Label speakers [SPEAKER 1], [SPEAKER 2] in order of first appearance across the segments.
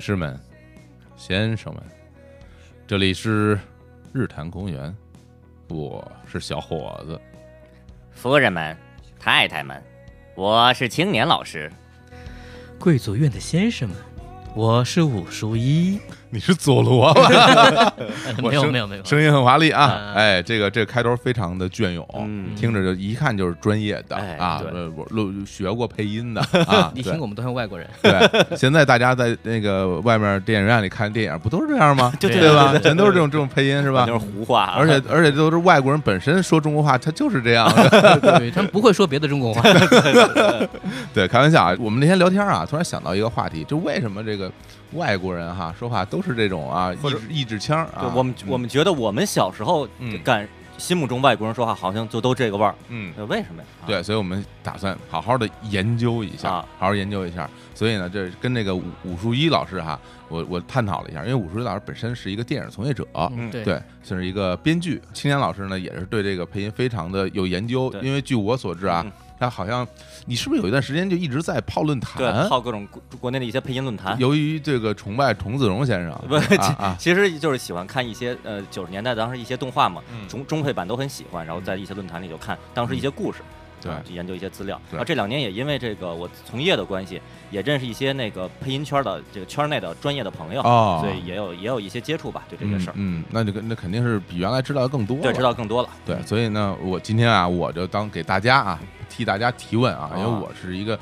[SPEAKER 1] 士们、先生们，这里是日坛公园，我是小伙子。
[SPEAKER 2] 夫人们、太太们，我是青年老师。
[SPEAKER 3] 贵族院的先生们，我是武淑 一。
[SPEAKER 1] 你是佐罗 吧？我
[SPEAKER 3] 没有
[SPEAKER 1] 声
[SPEAKER 3] 没有没有，
[SPEAKER 1] 声音很华丽
[SPEAKER 3] 嗯
[SPEAKER 1] 啊！哎，这个这个开头非常的隽永，啊
[SPEAKER 2] 嗯，
[SPEAKER 1] 听着就一看就是专业的
[SPEAKER 2] 哎
[SPEAKER 1] 啊，
[SPEAKER 2] 对
[SPEAKER 1] 呃我录学过配音 的啊。
[SPEAKER 3] 一
[SPEAKER 1] 对
[SPEAKER 3] 听我们都像外 国人。
[SPEAKER 1] 对，现在大家在那个外面电影院里看电影，不都是这样 吗？
[SPEAKER 3] 对
[SPEAKER 1] 对
[SPEAKER 3] 对
[SPEAKER 1] 吧？全都是这种这种配音是吧
[SPEAKER 2] 就？是胡话啊，
[SPEAKER 1] 而且而且都是外国人本身说中国话，他就是 这样。
[SPEAKER 3] 对，他们不会说别的中国话。
[SPEAKER 1] 对，开玩笑啊！我们那天聊天啊，突然想到一个话题，就为什么这个外国人哈、说话都是这种啊，
[SPEAKER 2] 或
[SPEAKER 1] 意
[SPEAKER 2] 者
[SPEAKER 1] 志意志腔儿啊
[SPEAKER 2] 对，我们我们觉得我们小时候
[SPEAKER 1] 嗯
[SPEAKER 2] 就感心目中外国人说话好像就都这个味儿，
[SPEAKER 1] 嗯。
[SPEAKER 2] 呃为什么呀？啊，
[SPEAKER 1] 对，所以我们打算好好的研究一下，
[SPEAKER 2] 啊
[SPEAKER 1] 好好研究一下。所以呢，这跟那个武武术一老师哈，我我探讨了一下，因为武术一老师本身是一个电影从业者，
[SPEAKER 3] 嗯，对，
[SPEAKER 1] 对，算是一个编剧。青年老师呢，也是对这个配音非常的有研究，
[SPEAKER 2] 对
[SPEAKER 1] 因为据我所知啊
[SPEAKER 2] 嗯，
[SPEAKER 1] 他好像你是不是有一段时间就一直在泡论坛？
[SPEAKER 2] 对，靠各种国国内的一些配音论坛，
[SPEAKER 1] 由于这个崇拜童自荣先生，
[SPEAKER 2] 啊不
[SPEAKER 1] 啊啊，
[SPEAKER 2] 其实就是喜欢看一些呃九十年代当时一些动画嘛，
[SPEAKER 1] 嗯
[SPEAKER 2] 中中配版都很喜欢，然后在一些论坛里就看当时一些故事，
[SPEAKER 1] 嗯对
[SPEAKER 2] 啊，去研究一些资料。
[SPEAKER 1] 对
[SPEAKER 2] 然后这两年也因为这个我从业的关系，也认识一些那个配音圈的这个圈内的专业的朋友，
[SPEAKER 1] 哦，
[SPEAKER 2] 所以也有也有一些接触吧，对这些
[SPEAKER 1] 嗯
[SPEAKER 2] 事儿，
[SPEAKER 1] 嗯，那就跟那肯定是比原来知道的更多了，
[SPEAKER 2] 对，知道更多了。嗯
[SPEAKER 1] 对，所以呢，我今天啊，我就当给大家啊，替大家提问啊，因为
[SPEAKER 2] 啊
[SPEAKER 1] 我是一个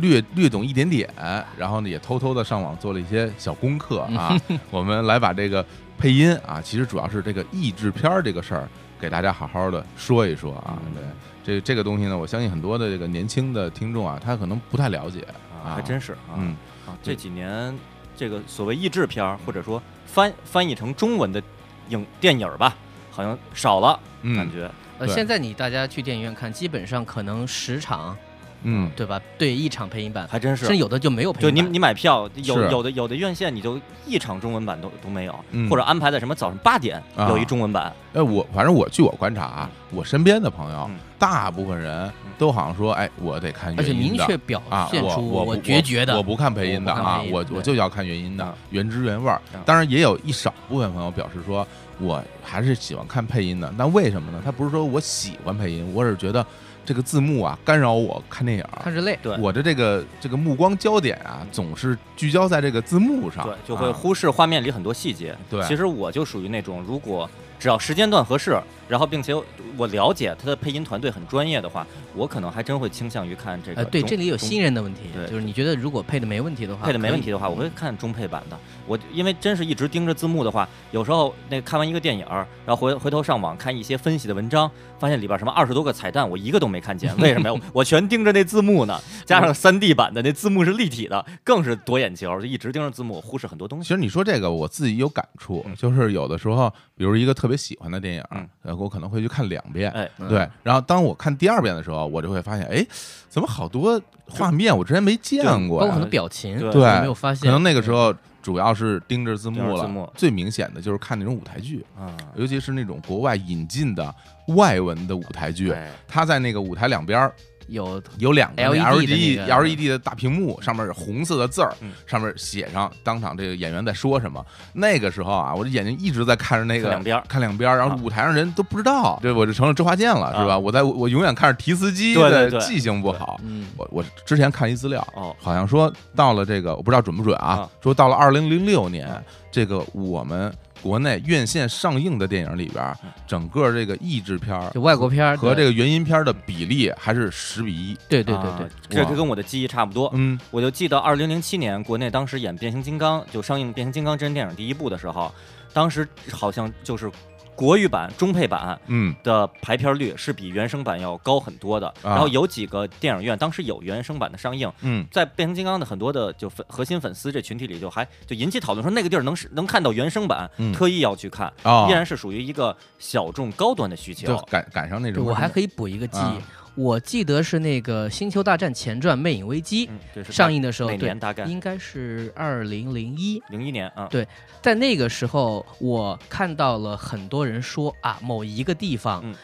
[SPEAKER 1] 略略懂一点点，然后呢，也偷偷的上网做了一些小功课 啊，我们来把这个配音啊，其实主要是这个译制片儿这个事儿，给大家好好的说一说啊，
[SPEAKER 2] 嗯
[SPEAKER 1] 对。这这个东西呢，我相信很多的这个年轻的听众啊，他可能不太了解啊，
[SPEAKER 2] 还真是啊。
[SPEAKER 1] 嗯，
[SPEAKER 2] 啊，这几年这个所谓译制片儿，或者说翻翻译成中文的影电影儿吧，好像少了，
[SPEAKER 1] 嗯
[SPEAKER 2] 感觉
[SPEAKER 3] 呃，
[SPEAKER 1] 对
[SPEAKER 3] 现在你大家去电影院看，基本上可能十场，
[SPEAKER 1] 嗯，
[SPEAKER 3] 对吧？对，一场配音版，
[SPEAKER 2] 还真是
[SPEAKER 3] 甚至。有的就没有配
[SPEAKER 2] 就
[SPEAKER 3] 音
[SPEAKER 2] 你
[SPEAKER 3] 版。
[SPEAKER 2] 你买票，有
[SPEAKER 1] 是
[SPEAKER 2] 有的有的院线你就一场中文版都都没有，
[SPEAKER 1] 嗯
[SPEAKER 2] 或者安排在什么早上八点
[SPEAKER 1] 啊
[SPEAKER 2] 有一中文版，
[SPEAKER 1] 哎，我反正我据我观察啊，我身边的朋友
[SPEAKER 2] 嗯，
[SPEAKER 1] 大部分人都好像说，哎，我得看
[SPEAKER 3] 嗯
[SPEAKER 1] 原
[SPEAKER 3] 而
[SPEAKER 1] 音的，
[SPEAKER 3] 且明确表
[SPEAKER 1] 啊，
[SPEAKER 3] 现
[SPEAKER 1] 我
[SPEAKER 3] 出
[SPEAKER 1] 我不
[SPEAKER 3] 决绝的，
[SPEAKER 1] 我不看配音的
[SPEAKER 3] 我不看
[SPEAKER 1] 啊
[SPEAKER 3] 配，音
[SPEAKER 1] 我
[SPEAKER 3] 对嗯
[SPEAKER 1] 我就要看原音的
[SPEAKER 2] 啊，
[SPEAKER 1] 原汁原味儿
[SPEAKER 2] 啊。
[SPEAKER 1] 当然也有一少部分朋友表示说，我还是喜欢看配音的。那为什么呢？他不是说我喜欢配音，我只是觉得这个字幕啊干扰我看电影儿。
[SPEAKER 3] 看着累。
[SPEAKER 2] 对
[SPEAKER 1] 我的这个这个目光焦点啊，总是聚焦在这个字幕上，
[SPEAKER 2] 对，就会
[SPEAKER 1] 啊
[SPEAKER 2] 忽视画面里很多细节。
[SPEAKER 1] 对
[SPEAKER 2] 其实我就属于那种，如果只要时间段合适，然后并且我了解他的配音团队很专业的话，我可能还真会倾向于看这个
[SPEAKER 3] 呃，
[SPEAKER 2] 中。
[SPEAKER 3] 对，这里有
[SPEAKER 2] 中
[SPEAKER 3] 新人的问题，
[SPEAKER 2] 对
[SPEAKER 3] 就是你觉得如果配的没问题的话，
[SPEAKER 2] 配的没嗯问题
[SPEAKER 3] 可以
[SPEAKER 2] 的话，我会看中配版的。啊我因为真是一直盯着字幕的话，有时候那看完一个电影儿，然后回回头上网看一些分析的文章，发现里边什么二十多个彩蛋，我一个都没看见。为什么呀？我 我全盯着那字幕呢，加上三 D 版的那字幕是立体的，更是夺眼球，就一直盯着字幕，忽视很多东
[SPEAKER 1] 其
[SPEAKER 2] 西。
[SPEAKER 1] 实你说这个，我自己有感触，
[SPEAKER 2] 嗯
[SPEAKER 1] 就是有的时候，比如一个特别喜欢的电影
[SPEAKER 2] 嗯，
[SPEAKER 1] 呃，我可能会去看两遍，
[SPEAKER 2] 哎，
[SPEAKER 3] 嗯
[SPEAKER 1] 对。然后当我看第二遍的时候，我就会发现，哎，怎么好多画面我之前没见
[SPEAKER 3] 包
[SPEAKER 1] 过
[SPEAKER 3] 括
[SPEAKER 1] 呀
[SPEAKER 3] 很多表情，
[SPEAKER 2] 对
[SPEAKER 3] 我
[SPEAKER 1] 对，
[SPEAKER 3] 没有发现。
[SPEAKER 1] 可能那个时候主要是盯着字
[SPEAKER 2] 盯
[SPEAKER 1] 幕
[SPEAKER 2] 着
[SPEAKER 1] 了，
[SPEAKER 2] 字幕
[SPEAKER 1] 最明显的就是看那种舞台剧，
[SPEAKER 2] 啊，
[SPEAKER 1] 尤其是那种国外引进的外文的舞台剧，
[SPEAKER 2] 哎
[SPEAKER 1] 它在那个舞台两边儿
[SPEAKER 3] 有
[SPEAKER 1] 有两个
[SPEAKER 3] LED
[SPEAKER 1] E
[SPEAKER 2] E
[SPEAKER 3] 的
[SPEAKER 1] LED
[SPEAKER 3] 那个
[SPEAKER 1] LED 的大屏幕，上面是红色的字儿
[SPEAKER 2] 嗯，
[SPEAKER 1] 上面写上当场这个演员在说什么。那个时候啊，我的眼睛一直在看着那个
[SPEAKER 2] 看两边儿
[SPEAKER 1] 看两边儿，然后
[SPEAKER 2] 啊
[SPEAKER 1] 舞台上人都不知道，对，我就成了周华健了，是吧？
[SPEAKER 2] 啊
[SPEAKER 1] 我在我永远看着提斯基
[SPEAKER 2] 对
[SPEAKER 1] 的
[SPEAKER 2] 对对
[SPEAKER 1] 记性不好。
[SPEAKER 3] 嗯，
[SPEAKER 1] 我我之前看一资料，
[SPEAKER 2] 哦，
[SPEAKER 1] 好像说到了这个，我不知道准不准啊
[SPEAKER 2] 啊，
[SPEAKER 1] 说到了二零零六年
[SPEAKER 2] 啊，
[SPEAKER 1] 这个我们国内院线上映的电影里边儿
[SPEAKER 2] 嗯，
[SPEAKER 1] 整个这个译制片儿
[SPEAKER 3] 就外国片儿
[SPEAKER 1] 和
[SPEAKER 3] 的
[SPEAKER 1] 这个原音片儿的比例还是十比一。
[SPEAKER 3] 对对
[SPEAKER 2] 啊
[SPEAKER 3] 对对，
[SPEAKER 2] 这
[SPEAKER 1] 哇
[SPEAKER 2] 这跟我的记忆差不多。
[SPEAKER 1] 嗯
[SPEAKER 2] 我就记得二零零七年国内当时演《变形金刚》就上映《变形金刚》真人电影第一部的时候，当时好像就是国语版中配版
[SPEAKER 1] 嗯
[SPEAKER 2] 的排片率是比原声版要高很多的。
[SPEAKER 3] 啊
[SPEAKER 2] 然后有几个电影院当时有原声版的上映，
[SPEAKER 1] 嗯，
[SPEAKER 2] 在《变形金刚》的很多的就粉核心粉丝这群体里就还就引起讨论说那个地儿能是能看到原声版，
[SPEAKER 1] 嗯
[SPEAKER 2] 特意要去看，
[SPEAKER 1] 啊，
[SPEAKER 2] 依然是属于一个小众高端的需
[SPEAKER 1] 就
[SPEAKER 2] 求。
[SPEAKER 1] 赶赶上那
[SPEAKER 3] 对
[SPEAKER 1] 种。
[SPEAKER 3] 我还可以补一个记忆
[SPEAKER 1] 啊，
[SPEAKER 3] 我记得是那个《星球大战前传：魅影危机
[SPEAKER 2] 嗯，对，》是
[SPEAKER 3] 上映的时候，
[SPEAKER 2] 哪
[SPEAKER 3] 对
[SPEAKER 2] 年，大概？
[SPEAKER 3] 应该是二零零一。
[SPEAKER 2] 零一年啊，
[SPEAKER 3] 对在那个时候，我看到了很多人说啊，某一个地方
[SPEAKER 2] 嗯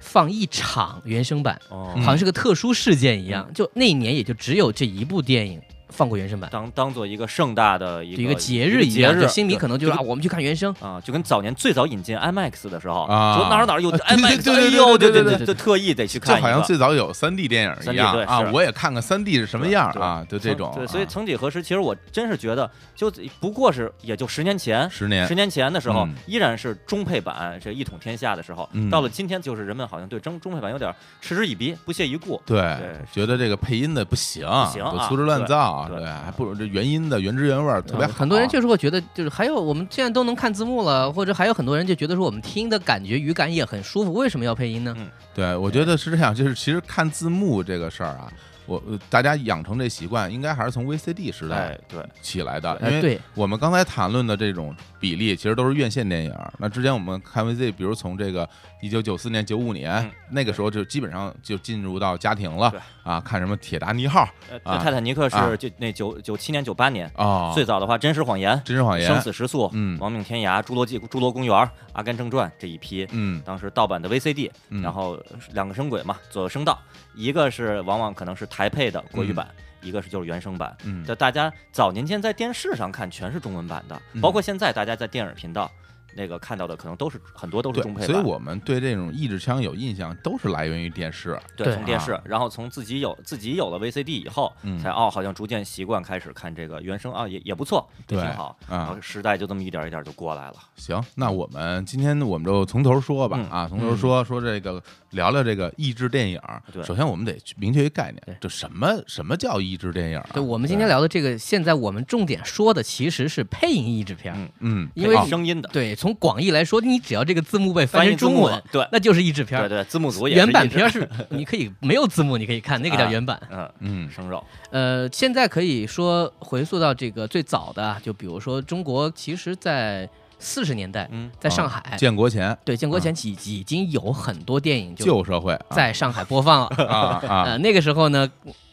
[SPEAKER 3] 放一场原声版，
[SPEAKER 2] 哦
[SPEAKER 1] 嗯
[SPEAKER 2] 嗯
[SPEAKER 3] 好像是个特殊事件一样，就那一年也就只有这一部电影放过原声版，
[SPEAKER 2] 当当做一个盛大的一
[SPEAKER 3] 就
[SPEAKER 2] 个
[SPEAKER 3] 一个节
[SPEAKER 2] 一
[SPEAKER 3] 日
[SPEAKER 2] 个
[SPEAKER 3] 一
[SPEAKER 2] 节
[SPEAKER 3] 样，
[SPEAKER 2] 日
[SPEAKER 3] 就心里可能就是啊，我们去看原声，
[SPEAKER 2] 啊，就跟早年最早引进 IMAX 的时候，
[SPEAKER 1] 啊
[SPEAKER 2] 说哪儿哪儿有
[SPEAKER 1] 啊对
[SPEAKER 2] IMAX，
[SPEAKER 1] 对对对
[SPEAKER 2] 哎呦
[SPEAKER 1] 对对
[SPEAKER 2] 对
[SPEAKER 1] 对
[SPEAKER 3] 对
[SPEAKER 2] 就特意得去
[SPEAKER 1] 就
[SPEAKER 2] 看一
[SPEAKER 1] 好
[SPEAKER 2] 个，
[SPEAKER 1] 像最早有三 D 电影一
[SPEAKER 2] 3D
[SPEAKER 1] 样
[SPEAKER 2] 对
[SPEAKER 1] 啊
[SPEAKER 2] 是，
[SPEAKER 1] 我也看看三 D 是什么样
[SPEAKER 2] 对
[SPEAKER 1] 啊，就这
[SPEAKER 2] 曾
[SPEAKER 1] 种啊。
[SPEAKER 2] 对，所以曾几何时，其实我真是觉得，就不过是也就十年前。
[SPEAKER 1] 十年
[SPEAKER 2] 十年前的时候
[SPEAKER 1] 嗯，
[SPEAKER 2] 依然是中配版这一统天下的时候
[SPEAKER 1] 嗯，
[SPEAKER 2] 到了今天，就是人们好像对中中配版有点嗤之以鼻、不屑一顾。
[SPEAKER 1] 对
[SPEAKER 2] 对，
[SPEAKER 1] 觉得这个配音的不行，
[SPEAKER 2] 行
[SPEAKER 1] 都
[SPEAKER 2] 啊
[SPEAKER 1] 粗制滥
[SPEAKER 2] 对
[SPEAKER 1] 造，
[SPEAKER 2] 对
[SPEAKER 1] 对，嗯还不如这原音的原汁原味儿特别
[SPEAKER 3] 啊
[SPEAKER 1] 好。
[SPEAKER 3] 很多人就是会觉得，就是还有我们现在都能看字幕了，或者还有很多人就觉得说我们听的感觉语感也很舒服，为什么要配音呢？
[SPEAKER 1] 对，我觉得是这样，就是其实看字幕这个事儿啊，我呃大家养成这习惯，应该还是从 VCD 时代
[SPEAKER 2] 哎，对，
[SPEAKER 1] 起来的，
[SPEAKER 2] 呃
[SPEAKER 1] 因
[SPEAKER 3] 哎，
[SPEAKER 1] 为
[SPEAKER 3] 对，
[SPEAKER 1] 我们刚才谈论的这种比例，其实都是院线电影儿。那之前我们看 VCD，比如从这个一九九四年、九五年
[SPEAKER 2] 嗯
[SPEAKER 1] 那个时候，就基本上就进入到家庭了
[SPEAKER 2] 对
[SPEAKER 1] 啊，看什么《铁达尼号
[SPEAKER 2] 呃
[SPEAKER 1] 啊
[SPEAKER 2] 泰坦尼克
[SPEAKER 1] 啊
[SPEAKER 2] 是就那九九七年、九八年》
[SPEAKER 1] 啊，
[SPEAKER 2] 最早的话，《真实谎言
[SPEAKER 1] 《真实谎》
[SPEAKER 2] 《
[SPEAKER 1] 言
[SPEAKER 2] 生》死时速》
[SPEAKER 1] 嗯
[SPEAKER 2] 《亡命天涯》《侏罗纪侏罗公园》《阿甘正传》这一批，
[SPEAKER 1] 嗯，
[SPEAKER 2] 当时盗版的 VCD，
[SPEAKER 1] 嗯
[SPEAKER 2] 然后两个声轨嘛，左右声道，一个是往往可能是台配的国语版，一个是就是原声版。
[SPEAKER 1] 嗯
[SPEAKER 2] 就大家早年间在电视上看全是中文版的
[SPEAKER 1] 嗯，
[SPEAKER 2] 包括现在大家在电影频道那个看到的，可能都是很多都是
[SPEAKER 1] 对
[SPEAKER 2] 中配，
[SPEAKER 1] 所以
[SPEAKER 2] 版。
[SPEAKER 1] 我们对这种译制腔有印象，都是来源于电视。
[SPEAKER 2] 对，
[SPEAKER 3] 对
[SPEAKER 2] 从电视
[SPEAKER 1] 啊，
[SPEAKER 2] 然后从自己有自己有了 VCD 以后
[SPEAKER 1] 嗯，
[SPEAKER 2] 才哦，好像逐渐习惯开始看这个原声啊，也也不错，也
[SPEAKER 1] 对
[SPEAKER 2] 挺好。然
[SPEAKER 1] 啊
[SPEAKER 2] 后，时代就这么一点一点就过来了。
[SPEAKER 1] 行，那我们今天我们就从头说吧
[SPEAKER 2] 嗯
[SPEAKER 1] 啊，从头说说这个聊聊这个译制电影儿。
[SPEAKER 2] 对
[SPEAKER 1] 首先我们得明确一概
[SPEAKER 3] 对
[SPEAKER 1] 念，就什么什么叫译制电影儿啊？
[SPEAKER 3] 对，我们今天聊的这个，现在我们重点说的其实是配音译制片儿，
[SPEAKER 2] 嗯
[SPEAKER 1] 嗯，
[SPEAKER 3] 因为
[SPEAKER 2] 配
[SPEAKER 1] 啊
[SPEAKER 2] 声音的
[SPEAKER 3] 对，从广义来说，你只要这个字幕被翻
[SPEAKER 2] 译
[SPEAKER 3] 成
[SPEAKER 2] 字
[SPEAKER 3] 中
[SPEAKER 2] 幕
[SPEAKER 3] 文，，
[SPEAKER 2] 对
[SPEAKER 3] 那就是译制片
[SPEAKER 2] 对
[SPEAKER 3] 儿。
[SPEAKER 2] 对，字幕组也是
[SPEAKER 3] 原版
[SPEAKER 2] 一直
[SPEAKER 3] 片儿是 你可以没有字幕，你可以看，那个叫
[SPEAKER 2] 啊
[SPEAKER 3] 原版。
[SPEAKER 2] 嗯，
[SPEAKER 1] 嗯
[SPEAKER 2] 生肉，
[SPEAKER 3] 呃，现在可以说回溯到这个最早的啊，就比如说中国，其实在四十年代，
[SPEAKER 2] 嗯，
[SPEAKER 3] 在上
[SPEAKER 1] 啊
[SPEAKER 3] 海，
[SPEAKER 1] 建国前
[SPEAKER 3] 对，建国前几已经有很多电影就
[SPEAKER 1] 旧社会啊
[SPEAKER 3] 在上海播放了。
[SPEAKER 1] 啊 啊
[SPEAKER 3] 呃，那个时候呢，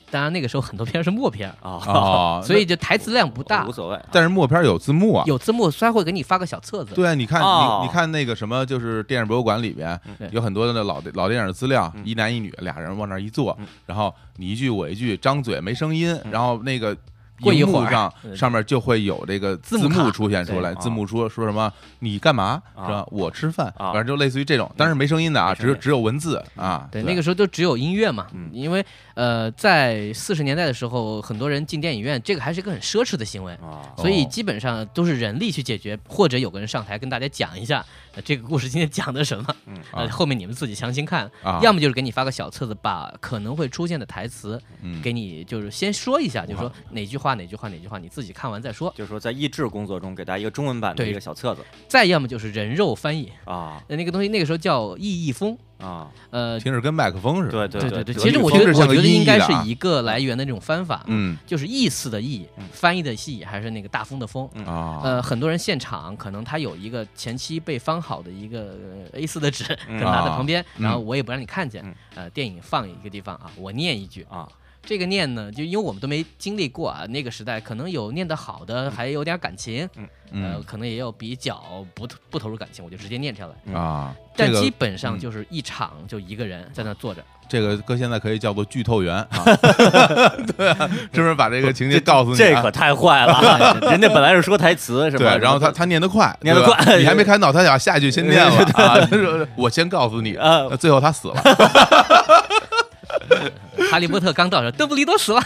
[SPEAKER 3] 当然那个时候很多片儿是默片儿，
[SPEAKER 2] 啊、
[SPEAKER 1] 哦，
[SPEAKER 3] 所以就台词量嗯不大
[SPEAKER 2] 无，所谓。
[SPEAKER 1] 但是默片有字幕啊。
[SPEAKER 3] 有字幕，虽然会给你发个小册子，
[SPEAKER 1] 对啊，你看
[SPEAKER 2] 哦
[SPEAKER 1] 你你看那个什么，就是电影博物馆里边
[SPEAKER 2] 嗯
[SPEAKER 3] 对
[SPEAKER 1] 有很多的老老电影资料，
[SPEAKER 2] 嗯
[SPEAKER 1] 一男一女俩人往那儿一坐
[SPEAKER 2] 嗯，
[SPEAKER 1] 然后你一句我一句，张嘴没声音，
[SPEAKER 2] 嗯
[SPEAKER 1] 然后那个
[SPEAKER 3] 过一
[SPEAKER 1] 荧幕
[SPEAKER 3] 会儿
[SPEAKER 1] 上
[SPEAKER 3] 对
[SPEAKER 1] 上面就会有这个字
[SPEAKER 3] 字幕卡
[SPEAKER 1] 出现出
[SPEAKER 2] 对
[SPEAKER 1] 来，
[SPEAKER 2] 啊
[SPEAKER 1] 字幕说说什么你干嘛是
[SPEAKER 2] 啊
[SPEAKER 1] 吧？我吃饭，反
[SPEAKER 2] 啊
[SPEAKER 1] 正就类似于
[SPEAKER 3] 嗯
[SPEAKER 1] 这种，但是没声音的啊，
[SPEAKER 2] 没声
[SPEAKER 1] 只有
[SPEAKER 2] 音
[SPEAKER 1] 只有文字啊。
[SPEAKER 3] 对，那个时候就只有音乐嘛，
[SPEAKER 2] 嗯
[SPEAKER 3] 因为呃，在四十年代的时候，很多人进电影院，这个还是一个很奢侈的行为，
[SPEAKER 2] 啊、
[SPEAKER 3] 所以
[SPEAKER 1] 哦
[SPEAKER 3] 基本上都是人力去解决，或者有个人上台跟大家讲一下、呃这个故事今天讲的什么，
[SPEAKER 2] 嗯
[SPEAKER 1] 啊
[SPEAKER 3] 呃，后面你们自己详情看，
[SPEAKER 1] 啊，
[SPEAKER 3] 要么就是给你发个小册子，把可能会出现的台词
[SPEAKER 1] 嗯
[SPEAKER 3] 给你，就是先说一下，就说哪句话哪句话哪句话，你自己看完再说。
[SPEAKER 2] 就是说在译制工作中给大家一个中文版的
[SPEAKER 3] 对
[SPEAKER 2] 一个小册子
[SPEAKER 3] 再要么就是人肉翻译，
[SPEAKER 2] 啊
[SPEAKER 3] 呃那个东西那个时候叫意译风，
[SPEAKER 2] 啊，
[SPEAKER 3] 呃，
[SPEAKER 1] 听着跟麦克风似的。
[SPEAKER 2] 对对
[SPEAKER 3] 对
[SPEAKER 2] 对，
[SPEAKER 3] 其实
[SPEAKER 1] 德语
[SPEAKER 3] 我
[SPEAKER 1] 风
[SPEAKER 3] 觉得
[SPEAKER 1] 是
[SPEAKER 3] 我
[SPEAKER 1] 像个
[SPEAKER 3] 觉得
[SPEAKER 1] 音译
[SPEAKER 3] 应该
[SPEAKER 1] 的
[SPEAKER 3] 是
[SPEAKER 1] 啊
[SPEAKER 3] 一个来源的这种翻法，
[SPEAKER 1] 嗯
[SPEAKER 3] 就是意思的意
[SPEAKER 2] 嗯，
[SPEAKER 3] 翻译的意，还是那个大风的风。
[SPEAKER 2] 嗯
[SPEAKER 1] 啊，
[SPEAKER 3] 呃，很多人现场可能他有一个前期被翻好的一个呃 A 4的纸，可
[SPEAKER 2] 嗯
[SPEAKER 3] 能拿在旁边，
[SPEAKER 1] 嗯
[SPEAKER 3] 然后我也不让你看见
[SPEAKER 2] 嗯。
[SPEAKER 3] 呃，电影放一个地方啊，我念一句，
[SPEAKER 2] 啊
[SPEAKER 3] 这个念呢，就因为我们都没经历过啊，那个时代可能有念得好的，还有点感情，呃，
[SPEAKER 1] 嗯
[SPEAKER 3] 可能也有比较不投不投入感情，我就直接念下来。
[SPEAKER 2] 呃
[SPEAKER 1] 啊，这
[SPEAKER 3] 但
[SPEAKER 1] 个
[SPEAKER 3] 基本上
[SPEAKER 1] 嗯
[SPEAKER 3] 就是一场就一个人在那坐着，
[SPEAKER 1] 这个搁现在可以叫做剧透员 啊，对啊，专门把这个情节告诉你
[SPEAKER 2] 这
[SPEAKER 1] 啊。
[SPEAKER 2] 可太坏 了，人家本来是说台词是吧？
[SPEAKER 1] 对，然后他他念得快，
[SPEAKER 2] 念得
[SPEAKER 1] 对吧
[SPEAKER 2] 快
[SPEAKER 1] 你还没看到，他想下一句先念了啊。他说我先告诉你，
[SPEAKER 2] 啊
[SPEAKER 1] 那最后他死了，
[SPEAKER 3] 哈利波特刚到时，邓布利多死了。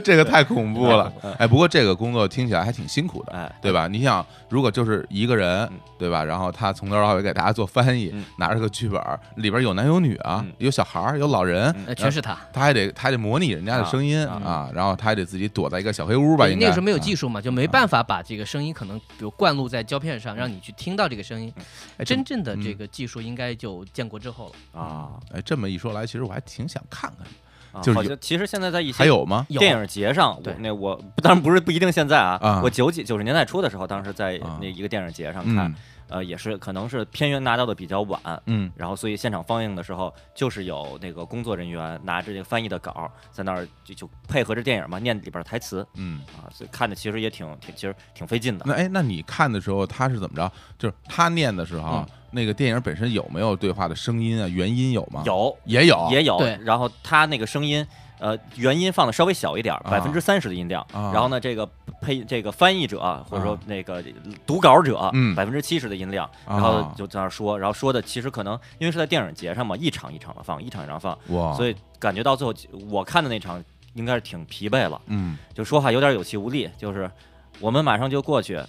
[SPEAKER 1] 这个太恐怖
[SPEAKER 2] 啊
[SPEAKER 1] 了。哎，不过这个工作听起来还挺辛苦的，
[SPEAKER 2] 哎
[SPEAKER 1] 对吧？你想，如果就是一个人
[SPEAKER 2] 嗯，
[SPEAKER 1] 对吧？然后他从头到尾给大家做翻译
[SPEAKER 2] 嗯，
[SPEAKER 1] 拿着个剧本，里边有男有女啊
[SPEAKER 2] 嗯，
[SPEAKER 1] 有小孩儿，有老人，
[SPEAKER 2] 嗯
[SPEAKER 3] 呃，全是他。
[SPEAKER 1] 他还得他还得模拟人家的声音
[SPEAKER 2] 啊
[SPEAKER 1] 啊，然后他还得自己躲在一个小黑屋吧，
[SPEAKER 3] 对
[SPEAKER 1] 应
[SPEAKER 3] 那
[SPEAKER 1] 该
[SPEAKER 3] 个时候没有技术嘛，就没办法把这个声音可能比如灌录在胶片上，让你去听到这个声音。
[SPEAKER 1] 哎
[SPEAKER 3] 真正的这
[SPEAKER 1] 嗯
[SPEAKER 3] 个技术应该就建国之后了。
[SPEAKER 2] 啊，
[SPEAKER 1] 哎，这么一说来，其实我还挺想看看，
[SPEAKER 2] 啊
[SPEAKER 1] 就是
[SPEAKER 2] 好
[SPEAKER 1] 有
[SPEAKER 2] 像其实现在在一些
[SPEAKER 1] 还有吗？
[SPEAKER 3] 有
[SPEAKER 2] 电影节上，我
[SPEAKER 3] 对
[SPEAKER 2] 那我当然不是不一定现在
[SPEAKER 1] 啊
[SPEAKER 2] 啊，我九几九十年代初的时候，当时在
[SPEAKER 1] 啊
[SPEAKER 2] 那一个电影节上看
[SPEAKER 1] 嗯，
[SPEAKER 2] 呃，也是可能是片源拿到的比较晚，
[SPEAKER 1] 嗯
[SPEAKER 2] 然后所以现场放映的时候，就是有那个工作人员拿着这个翻译的稿儿在那儿就就配合着电影嘛念里边儿台词
[SPEAKER 1] 嗯。
[SPEAKER 2] 啊，所以看的其实也挺挺其实挺费劲的。
[SPEAKER 1] 那哎，那你看的时候他是怎么着？就是他念的时候，
[SPEAKER 2] 嗯
[SPEAKER 1] 那个电影本啊身有没有对话的声音啊？原音有吗？，
[SPEAKER 2] 有
[SPEAKER 1] 也有。
[SPEAKER 2] 也有
[SPEAKER 3] 对，
[SPEAKER 2] 然后他那个声音呃原音放的稍微小一点，
[SPEAKER 1] 啊
[SPEAKER 2] 百分之三十的音量。
[SPEAKER 1] 啊
[SPEAKER 2] 然后呢，这个配这个翻译者或者说那个读稿者，
[SPEAKER 1] 嗯
[SPEAKER 2] 百分之七十的音量，
[SPEAKER 1] 啊
[SPEAKER 2] 然后就在那儿说，然后说的其实可能因为是在电影节上嘛，一场一场的放，一场一场放，
[SPEAKER 1] 哇，
[SPEAKER 2] 所
[SPEAKER 1] 以
[SPEAKER 2] 以感觉到最后我看的那场应该是挺疲惫了，
[SPEAKER 1] 嗯
[SPEAKER 2] 就说话有点有气无力，就是我们马上就过去。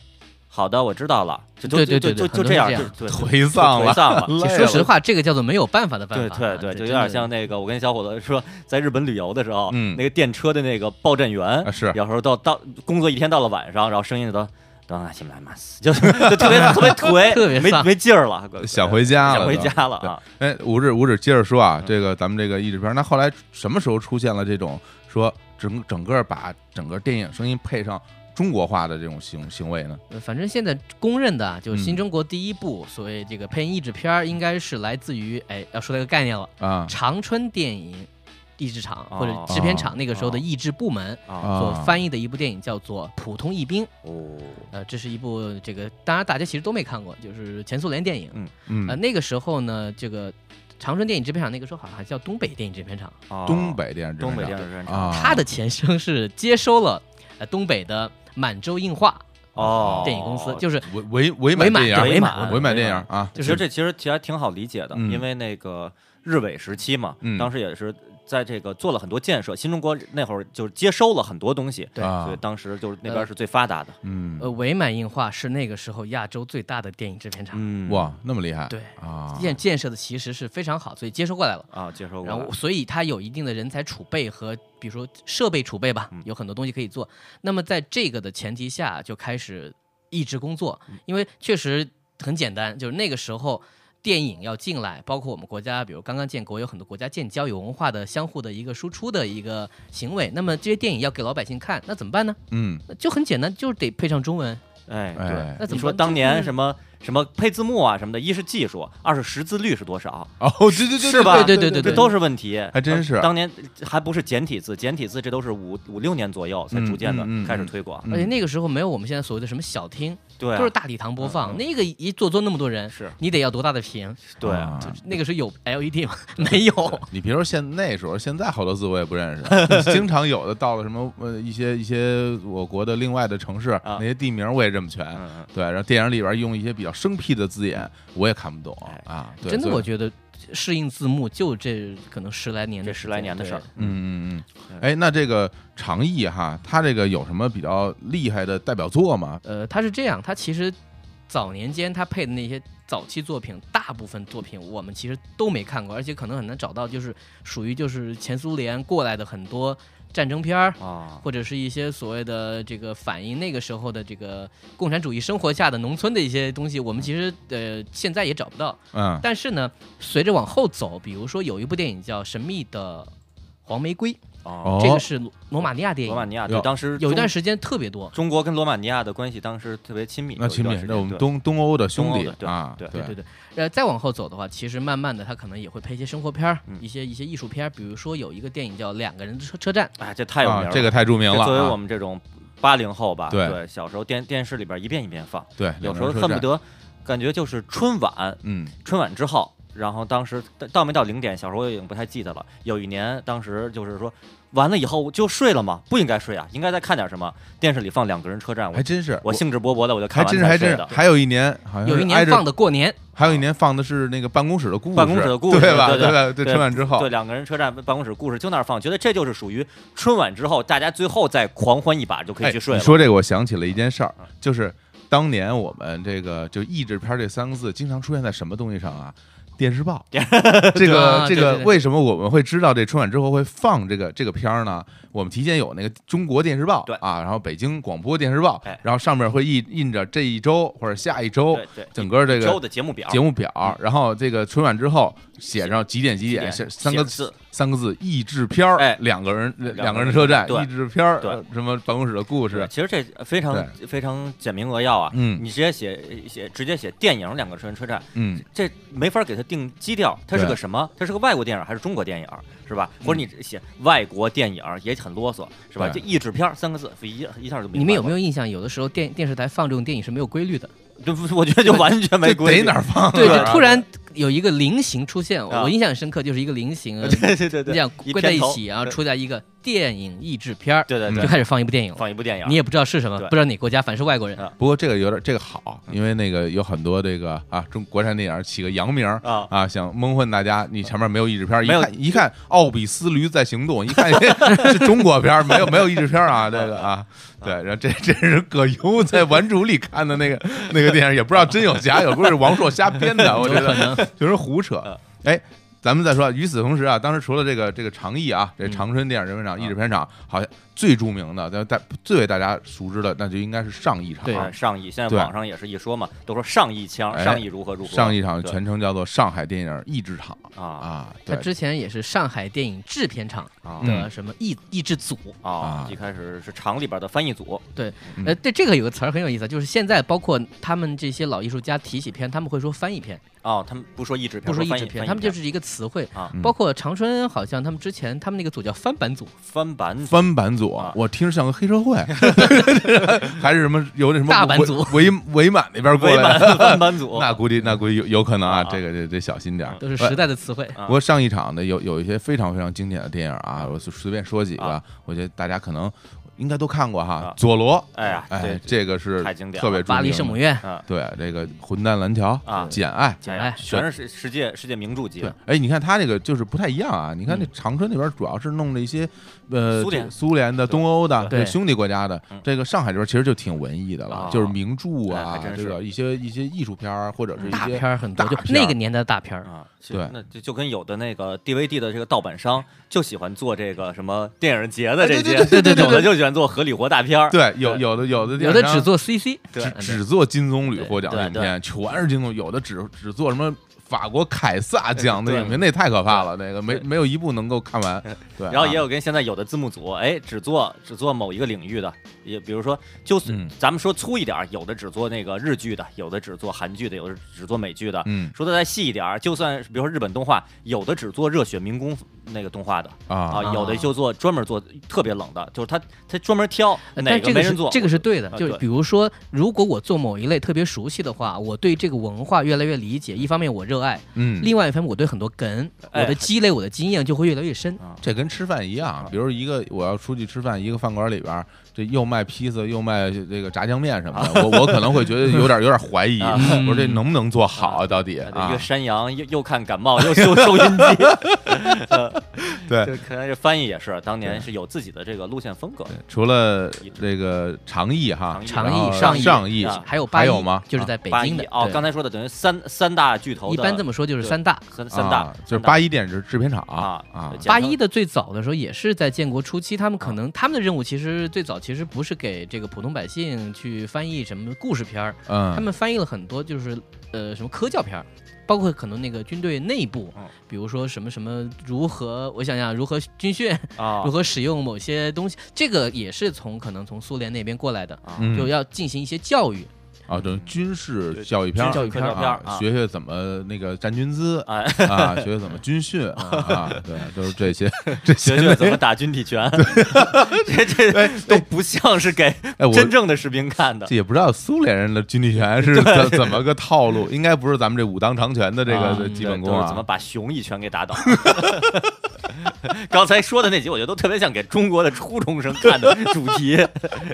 [SPEAKER 2] 好的，我知道了，就就
[SPEAKER 3] 对对
[SPEAKER 2] 就
[SPEAKER 3] 对对
[SPEAKER 2] 就就
[SPEAKER 3] 很多
[SPEAKER 2] 这
[SPEAKER 3] 是
[SPEAKER 2] 样，
[SPEAKER 3] 这
[SPEAKER 2] 就
[SPEAKER 3] 样
[SPEAKER 2] 对
[SPEAKER 1] 颓丧
[SPEAKER 2] 颓
[SPEAKER 1] 了，
[SPEAKER 2] 丧了。
[SPEAKER 1] 累
[SPEAKER 3] 其实说实话，这个叫做没有办法的办
[SPEAKER 2] 对
[SPEAKER 3] 法。啊
[SPEAKER 2] 对对，就有点像那个，我跟小伙子说，在日本旅游的时候，
[SPEAKER 1] 嗯
[SPEAKER 2] 那个电车的那个报站员
[SPEAKER 1] 啊，是
[SPEAKER 2] 有时候到到工作一天到了晚上，然后声音就都等啊，起来嘛，就 就特别特别 颓，
[SPEAKER 3] 特别
[SPEAKER 2] 没
[SPEAKER 3] 丧
[SPEAKER 2] 没劲儿了，
[SPEAKER 1] 想回家了，
[SPEAKER 2] 想回。家了啊。
[SPEAKER 1] 哎，吴志，吴志，接着说啊，这个咱们这个译制片儿，那后来什么时候出现了这种说整整个把整个电影声音配上中国化的这种行行为呢？
[SPEAKER 3] 呃反正现在公认的啊，就是
[SPEAKER 1] 嗯
[SPEAKER 3] 新中国第一部所谓这个配音译制片儿，应该是来自于哎，要说到一个概念了，
[SPEAKER 1] 啊
[SPEAKER 3] 长春电影译制厂
[SPEAKER 2] 哦
[SPEAKER 3] 或者制片厂那个时候的译制部门
[SPEAKER 2] 啊
[SPEAKER 1] 啊，
[SPEAKER 3] 所翻译的一部电影叫做《普通译兵》。
[SPEAKER 2] 哦，
[SPEAKER 3] 呃，这是一部这个当然大家其实都没看过，就是前苏联电影。呃，
[SPEAKER 1] 嗯，
[SPEAKER 3] 那个时候呢，这个长春电影制片厂那个时候好像还叫东北电影制片厂，
[SPEAKER 2] 哦
[SPEAKER 1] 东北电视
[SPEAKER 2] 东北电视剧
[SPEAKER 1] 啊，
[SPEAKER 3] 它的前身是接收了呃东北的满洲映画
[SPEAKER 2] 哦，
[SPEAKER 3] 电影公司，就是
[SPEAKER 1] 伪伪伪
[SPEAKER 3] 伪满
[SPEAKER 1] 电影，
[SPEAKER 3] 对
[SPEAKER 1] 伪
[SPEAKER 3] 伪满
[SPEAKER 1] 伪满电影啊，
[SPEAKER 2] 其实这其实其实还挺好理解的，
[SPEAKER 1] 嗯
[SPEAKER 2] 因为那个日伪时期嘛，
[SPEAKER 1] 嗯
[SPEAKER 2] 当时也是在这个做了很多建设，新中国那会儿就是接收了很多东西，
[SPEAKER 3] 对
[SPEAKER 1] 啊呃
[SPEAKER 2] 所以当时就是那边是最发达的。
[SPEAKER 1] 嗯
[SPEAKER 3] 呃，伪满映画是那个时候亚洲最大的电影制片厂，
[SPEAKER 2] 嗯，
[SPEAKER 1] 哇，那么厉害，
[SPEAKER 3] 对
[SPEAKER 1] 啊，
[SPEAKER 3] 建建设的其实是非常好，所以接收过来了。
[SPEAKER 2] 啊，接收过
[SPEAKER 3] 然
[SPEAKER 2] 来
[SPEAKER 3] 后，所以它有一定的人才储备和，比如说设备储备吧
[SPEAKER 2] 嗯，
[SPEAKER 3] 有很多东西可以做。那么在这个的前提下，就开始一直工作，
[SPEAKER 2] 嗯
[SPEAKER 3] 因为确实很简单，就是那个时候电影要进来，包括我们国家，比如刚刚建国，有很多国家建交，有文化的相互的一个输出的一个行为。那么这些电影要给老百姓看，那怎么办呢？
[SPEAKER 1] 嗯，
[SPEAKER 3] 那就很简单，就是得配上中文。
[SPEAKER 2] 哎，对。
[SPEAKER 1] 哎，
[SPEAKER 3] 那怎
[SPEAKER 2] 你
[SPEAKER 3] 么
[SPEAKER 2] 说
[SPEAKER 3] 办
[SPEAKER 2] 当年什
[SPEAKER 3] 么？
[SPEAKER 2] 么什么配字幕啊什么的，一是技术，二是识字率是多少，
[SPEAKER 1] 哦，对对对，
[SPEAKER 2] 是吧
[SPEAKER 1] 对
[SPEAKER 3] 对对
[SPEAKER 2] 这
[SPEAKER 1] 对，
[SPEAKER 2] 都是问题。
[SPEAKER 1] 还真是
[SPEAKER 2] 呃当年还不是简体字，简体字这都是五五六年左右才逐渐的
[SPEAKER 1] 嗯嗯嗯
[SPEAKER 2] 开始推广。
[SPEAKER 1] 嗯
[SPEAKER 3] 而且那个时候没有我们现在所谓的什么小厅，
[SPEAKER 2] 对啊，
[SPEAKER 3] 都是大礼堂播放，
[SPEAKER 2] 嗯嗯
[SPEAKER 3] 那个一坐坐那么多人，
[SPEAKER 2] 是
[SPEAKER 3] 你得要多大的屏？
[SPEAKER 2] 对啊，
[SPEAKER 1] 啊
[SPEAKER 3] 那个时候有 LED 吗？ 没
[SPEAKER 2] 哦
[SPEAKER 3] 有。
[SPEAKER 1] 你别说现那时候，现在好多字我也不认 识，经常有的到了什么呃一些一些我国的另外的城市，
[SPEAKER 2] 啊
[SPEAKER 1] 那些地名我也认不全。
[SPEAKER 2] 嗯嗯，
[SPEAKER 1] 对，然后电影里边用一些比较生僻的字眼，我也看不懂
[SPEAKER 2] 哎
[SPEAKER 1] 啊。对
[SPEAKER 3] 真的，
[SPEAKER 1] 所以
[SPEAKER 3] 我觉得适应字幕就这可能十来年
[SPEAKER 2] 这
[SPEAKER 3] 的
[SPEAKER 2] 十来
[SPEAKER 3] 间
[SPEAKER 2] 年的事儿。，
[SPEAKER 1] 嗯嗯嗯。哎，那这个常毅哈，他这个有什么比较厉害的代表作吗？
[SPEAKER 3] 对呃，他是这样，他其实早年间他配的那些早期作品，大部分作品我们其实都没看过，而且可能很难找到，就是属于就是前苏联过来的很多战争片儿。
[SPEAKER 2] 啊，
[SPEAKER 3] 或者是一些所谓的这个反映那个时候的这个共产主义生活下的农村的一些东西，我们其实呃现在也找不到。
[SPEAKER 1] 嗯
[SPEAKER 3] 但是呢，随着往后走，比如说有一部电影叫《神秘的黄玫瑰》，
[SPEAKER 1] 哦
[SPEAKER 2] 哦，
[SPEAKER 3] 这个是罗罗马尼亚电
[SPEAKER 2] 罗马
[SPEAKER 3] 影，
[SPEAKER 2] 尼亚
[SPEAKER 1] 哟
[SPEAKER 2] 对当时
[SPEAKER 3] 有一段
[SPEAKER 2] 中
[SPEAKER 3] 时间特别多。
[SPEAKER 2] 中国跟罗马尼亚的关系当时特别亲密，
[SPEAKER 1] 那
[SPEAKER 2] 有一
[SPEAKER 1] 秦
[SPEAKER 2] 段
[SPEAKER 1] 敏
[SPEAKER 2] 时，
[SPEAKER 1] 那
[SPEAKER 2] 间
[SPEAKER 1] 我们
[SPEAKER 2] 对
[SPEAKER 1] 东东欧的兄弟
[SPEAKER 2] 东欧的对
[SPEAKER 1] 啊，
[SPEAKER 2] 对
[SPEAKER 3] 对对对，呃，再往后走的话，其实慢慢的他可能也会配一些生活片儿、
[SPEAKER 2] 嗯
[SPEAKER 3] 一些一些艺术片儿，比如说有一个电影叫《两个人的车车站
[SPEAKER 2] 哎，这太有名
[SPEAKER 1] 啊
[SPEAKER 2] 了，，
[SPEAKER 1] 这个太著名
[SPEAKER 2] 这
[SPEAKER 1] 了啊。
[SPEAKER 2] 作为我们这种八零后吧，
[SPEAKER 1] 对
[SPEAKER 2] 对，小时候电电视里边一遍一遍放，
[SPEAKER 1] 对，
[SPEAKER 2] 有
[SPEAKER 1] 两
[SPEAKER 2] 时候
[SPEAKER 1] 人车
[SPEAKER 2] 恨不
[SPEAKER 1] 站
[SPEAKER 2] 得感觉就是春晚，
[SPEAKER 1] 嗯
[SPEAKER 2] 春晚之后，然后当时到到没到零点，小时候我已经不太记得了。有一年，当时就是说完了以后就睡了嘛，不应该睡啊，应该再看点什么。电视里放两个人车站，我
[SPEAKER 1] 还真是
[SPEAKER 2] 我兴致勃勃的我就
[SPEAKER 1] 还
[SPEAKER 2] 看完
[SPEAKER 1] 真是还
[SPEAKER 2] 才
[SPEAKER 1] 真
[SPEAKER 2] 睡
[SPEAKER 1] 是，
[SPEAKER 2] 的。
[SPEAKER 1] 还有一年好》，像
[SPEAKER 2] 哎
[SPEAKER 3] 有一
[SPEAKER 1] 挨
[SPEAKER 3] 年
[SPEAKER 1] 着
[SPEAKER 3] 放的过年，
[SPEAKER 1] 还有一年放的是那个办公室的故事，
[SPEAKER 2] 办公室的故事
[SPEAKER 1] 对吧？
[SPEAKER 2] 对对
[SPEAKER 1] 吧？对
[SPEAKER 2] 对
[SPEAKER 1] 春晚之后
[SPEAKER 2] 对，，两个人车站办公室故事就那儿放，觉得这就是属于春晚之后，大家最后再狂欢一把就可以去睡
[SPEAKER 1] 哎。
[SPEAKER 2] 了。
[SPEAKER 1] 你说这个，我想起了一件事儿，就是当年我们这个就译制片这三个字，经常出现在什么东西上啊？电视 报，这个
[SPEAKER 3] 啊
[SPEAKER 1] 这
[SPEAKER 3] 对
[SPEAKER 1] 个
[SPEAKER 3] 对对
[SPEAKER 1] 为什么我们会知道这春晚之后会放这个这个片儿呢？我们提前有那个中国电视报，
[SPEAKER 2] 对
[SPEAKER 1] 啊，然后北京广播电视报
[SPEAKER 2] 哎，
[SPEAKER 1] 然后上面会印印着这一周或者下一周
[SPEAKER 2] 对对，
[SPEAKER 1] 整个这
[SPEAKER 2] 之后
[SPEAKER 1] 个
[SPEAKER 2] 的节目表，嗯
[SPEAKER 1] 节目表，然后这个春晚之后写上几点几
[SPEAKER 2] 几
[SPEAKER 1] 点，
[SPEAKER 2] 点
[SPEAKER 1] 是三个
[SPEAKER 2] 字，
[SPEAKER 1] 三个字“益智片儿”，
[SPEAKER 2] 哎
[SPEAKER 1] 两个人两
[SPEAKER 2] 两
[SPEAKER 1] 个
[SPEAKER 2] 个
[SPEAKER 1] 人
[SPEAKER 2] 人
[SPEAKER 1] 车站，
[SPEAKER 2] 对
[SPEAKER 1] 益智片儿，
[SPEAKER 2] 对
[SPEAKER 1] 呃什么办公室的故
[SPEAKER 2] 对
[SPEAKER 1] 事，
[SPEAKER 2] 其实这呃非常非常简明扼要啊。
[SPEAKER 1] 嗯
[SPEAKER 2] 你直接写写直接写电影两个人车站，
[SPEAKER 1] 嗯，
[SPEAKER 2] 这没法给它定基调，它是
[SPEAKER 1] 对嗯
[SPEAKER 2] 个什么？它是个外国电影还是中国电影，是吧？或者你写外国电影也很啰嗦，是吧？
[SPEAKER 1] 对
[SPEAKER 2] 就译制片儿三个字，一一下就明白了
[SPEAKER 3] 你们有没有印象？有的时候电电视台放这种电影是没有规律的，
[SPEAKER 2] 对，不是我觉得就完全没
[SPEAKER 1] 这
[SPEAKER 2] 规
[SPEAKER 1] 得
[SPEAKER 2] 律
[SPEAKER 1] 哪儿放啊？
[SPEAKER 3] 对，
[SPEAKER 2] 对
[SPEAKER 3] 就突然有一个菱形出现，
[SPEAKER 2] 啊
[SPEAKER 3] 我印象很深刻，就是一个菱 形，
[SPEAKER 2] 对对对
[SPEAKER 3] 这
[SPEAKER 2] 对
[SPEAKER 3] 样
[SPEAKER 2] 一
[SPEAKER 3] 归在一
[SPEAKER 2] 片头
[SPEAKER 3] 起，然后
[SPEAKER 2] 对
[SPEAKER 3] 出来一个电影译制片儿，
[SPEAKER 2] 对对
[SPEAKER 1] 嗯
[SPEAKER 3] 就
[SPEAKER 2] 对，
[SPEAKER 3] 开始放一部电影了，
[SPEAKER 2] 放一部电影，
[SPEAKER 3] 你也不知道是什么，
[SPEAKER 2] 啊对
[SPEAKER 3] 不知道哪国家，反正是外国人
[SPEAKER 2] 啊。
[SPEAKER 1] 不过这个有点这个好，
[SPEAKER 2] 嗯
[SPEAKER 1] 因为那个有很多这个啊中国产电影起个洋名儿
[SPEAKER 2] 啊
[SPEAKER 1] 啊，想蒙混大家，你前面没有译制片儿，一
[SPEAKER 2] 没有
[SPEAKER 1] 看一看《奥比斯驴在行动》，一看 是中国片儿，没有没有译制片儿啊，这个啊，对，然后这这是葛优在《顽主》里看的那个那个电影，也不知道真有假有，不是王朔瞎编的，我觉
[SPEAKER 3] 有可
[SPEAKER 1] 得
[SPEAKER 3] 能
[SPEAKER 1] 就是胡扯。
[SPEAKER 2] 嗯
[SPEAKER 1] 哎，咱们再说啊，与此同时啊，当时除了这个这个长艺啊，这长春电影人文场、
[SPEAKER 2] 嗯
[SPEAKER 1] 译制片厂，好像最著名的，但大最为大家熟知的，那就应该是上艺厂。
[SPEAKER 3] 对
[SPEAKER 2] 啊上亿，现在
[SPEAKER 1] 对
[SPEAKER 2] 网上也是一说嘛，都说上亿枪，
[SPEAKER 1] 哎
[SPEAKER 2] 上亿如何如何，
[SPEAKER 1] 上一场
[SPEAKER 2] 对
[SPEAKER 1] 全称叫做上海电影译制厂
[SPEAKER 2] 啊
[SPEAKER 1] 啊，
[SPEAKER 3] 他
[SPEAKER 1] 对
[SPEAKER 3] 之前也是上海电影制片厂
[SPEAKER 2] 啊
[SPEAKER 1] 嗯
[SPEAKER 3] 的什么译译制组，
[SPEAKER 1] 啊
[SPEAKER 2] 啊！一开始是厂里边的翻译组，
[SPEAKER 1] 嗯
[SPEAKER 3] 呃，对这个有个词儿很有意思啊，就是现在包括他们这些老艺术家提起片，他们会说翻译片，
[SPEAKER 2] 哦，他们不说译制片，
[SPEAKER 3] 不说译
[SPEAKER 2] 翻
[SPEAKER 3] 制
[SPEAKER 2] 片，
[SPEAKER 3] 片，他们就是是一个词汇
[SPEAKER 2] 啊
[SPEAKER 1] 嗯
[SPEAKER 3] 包括长春，好像他们之前他们那个组叫翻版组，
[SPEAKER 2] 翻版组
[SPEAKER 1] 翻版组
[SPEAKER 2] 啊，
[SPEAKER 1] 我听着像个黑社 会，还是什么有那什么
[SPEAKER 3] 大版组
[SPEAKER 1] 伪伪伪满那边过
[SPEAKER 2] 伪
[SPEAKER 1] 来
[SPEAKER 2] 满
[SPEAKER 1] 的，
[SPEAKER 2] 翻版组，
[SPEAKER 1] 那估计那估计有有可能啊，
[SPEAKER 2] 啊
[SPEAKER 1] 这个得得小心点儿。
[SPEAKER 3] 都是时代的词汇。
[SPEAKER 2] 啊
[SPEAKER 1] 不过上一场呢，有有一些非常非常经典的电影啊，我随随便说几个
[SPEAKER 2] 啊，
[SPEAKER 1] 我觉得大家可能应该都看过哈
[SPEAKER 2] 啊，
[SPEAKER 1] 《佐罗》
[SPEAKER 2] 哎呀对
[SPEAKER 1] 哎，这个是
[SPEAKER 2] 太经典了
[SPEAKER 1] 特别著名的
[SPEAKER 3] 巴黎圣母院，
[SPEAKER 1] 对这个《混蛋蓝桥》
[SPEAKER 2] 啊
[SPEAKER 1] 《简爱》
[SPEAKER 3] 简
[SPEAKER 2] 哎呀
[SPEAKER 3] 爱
[SPEAKER 2] 全是世世界世界名著级
[SPEAKER 1] 对
[SPEAKER 2] 的，，
[SPEAKER 1] 哎，你看他这个就是不太一样啊。你看那
[SPEAKER 3] 嗯
[SPEAKER 1] 长春那边主要是弄了一些，呃，
[SPEAKER 2] 苏联
[SPEAKER 1] 苏联的、东欧的、
[SPEAKER 3] 对
[SPEAKER 1] 这兄弟国家的
[SPEAKER 2] 嗯。
[SPEAKER 1] 这个上海这边其实就挺文艺的了
[SPEAKER 2] 啊，
[SPEAKER 1] 就是名著啊
[SPEAKER 2] 哎还，真
[SPEAKER 1] 这
[SPEAKER 2] 是
[SPEAKER 1] 个一些一些艺术片儿啊或者是一
[SPEAKER 3] 大片
[SPEAKER 1] 些
[SPEAKER 3] 儿很多，
[SPEAKER 1] 大
[SPEAKER 3] 就
[SPEAKER 1] 片儿
[SPEAKER 3] 那个年代的大片儿。
[SPEAKER 2] 啊，其
[SPEAKER 1] 对
[SPEAKER 2] 那就就跟有的那个 DVD 的这个盗版商就喜欢做这个什么电影节的
[SPEAKER 1] 哎
[SPEAKER 2] 这
[SPEAKER 1] 对
[SPEAKER 2] 些，
[SPEAKER 1] 对对对对
[SPEAKER 2] 有的就喜欢做合理活大片儿，
[SPEAKER 1] 对，有
[SPEAKER 2] 对
[SPEAKER 1] 有的有的
[SPEAKER 3] 有
[SPEAKER 1] 电
[SPEAKER 3] 的
[SPEAKER 1] 影
[SPEAKER 3] 只
[SPEAKER 1] 上
[SPEAKER 3] 做 CC，
[SPEAKER 2] 对
[SPEAKER 3] 嗯
[SPEAKER 1] 只做金棕榈
[SPEAKER 2] 对
[SPEAKER 1] 获奖
[SPEAKER 2] 对
[SPEAKER 1] 影
[SPEAKER 2] 对
[SPEAKER 1] 片，全是金棕榈，有的只只做什么法国凯撒奖的
[SPEAKER 2] 哎对
[SPEAKER 1] 影片，那太可怕
[SPEAKER 2] 对
[SPEAKER 1] 了，那个没
[SPEAKER 2] 对
[SPEAKER 1] 没有一部能够看完。对啊，
[SPEAKER 2] 然后也有跟现在有的字幕组，哎，只做只做某一个领域的，也比如说，就算、
[SPEAKER 1] 嗯
[SPEAKER 2] 咱们说粗一点儿，有的只做那个日剧的，有的只做韩剧的，有的只做美剧的。
[SPEAKER 1] 嗯
[SPEAKER 2] 说的再细一点儿，就算是比如说日本动画，有的只做热血民工那个动画的
[SPEAKER 1] 啊，
[SPEAKER 2] 有的就做专门做特别冷的，就是他他专门挑
[SPEAKER 3] 呃
[SPEAKER 2] 哪
[SPEAKER 3] 但这
[SPEAKER 2] 没
[SPEAKER 3] 个
[SPEAKER 2] 人
[SPEAKER 3] 是
[SPEAKER 2] 做，
[SPEAKER 3] 这个是对的
[SPEAKER 2] 啊，
[SPEAKER 3] 就是
[SPEAKER 2] 对
[SPEAKER 3] 比如说，如果我做某一类特别熟悉的话，我对这个文化越来越理解。一方面我热爱，
[SPEAKER 1] 嗯，
[SPEAKER 3] 另外一方面我对很多梗，我
[SPEAKER 2] 哎
[SPEAKER 3] 的积累，我的经验就会越来越 深。
[SPEAKER 1] 这跟吃饭一样，比如一个我要出去吃饭，一个饭馆里边儿，这又卖披萨又卖这个炸酱面什么的，我我可能会觉得有点有点怀 疑，
[SPEAKER 2] 啊
[SPEAKER 1] 我说这能不能做好啊？
[SPEAKER 2] 啊
[SPEAKER 1] 到底
[SPEAKER 2] 啊对一
[SPEAKER 1] 啊
[SPEAKER 2] 个？山羊又又看感冒又修收音机，
[SPEAKER 1] 对，
[SPEAKER 2] 这可能这翻译也是当
[SPEAKER 1] 对
[SPEAKER 2] 年是有自己的这个路线风格的。
[SPEAKER 1] 除了这个长艺哈，
[SPEAKER 2] 长
[SPEAKER 3] 艺
[SPEAKER 1] 然后
[SPEAKER 3] 上艺
[SPEAKER 1] 上艺
[SPEAKER 2] 啊
[SPEAKER 3] 还有八
[SPEAKER 1] 还
[SPEAKER 3] 一
[SPEAKER 1] 有吗？
[SPEAKER 3] 就是在北
[SPEAKER 2] 八
[SPEAKER 3] 京的
[SPEAKER 2] 一哦，
[SPEAKER 3] 对
[SPEAKER 2] 刚才说的等于三三大巨头
[SPEAKER 3] 一
[SPEAKER 2] 的
[SPEAKER 3] 般这么说就是
[SPEAKER 2] 对
[SPEAKER 3] 三大。
[SPEAKER 2] 三三大
[SPEAKER 1] 啊就是
[SPEAKER 2] 三大
[SPEAKER 1] 八一电影制片厂
[SPEAKER 2] 啊
[SPEAKER 1] 啊
[SPEAKER 2] 简
[SPEAKER 3] 八
[SPEAKER 2] 称啊
[SPEAKER 3] 一的最早的时候也是在建国初期，他们可能他们的任务其实最早其实不是给这个普通百姓去翻译什么故事片儿，他
[SPEAKER 1] 嗯
[SPEAKER 3] 们翻译了很多就是呃什么科教片儿，包括可能那个军队内部
[SPEAKER 2] 嗯，
[SPEAKER 3] 比如说什么什么如何，我想想如何军训，
[SPEAKER 2] 啊
[SPEAKER 3] 如何使用某些东西，这个也是从可能从苏联那边过来的，
[SPEAKER 2] 啊
[SPEAKER 1] 嗯
[SPEAKER 3] 就要进行一些教 育，
[SPEAKER 1] 啊，这种军事
[SPEAKER 2] 对
[SPEAKER 1] 教育片儿
[SPEAKER 2] 军事科教片儿
[SPEAKER 1] 啊
[SPEAKER 2] 啊
[SPEAKER 1] 学学怎么那个站军姿
[SPEAKER 2] 哎
[SPEAKER 1] 啊，学学怎么军训啊，对，都是这 些这些
[SPEAKER 2] 学学怎么打军体拳，这 这都不像是给
[SPEAKER 1] 哎我
[SPEAKER 2] 真正的士兵看的
[SPEAKER 1] 这也不知道苏联人的军体拳是怎怎么个套路，应该不是咱们这武当长拳的这
[SPEAKER 2] 啊
[SPEAKER 1] 个
[SPEAKER 3] 嗯
[SPEAKER 1] 基
[SPEAKER 2] 对
[SPEAKER 1] 本
[SPEAKER 2] 都
[SPEAKER 1] 功
[SPEAKER 2] 是怎么
[SPEAKER 1] 啊。
[SPEAKER 2] 把熊一拳给打倒。 刚才说的那集，我觉得都特别像给中国的初中生看的主 题，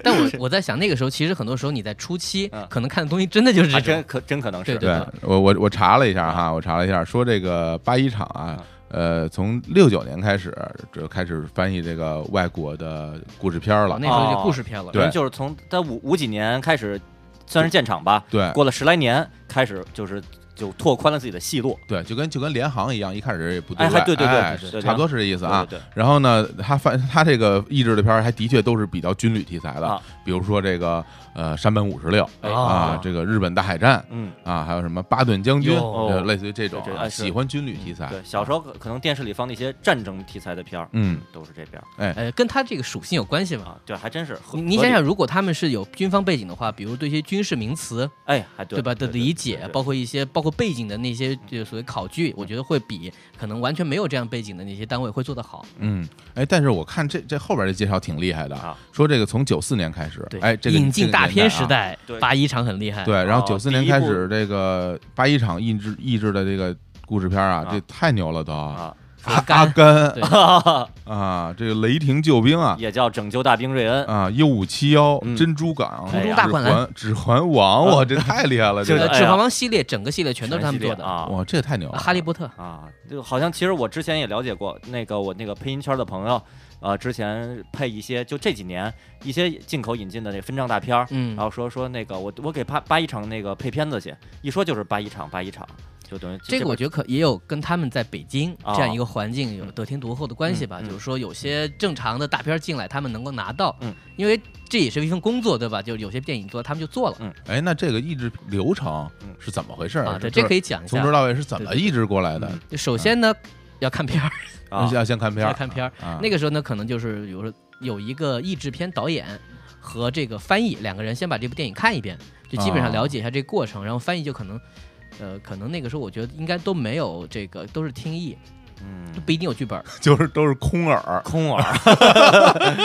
[SPEAKER 3] 但我我在想那个时候其实很多时候你在初期
[SPEAKER 2] 嗯
[SPEAKER 3] 可能看的东西真的就是
[SPEAKER 2] 还
[SPEAKER 3] 这
[SPEAKER 2] 啊真
[SPEAKER 3] 种，
[SPEAKER 2] 可真可能是
[SPEAKER 3] 对
[SPEAKER 1] 对我我我查了一下哈，我查了一下，说这个八一厂啊，呃，从六九年开始就开始翻译这个外国的故事片儿了
[SPEAKER 3] 那。时候就故事片了，
[SPEAKER 1] 对
[SPEAKER 2] 就是从他五五几年开始，算是建厂吧，
[SPEAKER 1] 对
[SPEAKER 2] 过了十来年开始就是就拓宽了自己的戏路，
[SPEAKER 1] 对，就跟就跟联航一样，一开始也不
[SPEAKER 2] 哎
[SPEAKER 1] 外，
[SPEAKER 2] 还对对对
[SPEAKER 1] 哎
[SPEAKER 2] 对对对
[SPEAKER 1] 差不多是这意思
[SPEAKER 2] 对
[SPEAKER 1] 啊。
[SPEAKER 2] 对对。
[SPEAKER 1] 然后呢，他翻他这个译制的片儿，还的确都是比较军旅题材的
[SPEAKER 2] 啊，
[SPEAKER 1] 比如说这个呃山本五十六
[SPEAKER 2] 哎
[SPEAKER 1] 啊
[SPEAKER 3] 哦，
[SPEAKER 1] 这个日本大海战
[SPEAKER 2] 嗯，
[SPEAKER 1] 啊，还有什么巴顿将军，
[SPEAKER 3] 哟
[SPEAKER 1] 呃类似于这种
[SPEAKER 2] 对对
[SPEAKER 1] 啊
[SPEAKER 2] 哎是
[SPEAKER 1] 喜欢军旅题材。
[SPEAKER 2] 对，小时候可可能电视里放那些战争题材的片儿，
[SPEAKER 1] 啊嗯，
[SPEAKER 2] 都是这边儿
[SPEAKER 3] 呃，跟他这个属性有关系吗？
[SPEAKER 2] 啊。对，还真是。合
[SPEAKER 3] 你你
[SPEAKER 2] 合
[SPEAKER 3] 想
[SPEAKER 2] 理
[SPEAKER 3] 想，如果他们是有军方背景的话，比如对一些军事名词，
[SPEAKER 2] 哎，还
[SPEAKER 3] 对吧的理解，包
[SPEAKER 2] 括
[SPEAKER 3] 括一些包括背景的那些就是所谓考据，我觉得会比可能完全没有这样背景的那些单位会做得好。
[SPEAKER 1] 嗯，哎，但是我看这这后边这介绍挺厉害的，
[SPEAKER 2] 啊，
[SPEAKER 1] 说这个从九四年开始，
[SPEAKER 3] 对，
[SPEAKER 1] 哎，这个
[SPEAKER 3] 引进大片时，代
[SPEAKER 2] 对，
[SPEAKER 3] 八一厂很厉害。
[SPEAKER 1] 这个年代啊对，然后
[SPEAKER 2] 哦
[SPEAKER 1] 九四年
[SPEAKER 2] 第一
[SPEAKER 1] 开
[SPEAKER 2] 部
[SPEAKER 1] 始，这个八一厂译制译制的这个故事片啊
[SPEAKER 2] 啊，
[SPEAKER 1] 这太牛了都。
[SPEAKER 2] 啊，
[SPEAKER 1] 阿阿
[SPEAKER 3] 甘
[SPEAKER 1] 甘
[SPEAKER 3] 对
[SPEAKER 1] 啊，这个雷霆救兵啊
[SPEAKER 2] 也叫拯救大兵瑞
[SPEAKER 3] 嗯
[SPEAKER 2] 恩，
[SPEAKER 1] 啊，幺五七幺
[SPEAKER 2] 嗯
[SPEAKER 1] 珍珠港，
[SPEAKER 2] 哎
[SPEAKER 1] 指
[SPEAKER 2] 呀
[SPEAKER 1] 环
[SPEAKER 3] 大灌篮
[SPEAKER 1] 指环王，哇，这太厉害了，这
[SPEAKER 2] 就
[SPEAKER 3] 呃，
[SPEAKER 1] 个
[SPEAKER 2] 是
[SPEAKER 3] 《指环王》系列整个系列全都是他们做的，
[SPEAKER 2] 啊。
[SPEAKER 1] 哇，这也太牛了。
[SPEAKER 3] 哈利波特》
[SPEAKER 2] 啊，就好像其实我之前也了解过，那个我那个配音圈的朋友，呃，之前配一些就这几年一些进口引进的那分账大片儿，
[SPEAKER 3] 嗯
[SPEAKER 2] 然后说说那个我我给八八一厂那个配片子去，一说就是八一厂八一厂，就等于
[SPEAKER 3] 这个我觉得可也有跟他们在北京
[SPEAKER 2] 啊
[SPEAKER 3] 这样一个环境有得天独厚的关系吧，
[SPEAKER 2] 嗯嗯
[SPEAKER 3] 就是说有些正常的大片进来，他们能够拿到，
[SPEAKER 2] 嗯
[SPEAKER 3] 因为这也是一份工作，对吧？就有些电影做他们就做了
[SPEAKER 1] 哎，那这个译制流程
[SPEAKER 2] 嗯
[SPEAKER 1] 是怎么回事
[SPEAKER 3] 啊，对，这
[SPEAKER 1] 就是
[SPEAKER 3] 可以讲一
[SPEAKER 1] 从头
[SPEAKER 3] 下。
[SPEAKER 1] 到尾是怎么译制过来的
[SPEAKER 2] 嗯？
[SPEAKER 3] 就首先呢，要看片儿，
[SPEAKER 2] 啊
[SPEAKER 1] 要先看片儿，
[SPEAKER 3] 要看片儿
[SPEAKER 1] 啊。
[SPEAKER 3] 那个时候呢，可能就是比如说有一个译制片导演和这个翻译两个人先把这部电影看一遍，就基本上
[SPEAKER 1] 哦
[SPEAKER 3] 了解一下这个过程，然后翻译就可能。呃，可能那个时候我觉得应该都没有这个，都是听译，
[SPEAKER 2] 嗯
[SPEAKER 3] 都不一定有剧本，
[SPEAKER 1] 就是都是空耳。
[SPEAKER 2] 空 耳，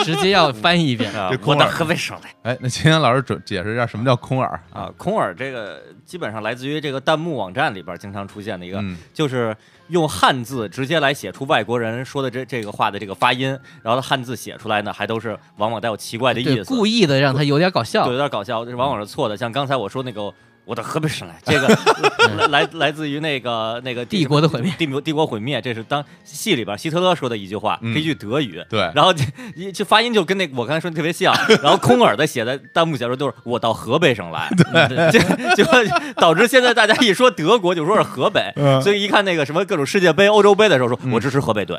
[SPEAKER 3] 直接要翻译一遍。
[SPEAKER 2] 啊
[SPEAKER 1] 这
[SPEAKER 2] 我
[SPEAKER 1] 空
[SPEAKER 2] 到
[SPEAKER 1] 耳
[SPEAKER 2] 河北省来
[SPEAKER 1] 哎，那秦岩老师准解释一下什么叫空耳？
[SPEAKER 2] 啊，空耳这个基本上来自于这个弹幕网站里边经常出现的一个
[SPEAKER 1] 嗯，
[SPEAKER 2] 就是用汉字直接来写出外国人说的这这个话的这个发音，然后汉字写出来呢，还都是往往带有奇怪的意
[SPEAKER 3] 对，
[SPEAKER 2] 思，
[SPEAKER 3] 故意的啊让他有点搞笑
[SPEAKER 2] 对，有。点搞笑，这往往是错的。像刚才我说那个，我到河北省来，这个 来来来自于那个那个
[SPEAKER 3] 帝国的毁灭，
[SPEAKER 2] 帝国帝国毁灭，这是当戏里边希特勒说的一句话，
[SPEAKER 1] 嗯
[SPEAKER 2] 是一句德语。
[SPEAKER 1] 对，
[SPEAKER 2] 然后这一这发音就跟那个我刚才说的特别像，然后空耳的写的弹幕写说都是我到河北省来，
[SPEAKER 3] 对
[SPEAKER 2] 这就导致现在大家一说德国就说是河北，
[SPEAKER 1] 嗯
[SPEAKER 2] 所以一看那个什么各种世界杯、欧洲杯的时候说，我支持河北队。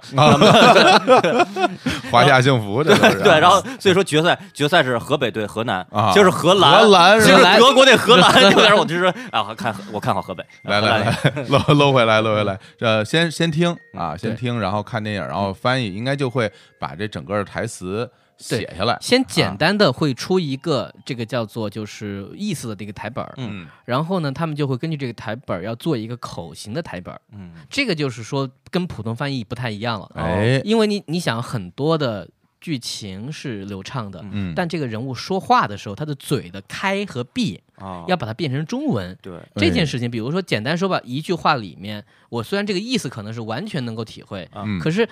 [SPEAKER 1] 华夏幸福这都是
[SPEAKER 2] 对，然后所以说决赛决赛是河北对河南
[SPEAKER 1] 啊，
[SPEAKER 2] 就是荷兰，
[SPEAKER 1] 荷兰
[SPEAKER 2] 就是是
[SPEAKER 1] 吧
[SPEAKER 3] 荷兰
[SPEAKER 2] 德国对 荷兰，
[SPEAKER 3] 荷兰
[SPEAKER 2] 有点我支持啊，我看我看好河北，
[SPEAKER 1] 来
[SPEAKER 2] 荷兰
[SPEAKER 1] 来来， 搂搂回来，搂回来。这先先听啊，先
[SPEAKER 3] 对
[SPEAKER 1] 听，然后看电影，然后翻译，应该就会把这整个的台词写下来。
[SPEAKER 3] 先简单的会出一个这个叫做就是意思的这个台本儿，
[SPEAKER 2] 嗯
[SPEAKER 1] 嗯
[SPEAKER 3] 然后呢，他们就会根据这个台本儿要做一个口型的台本儿，
[SPEAKER 2] 嗯
[SPEAKER 3] 这个就是说跟普通翻译不太一样了，
[SPEAKER 1] 哎，
[SPEAKER 3] 因为你你想很多的剧情是流畅的，
[SPEAKER 2] 嗯
[SPEAKER 1] 嗯，
[SPEAKER 3] 但这个人物说话的时候，他的嘴的开和闭
[SPEAKER 1] 哦
[SPEAKER 2] 啊，
[SPEAKER 3] 要把它变成中文，
[SPEAKER 2] 对
[SPEAKER 3] 这
[SPEAKER 1] 哎
[SPEAKER 3] 件事情，比如说简单说吧，一句话里面，我虽然这个意思可能是完全能够体会，
[SPEAKER 1] 嗯
[SPEAKER 3] 可是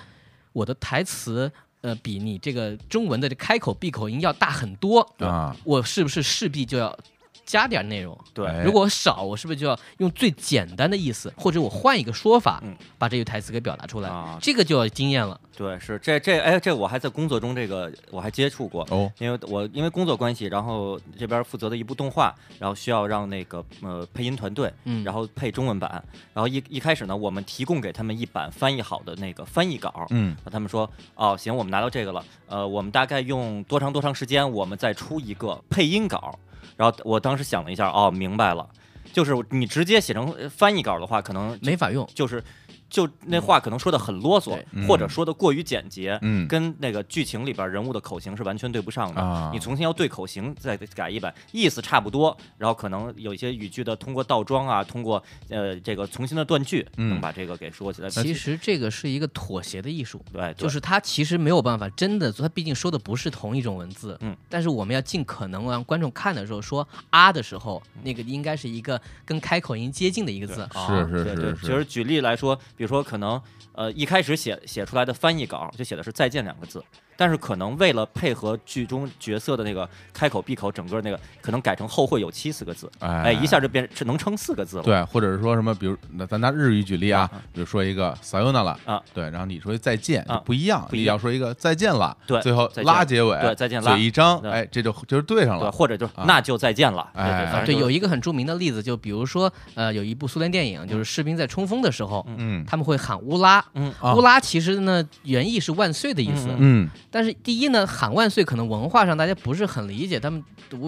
[SPEAKER 3] 我的台词，呃，比你这个中文的这开口闭口音要大很多，
[SPEAKER 1] 啊，
[SPEAKER 3] 我是不是势必就要加点内容？
[SPEAKER 2] 对
[SPEAKER 1] 哎
[SPEAKER 3] 如果少，我是不是就要用最简单的意思，或者我换一个说法
[SPEAKER 2] 嗯，
[SPEAKER 3] 把这句台词给表达出来？
[SPEAKER 2] 啊，
[SPEAKER 3] 这个就要经验了，
[SPEAKER 2] 对是这这哎这我还在工作中这个我还接触过，
[SPEAKER 1] 哦，
[SPEAKER 2] 因为我因为工作关系，然后这边负责的一部动画，然后需要让那个呃配音团队，
[SPEAKER 3] 嗯
[SPEAKER 2] 然后配中文版，然后一一开始呢，我们提供给他们一版翻译好的那个翻译稿，
[SPEAKER 1] 嗯
[SPEAKER 2] 然后他们说哦行，我们拿到这个了，呃，我们大概用多长多长时间，我们再出一个配音稿，然后我当时想了一下，哦，明白了，就是你直接写成呃翻译稿的话，可能
[SPEAKER 3] 没法用。
[SPEAKER 2] 就是就那话可能说的很啰嗦
[SPEAKER 3] 对，
[SPEAKER 1] 嗯
[SPEAKER 2] 或者说的过于简洁，
[SPEAKER 1] 嗯
[SPEAKER 2] 跟那个剧情里边人物的口型是完全对不上的。
[SPEAKER 1] 啊
[SPEAKER 2] 你重新要对口型再改一版，意思差不多，然后可能有一些语句的通过倒装啊，通过呃这个重新的断句，
[SPEAKER 1] 嗯
[SPEAKER 2] 能把这个给说起来。
[SPEAKER 3] 其实这个是一个妥协的艺术，
[SPEAKER 2] 对，对
[SPEAKER 3] 就是他其实没有办法真的做，他毕竟说的不是同一种文字。
[SPEAKER 2] 嗯，
[SPEAKER 3] 但是我们要尽可能让观众看的时候说啊的时候，那个应该是一个跟开口音接近的一个字。啊
[SPEAKER 1] 是是
[SPEAKER 2] 对对
[SPEAKER 1] 是，
[SPEAKER 2] 其
[SPEAKER 1] 是，
[SPEAKER 2] 实举例来说，比如说可能呃一开始写写出来的翻译稿就写的是“再见”两个字，但是可能为了配合剧中角色的那个开口闭口，整个那个可能改成“后会有期”四个字，哎，
[SPEAKER 1] 哎
[SPEAKER 2] 一。下就变是能撑四个字了。
[SPEAKER 1] 对，或者是说什么，比如那咱拿日语举例啊，比如说一个 “sayonara”
[SPEAKER 2] 啊，
[SPEAKER 1] 对，然后你说再见
[SPEAKER 2] 啊
[SPEAKER 1] 就不一样，
[SPEAKER 2] 不一
[SPEAKER 1] 你
[SPEAKER 2] 样
[SPEAKER 1] 要说一个再见了，
[SPEAKER 2] 对
[SPEAKER 1] 最后
[SPEAKER 2] 再见
[SPEAKER 1] 拉结尾，
[SPEAKER 2] 对再见拉嗯
[SPEAKER 1] 嘴一张，
[SPEAKER 2] 对
[SPEAKER 1] 哎，这就就是对上
[SPEAKER 2] 对，
[SPEAKER 1] 了，
[SPEAKER 2] 或者就是
[SPEAKER 1] 啊
[SPEAKER 2] 那就再见了。对
[SPEAKER 1] 哎
[SPEAKER 2] 对，反
[SPEAKER 3] 啊，
[SPEAKER 2] 正
[SPEAKER 3] 对，
[SPEAKER 2] 就是
[SPEAKER 3] 有一个很著名的例子，就比如说，呃，有一部苏联电影，就是士兵在冲锋的时候，
[SPEAKER 1] 嗯
[SPEAKER 3] 他们会喊乌拉。
[SPEAKER 2] 嗯
[SPEAKER 1] 啊
[SPEAKER 3] 乌拉其实呢，原意是万岁的意思。
[SPEAKER 2] 嗯
[SPEAKER 1] 嗯，
[SPEAKER 3] 但是第一呢，喊万岁可能文化上大家不是很理解，他们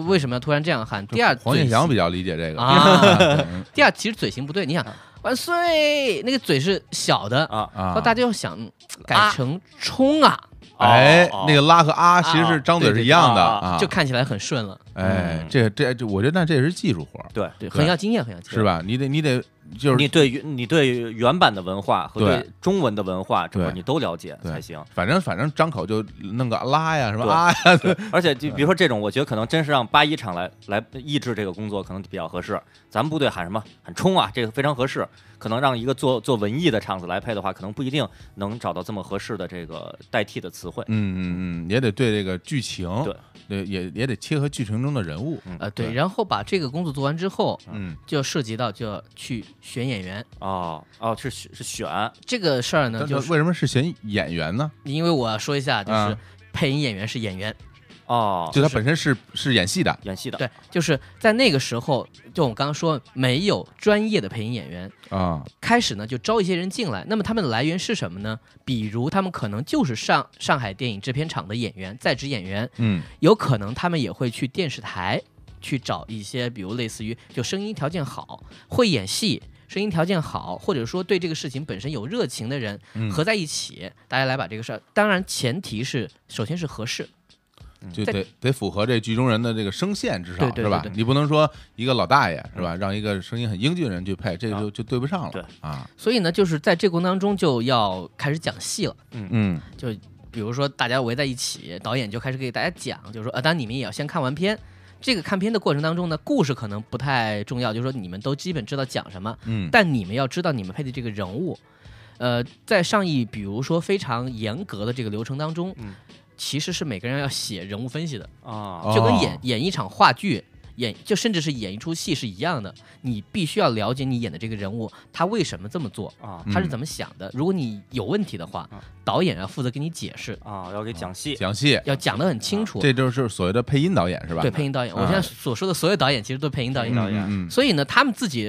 [SPEAKER 3] 为什么要突然这样喊？第二，
[SPEAKER 1] 黄健
[SPEAKER 3] 嘴
[SPEAKER 1] 翔比较理解这个
[SPEAKER 3] 啊
[SPEAKER 1] 对 嗯
[SPEAKER 3] 第二，其实嘴型不对，你想
[SPEAKER 2] 啊
[SPEAKER 3] 万岁，那个嘴是小的，
[SPEAKER 2] 啊，
[SPEAKER 1] 啊
[SPEAKER 3] 后，大家又想嗯改成冲啊，
[SPEAKER 2] 哦
[SPEAKER 1] 哎
[SPEAKER 2] 哦，
[SPEAKER 1] 那个拉和啊其实是张嘴是一样的
[SPEAKER 2] 啊
[SPEAKER 1] 啊，
[SPEAKER 3] 就看起来很顺了。
[SPEAKER 1] 哎
[SPEAKER 2] 嗯，
[SPEAKER 1] 这这这，我觉得那这也是技术活儿，
[SPEAKER 2] 对，
[SPEAKER 3] 对，很要经验，很要经验，
[SPEAKER 1] 是？吧？你得你得就是
[SPEAKER 2] 你对原你对原版的文化和
[SPEAKER 1] 对
[SPEAKER 2] 对中文的文化这块
[SPEAKER 1] 对
[SPEAKER 2] 你都了解
[SPEAKER 1] 对
[SPEAKER 2] 才行。
[SPEAKER 1] 反正反正张口就弄个拉呀什么
[SPEAKER 2] 对
[SPEAKER 1] 啊呀，对
[SPEAKER 2] 而且就比如说这种，我觉得可能真是让八一厂来来抑制这个工作，可能比较合适。咱们部队喊什么喊冲啊，这个非常合适。可能让一个做做文艺的厂子来配的话，可能不一定能找到这么合适的这个代替的词汇。
[SPEAKER 1] 嗯嗯嗯，也得对这个剧情，
[SPEAKER 2] 对
[SPEAKER 1] 对，也也得切合剧情中的人物，
[SPEAKER 3] 呃，
[SPEAKER 1] 对
[SPEAKER 3] 对。然后把这个工作做完之后，
[SPEAKER 1] 嗯
[SPEAKER 3] 就涉及到就要去选演员
[SPEAKER 2] 哦哦，是选是选
[SPEAKER 3] 这个事儿
[SPEAKER 1] 但
[SPEAKER 3] 呢，
[SPEAKER 1] 是
[SPEAKER 3] 就是
[SPEAKER 1] 为什么是选演员呢？
[SPEAKER 3] 因为我要说一下，就是
[SPEAKER 1] 啊
[SPEAKER 3] 配音演员是演员，
[SPEAKER 2] 哦，
[SPEAKER 1] 就他
[SPEAKER 2] 是
[SPEAKER 1] 本身是是演戏的，
[SPEAKER 2] 演戏的，
[SPEAKER 3] 对，就是在那个时候，就我刚刚说没有专业的配音演员，
[SPEAKER 1] 啊，
[SPEAKER 3] 开始呢就招一些人进来。那么他们的来源是什么呢？比如他们可能就是上上海电影制片厂的演员，在职演员，
[SPEAKER 1] 嗯
[SPEAKER 3] 有可能他们也会去电视台去找一些，比如类似于就声音条件好、会演戏、声音条件好，或者说对这个事情本身有热情的人
[SPEAKER 1] 嗯，
[SPEAKER 3] 合在一起，大家来把这个事儿。当然，前提是首先是合适，
[SPEAKER 1] 就
[SPEAKER 3] 在
[SPEAKER 1] 得得符合这剧中人的这个声线，至少
[SPEAKER 3] 对对
[SPEAKER 1] 是吧
[SPEAKER 3] 对？对嗯
[SPEAKER 1] 你不能说一个老大爷是吧，让一个声音很英俊的人去配，这个就就对不上
[SPEAKER 2] 对
[SPEAKER 1] 了啊，
[SPEAKER 3] 所以呢，就是在这个过程当中就要开始讲戏了。
[SPEAKER 1] 嗯
[SPEAKER 3] 就比如说大家围在一起，导演就开始给大家讲，就是说，呃，当然你们也要先看完片。这个看片的过程当中呢，故事可能不太重要，就是说你们都基本知道讲什么，
[SPEAKER 1] 嗯，
[SPEAKER 3] 但你们要知道你们配的这个人物，呃，在上一比如说非常严格的这个流程当中，
[SPEAKER 2] 嗯
[SPEAKER 3] 其实是每个人要写人物分析的，
[SPEAKER 2] 啊
[SPEAKER 1] 哦
[SPEAKER 3] 就跟演、演一场话剧。演就甚至是演一出戏是一样的，你必须要了解你演的这个人物他为什么这么做，
[SPEAKER 2] 啊
[SPEAKER 3] 他是怎么想的。如果你有问题的话
[SPEAKER 2] 啊，
[SPEAKER 3] 导演要负责给你解释，
[SPEAKER 2] 啊，要给讲戏，
[SPEAKER 1] 嗯讲戏，
[SPEAKER 3] 要讲得很清楚。
[SPEAKER 1] 这就是所谓的啊配音导演是吧？
[SPEAKER 3] 对配音导演，
[SPEAKER 1] 啊
[SPEAKER 3] 我现在所说的所有导演其实都是配音导
[SPEAKER 1] 嗯
[SPEAKER 3] 演。
[SPEAKER 2] 导演
[SPEAKER 1] 嗯嗯
[SPEAKER 3] 所以呢，他们自己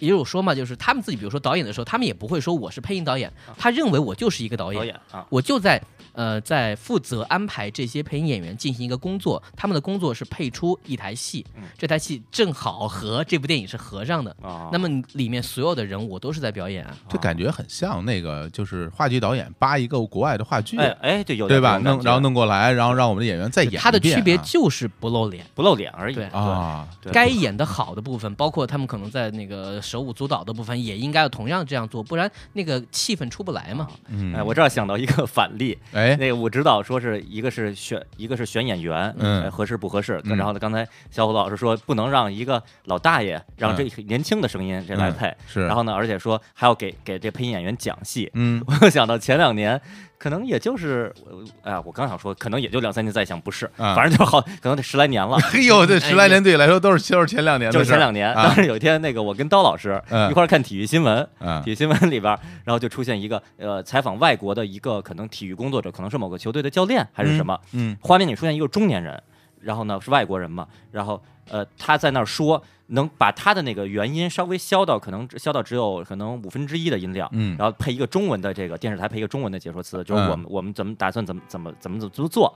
[SPEAKER 3] 也有说嘛，就是他们自己，比如说导演的时候，他们也不会说我是配音导演
[SPEAKER 2] 啊，
[SPEAKER 3] 他认为我就是一个导
[SPEAKER 2] 导
[SPEAKER 3] 演，
[SPEAKER 2] 演啊，
[SPEAKER 3] 我就在呃在负责安排这些配音演员进行一个工作，他们的工作是配出一台戏
[SPEAKER 2] 嗯，
[SPEAKER 3] 这台戏正好和这部电影是合上的。
[SPEAKER 2] 啊，
[SPEAKER 3] 那么里面所有的人物都是在表演
[SPEAKER 2] 哦
[SPEAKER 3] 啊，
[SPEAKER 1] 这感觉很像那个就是话剧导演扒一个国外的话剧，
[SPEAKER 2] 哎哎，对，有
[SPEAKER 1] 对
[SPEAKER 2] 点
[SPEAKER 1] 吧？
[SPEAKER 2] 这种
[SPEAKER 1] 弄
[SPEAKER 2] 感
[SPEAKER 1] 然后
[SPEAKER 2] 觉
[SPEAKER 1] 弄过来，然后让我们的演员再演一遍啊，
[SPEAKER 3] 它的区别就是不露脸。
[SPEAKER 2] 不露脸而已
[SPEAKER 3] 对
[SPEAKER 1] 啊，
[SPEAKER 2] 对
[SPEAKER 3] 该演的好的部分，包括他们可能在那个手舞足蹈的部分，也应该要同样这样做，不然那个气氛出不来嘛。
[SPEAKER 1] 嗯，
[SPEAKER 2] 哎，我这儿想到一个反例，
[SPEAKER 1] 哎，
[SPEAKER 2] 那个我指导说是一个是选一个是选演员，
[SPEAKER 1] 嗯
[SPEAKER 2] 哎合适不合适。
[SPEAKER 1] 嗯
[SPEAKER 2] 然后呢，刚才小虎老师说不能让一个老大爷让这年轻的声音这来配，
[SPEAKER 1] 嗯是，
[SPEAKER 2] 然后呢，而且说还要给给这配音演员讲戏。
[SPEAKER 1] 嗯，
[SPEAKER 2] 我想到前两年，可能也就是，哎呀，我刚想说，可能也就两三年，再想不是，
[SPEAKER 1] 啊，
[SPEAKER 2] 反正就是好，可能得十来年了
[SPEAKER 1] 嘿哎呦，这十来年对你来说都是都是前两年
[SPEAKER 2] 就
[SPEAKER 1] 的
[SPEAKER 2] 是
[SPEAKER 1] 事儿，
[SPEAKER 2] 前两年。
[SPEAKER 1] 啊
[SPEAKER 2] 当时有一天，那个我跟刀老师
[SPEAKER 1] 嗯
[SPEAKER 2] 一块儿看体育新闻，
[SPEAKER 1] 啊
[SPEAKER 2] 体育新闻里边儿，然后就出现一个呃采访外国的一个可能体育工作者，可能是某个球队的教练还是什么，
[SPEAKER 1] 嗯
[SPEAKER 2] 画面里出现一个中年人，然后呢是外国人嘛，然后呃他在那儿说，能把他的那个原音稍微消到可能只消到只有可能五分之一的音量。
[SPEAKER 1] 嗯，
[SPEAKER 2] 然后配一个中文的这个电视台配一个中文的解说词，就是
[SPEAKER 1] 嗯
[SPEAKER 2] 我们、我们怎么打算怎么怎么怎么怎么怎么做，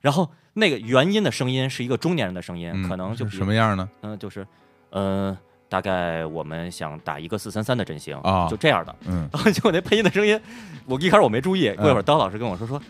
[SPEAKER 2] 然后那个原音的声音是一个中年人的声音，
[SPEAKER 1] 嗯
[SPEAKER 2] 可能就是比
[SPEAKER 1] 什么样呢？
[SPEAKER 2] 嗯、就是嗯、呃大概我们想打一个四三三的阵型
[SPEAKER 1] 啊
[SPEAKER 2] 就这样的，
[SPEAKER 1] 嗯，
[SPEAKER 2] 然后结果那配音的声音，我一开始我没注意，过一会儿刀老师跟我说说。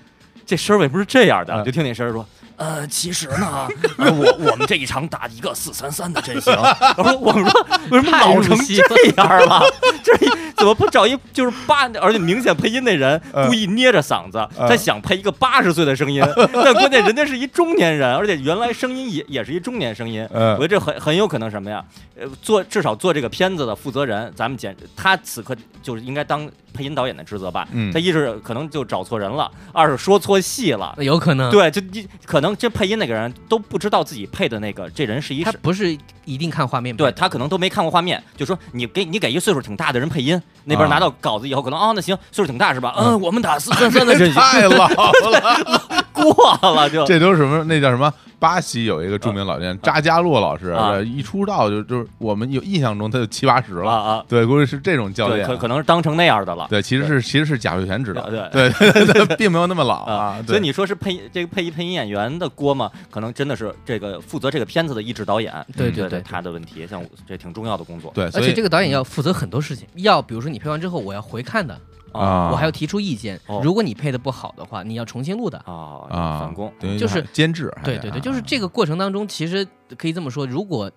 [SPEAKER 2] 这声儿为什么是这样的？
[SPEAKER 1] 嗯
[SPEAKER 2] 我就听那声儿说，呃，其实呢，呃我我们这一场打一个四三三的阵型， 我说我 们说为什么老成这样了？这怎么不找一就是八？而且明显配音那人
[SPEAKER 1] 嗯
[SPEAKER 2] 故意捏着嗓子，
[SPEAKER 1] 嗯
[SPEAKER 2] 他想配一个八十岁 的声音，但关键人家是一中年人，而且原来声音也也是一中年声音，
[SPEAKER 1] 嗯
[SPEAKER 2] 我觉得这很很有可能什么呀？呃，做至少做这个片子的负责人，咱们简他此刻就是应该当配音导演的职责吧。
[SPEAKER 1] 嗯
[SPEAKER 2] 他一是可能就找错人了，二是说错戏了。
[SPEAKER 3] 那有可
[SPEAKER 1] 嗯
[SPEAKER 3] 能，
[SPEAKER 2] 对，就一可能这配音那个人都不知道自己配的那个这人是一
[SPEAKER 3] 他
[SPEAKER 2] 是
[SPEAKER 3] 不是一定看画面
[SPEAKER 2] 对
[SPEAKER 3] 版，
[SPEAKER 2] 他可能都没看过画面，就说你给你给一个岁数挺大的人配音，那边
[SPEAKER 1] 啊
[SPEAKER 2] 拿到稿子以后，可能哦那行岁数挺大是吧？
[SPEAKER 1] 嗯
[SPEAKER 2] 嗯，我们打 四三三的阵型
[SPEAKER 1] 太老了，
[SPEAKER 2] 过了就
[SPEAKER 1] 这都是什么？那叫什么？巴西有一个著名老练扎加洛老师，
[SPEAKER 2] 啊
[SPEAKER 1] 呃一出道就就是我们有印象中他就七八十
[SPEAKER 2] 啊
[SPEAKER 1] 了，
[SPEAKER 2] 啊，
[SPEAKER 1] 对，估计是这种教
[SPEAKER 2] 对，
[SPEAKER 1] 练啊
[SPEAKER 2] 可。可能是当成那样的了。
[SPEAKER 1] 对，其实是其实是贾秀全指导，
[SPEAKER 2] 对
[SPEAKER 1] 对对，他并没有那么老啊。
[SPEAKER 2] 所
[SPEAKER 1] 对
[SPEAKER 2] 以你说是配这个配音配音演员的锅吗？可能真的是这个负责这个片子的一制导演，
[SPEAKER 3] 对
[SPEAKER 2] 对
[SPEAKER 3] 对对。
[SPEAKER 2] 他的问题，像我这挺重要的工作。
[SPEAKER 1] 对，
[SPEAKER 3] 而
[SPEAKER 1] 所
[SPEAKER 3] 且
[SPEAKER 1] 以
[SPEAKER 3] 这个导演要负责很多事情，要比如说你配完之后，我要回看的，
[SPEAKER 1] 啊，
[SPEAKER 3] 我还要提出意见
[SPEAKER 2] 哦。
[SPEAKER 3] 如果你配的不好的话，你要重新录的。
[SPEAKER 2] 啊
[SPEAKER 1] 啊
[SPEAKER 2] 返工，
[SPEAKER 1] 等于
[SPEAKER 3] 就是
[SPEAKER 1] 还监制还得
[SPEAKER 3] 对
[SPEAKER 1] 啊，
[SPEAKER 3] 对对，就是这个过程当中，其实可以这么说，如果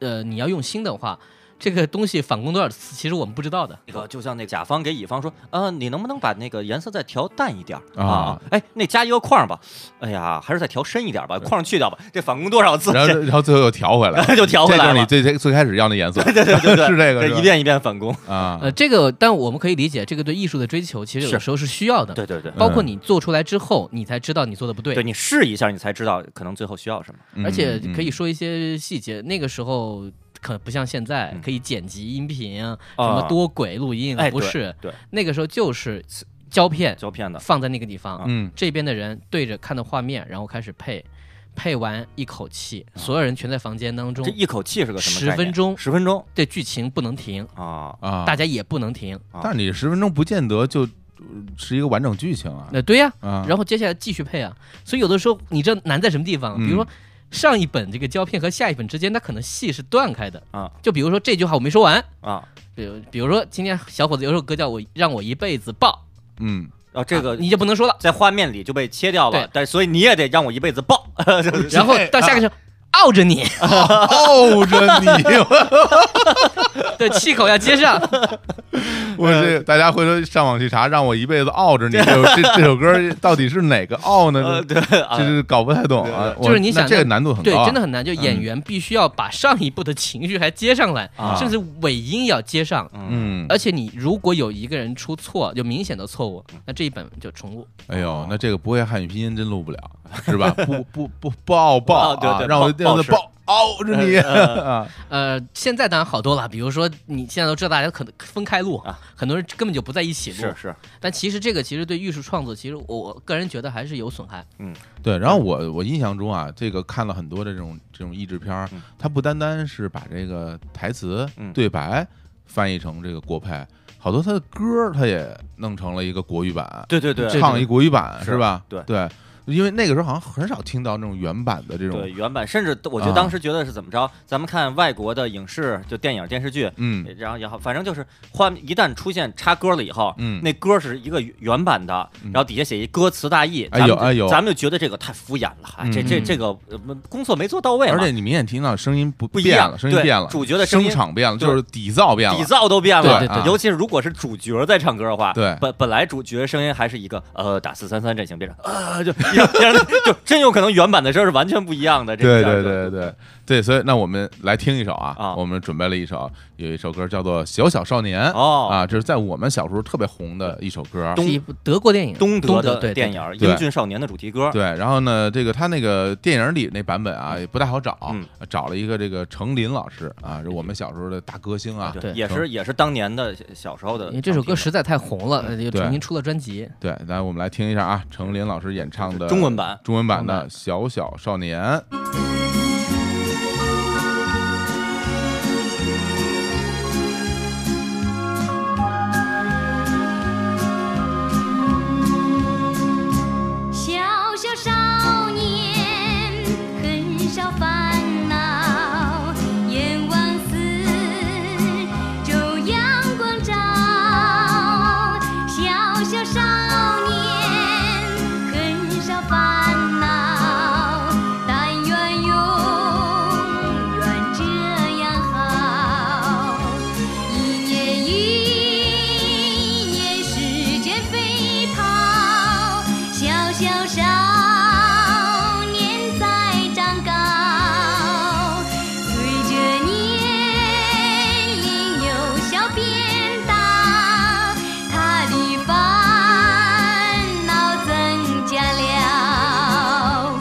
[SPEAKER 3] 呃你要用心的话，这个东西返工多少次，其实我们不知道的。
[SPEAKER 2] 那个就像那甲方给乙方说，啊，你能不能把那个颜色再调淡一点儿
[SPEAKER 1] 啊
[SPEAKER 2] 啊？哎，那加一个框儿吧。哎呀，还是再调深一点吧，框儿去掉吧。这返工多少次？
[SPEAKER 1] 然后
[SPEAKER 2] 这
[SPEAKER 1] 然后最后又调回来，
[SPEAKER 2] 就调回
[SPEAKER 1] 这就
[SPEAKER 2] 来
[SPEAKER 1] 是你
[SPEAKER 2] 了。
[SPEAKER 1] 最最最开始要那颜色
[SPEAKER 2] 对对对对，
[SPEAKER 1] 是这个
[SPEAKER 2] 对
[SPEAKER 1] 是吧
[SPEAKER 2] 一遍一遍返工。
[SPEAKER 1] 啊
[SPEAKER 3] 呃，，这个但我们可以理解，这个对艺术的追求，其实有
[SPEAKER 2] 是
[SPEAKER 3] 时候是需要的。
[SPEAKER 2] 对对对，
[SPEAKER 3] 包括你做出来之后，你才知道你做的嗯不对。
[SPEAKER 2] 对你试一下，你才知道可能最后需要什么。
[SPEAKER 1] 嗯
[SPEAKER 3] 而且可以
[SPEAKER 1] 嗯
[SPEAKER 3] 说一些细节，那个时候可不像现在
[SPEAKER 2] 嗯
[SPEAKER 3] 可以剪辑音频啊，
[SPEAKER 2] 啊
[SPEAKER 3] 什么多轨录音啊，
[SPEAKER 2] 哎
[SPEAKER 3] 不是，
[SPEAKER 2] 对对
[SPEAKER 3] 那个时候就是胶片
[SPEAKER 2] 胶片的
[SPEAKER 3] 放在那个地方，
[SPEAKER 1] 嗯
[SPEAKER 3] 这边的人对着看的画面，然后开始配，配完一口气，所有人全在房间当中
[SPEAKER 2] 这，一口气是个什么概念？
[SPEAKER 3] 10分钟
[SPEAKER 2] 十分钟
[SPEAKER 3] 这剧情不能停，
[SPEAKER 2] 啊！
[SPEAKER 1] 啊，
[SPEAKER 3] 大家也不能停，
[SPEAKER 1] 但是你十分钟不见得就呃是一个完整剧情啊
[SPEAKER 3] 呃那对呀，
[SPEAKER 1] 啊，
[SPEAKER 3] 然后接下来继续配啊，所以有的时候你知道难在什么地方？啊比如说
[SPEAKER 1] 嗯
[SPEAKER 3] 上一本这个胶片和下一本之间，它可能戏是断开的
[SPEAKER 2] 啊。
[SPEAKER 3] 就比如说这句话我没说完，
[SPEAKER 2] 啊
[SPEAKER 3] 比如比如说今天小伙子有首歌叫我让我一辈子抱，
[SPEAKER 1] 嗯，
[SPEAKER 2] 啊，这个
[SPEAKER 3] 你就不能说了。
[SPEAKER 2] 在画面里就被切掉了
[SPEAKER 3] 对，
[SPEAKER 2] 但所以你也得让我一辈子抱。
[SPEAKER 3] 然后到
[SPEAKER 2] 哎啊
[SPEAKER 3] 下个时候。拗着 你
[SPEAKER 1] 哦，着你，
[SPEAKER 3] 对，气口要接上，
[SPEAKER 1] 我这大家回头上网去查，让我一辈子傲着 你，这首这这首歌到底是哪个傲呢
[SPEAKER 2] 呃，？对啊
[SPEAKER 1] 这，是搞不太懂啊，我
[SPEAKER 3] 就是你想
[SPEAKER 1] 那这个难度很
[SPEAKER 3] 对
[SPEAKER 1] 高啊，，
[SPEAKER 3] 真的很难。就演
[SPEAKER 1] 嗯
[SPEAKER 3] 员必须要把上一步的情绪还接上来，
[SPEAKER 2] 啊
[SPEAKER 3] 甚至尾音也要接上。
[SPEAKER 2] 嗯，
[SPEAKER 1] 嗯，
[SPEAKER 3] 而且你如果有一个人出错，有明显的错误，那这一本就重录。
[SPEAKER 1] 哎呦，那这个不会汉语拼音真录不了，是吧？不不不不傲爆
[SPEAKER 2] 啊对
[SPEAKER 1] 啊
[SPEAKER 2] 对
[SPEAKER 1] 让我
[SPEAKER 2] 爆爆是
[SPEAKER 1] 爆傲着你啊，
[SPEAKER 3] 呃，现在当然好多了，比如说你现在都知道大家可能分开录，
[SPEAKER 2] 啊
[SPEAKER 3] 很多人根本就不在一起录
[SPEAKER 2] 是。是，
[SPEAKER 3] 但其实这个其实对艺术创作，其实我我个人觉得还是有损害。
[SPEAKER 1] 对，然后
[SPEAKER 2] 嗯
[SPEAKER 1] 我我印象中啊，这个看了很多的这种这种译制片儿
[SPEAKER 2] 嗯，
[SPEAKER 1] 它不单单是把这个台词、
[SPEAKER 2] 嗯
[SPEAKER 1] 对白翻译成这个国配，好多它的歌儿它也弄成了一个国语版，
[SPEAKER 2] 对对对
[SPEAKER 3] 这，
[SPEAKER 1] 唱一国语版
[SPEAKER 2] 是
[SPEAKER 1] 是吧？
[SPEAKER 2] 对
[SPEAKER 1] 对，因为那个时候好像很少听到那种原版的这种
[SPEAKER 2] 对，原版，甚至我觉
[SPEAKER 1] 啊
[SPEAKER 2] 得当时觉得是怎么着，咱们看外国的影视，就电影、电视剧，
[SPEAKER 1] 嗯
[SPEAKER 2] 然后也好，反正就是画面一旦出现插歌了以后，
[SPEAKER 1] 嗯
[SPEAKER 2] 那歌是一个原版的，
[SPEAKER 1] 嗯
[SPEAKER 2] 然后底下写一歌词大意，
[SPEAKER 1] 哎呦
[SPEAKER 2] 咱们就
[SPEAKER 1] 哎呦
[SPEAKER 2] 咱们就觉得这个太敷衍了，哎这这
[SPEAKER 3] 嗯
[SPEAKER 2] 这个呃工作没做到位嘛，
[SPEAKER 1] 而且你明显听到声音不
[SPEAKER 2] 不一
[SPEAKER 1] 变
[SPEAKER 2] 样
[SPEAKER 1] 了，声音
[SPEAKER 2] 对
[SPEAKER 1] 变了，
[SPEAKER 2] 主角的声
[SPEAKER 1] 声
[SPEAKER 2] 音
[SPEAKER 1] 场变了，
[SPEAKER 2] 对
[SPEAKER 1] 就是底噪变
[SPEAKER 2] 底
[SPEAKER 1] 了。
[SPEAKER 2] 噪都变了，
[SPEAKER 1] 对对对
[SPEAKER 2] 尤其是如果是主角在唱歌的话，
[SPEAKER 1] 对
[SPEAKER 2] 本本来主角声音还是一个呃打四三三阵型，变成呃 就一样一样就真有可能原版的声是完全不一样的，这
[SPEAKER 1] 对对
[SPEAKER 2] 个
[SPEAKER 1] 对对对，所以那我们来听一首啊，
[SPEAKER 2] 啊
[SPEAKER 1] 我们准备了一首，有一首歌叫做《小小少年》
[SPEAKER 2] 哦
[SPEAKER 1] 啊，这是在我们小时候特别红的一首歌。
[SPEAKER 2] 东
[SPEAKER 3] 是一部德国电影，
[SPEAKER 2] 东
[SPEAKER 3] 德
[SPEAKER 2] 德的
[SPEAKER 3] 对
[SPEAKER 2] 电影《
[SPEAKER 1] 对
[SPEAKER 2] 英俊少年》的主题歌，
[SPEAKER 1] 对，然后呢，这个他那个电影里那版本啊也不太好找
[SPEAKER 2] 嗯，
[SPEAKER 1] 找了一个这个程琳老师啊，是我们小时候的大歌星啊。
[SPEAKER 3] 对
[SPEAKER 2] 也是也是当年的小时候的
[SPEAKER 3] 因
[SPEAKER 2] 唱
[SPEAKER 3] 为
[SPEAKER 2] 片，
[SPEAKER 3] 这首歌实在太红了，呃
[SPEAKER 2] 嗯
[SPEAKER 3] 又
[SPEAKER 1] 对
[SPEAKER 3] 重新出了专辑。
[SPEAKER 1] 对，来我们来听一下啊，程琳老师演唱的
[SPEAKER 2] 中文版
[SPEAKER 1] 中文版
[SPEAKER 3] 中文
[SPEAKER 1] 的
[SPEAKER 3] 版
[SPEAKER 1] 《小小少年》。
[SPEAKER 4] 小小少年，很少烦恼，眼望四周阳光照。小小少年，很少烦恼，但愿永远这样好。一年一年，时间飞跑，小小少年在长高。随着年龄由小变大，他的烦恼增加了。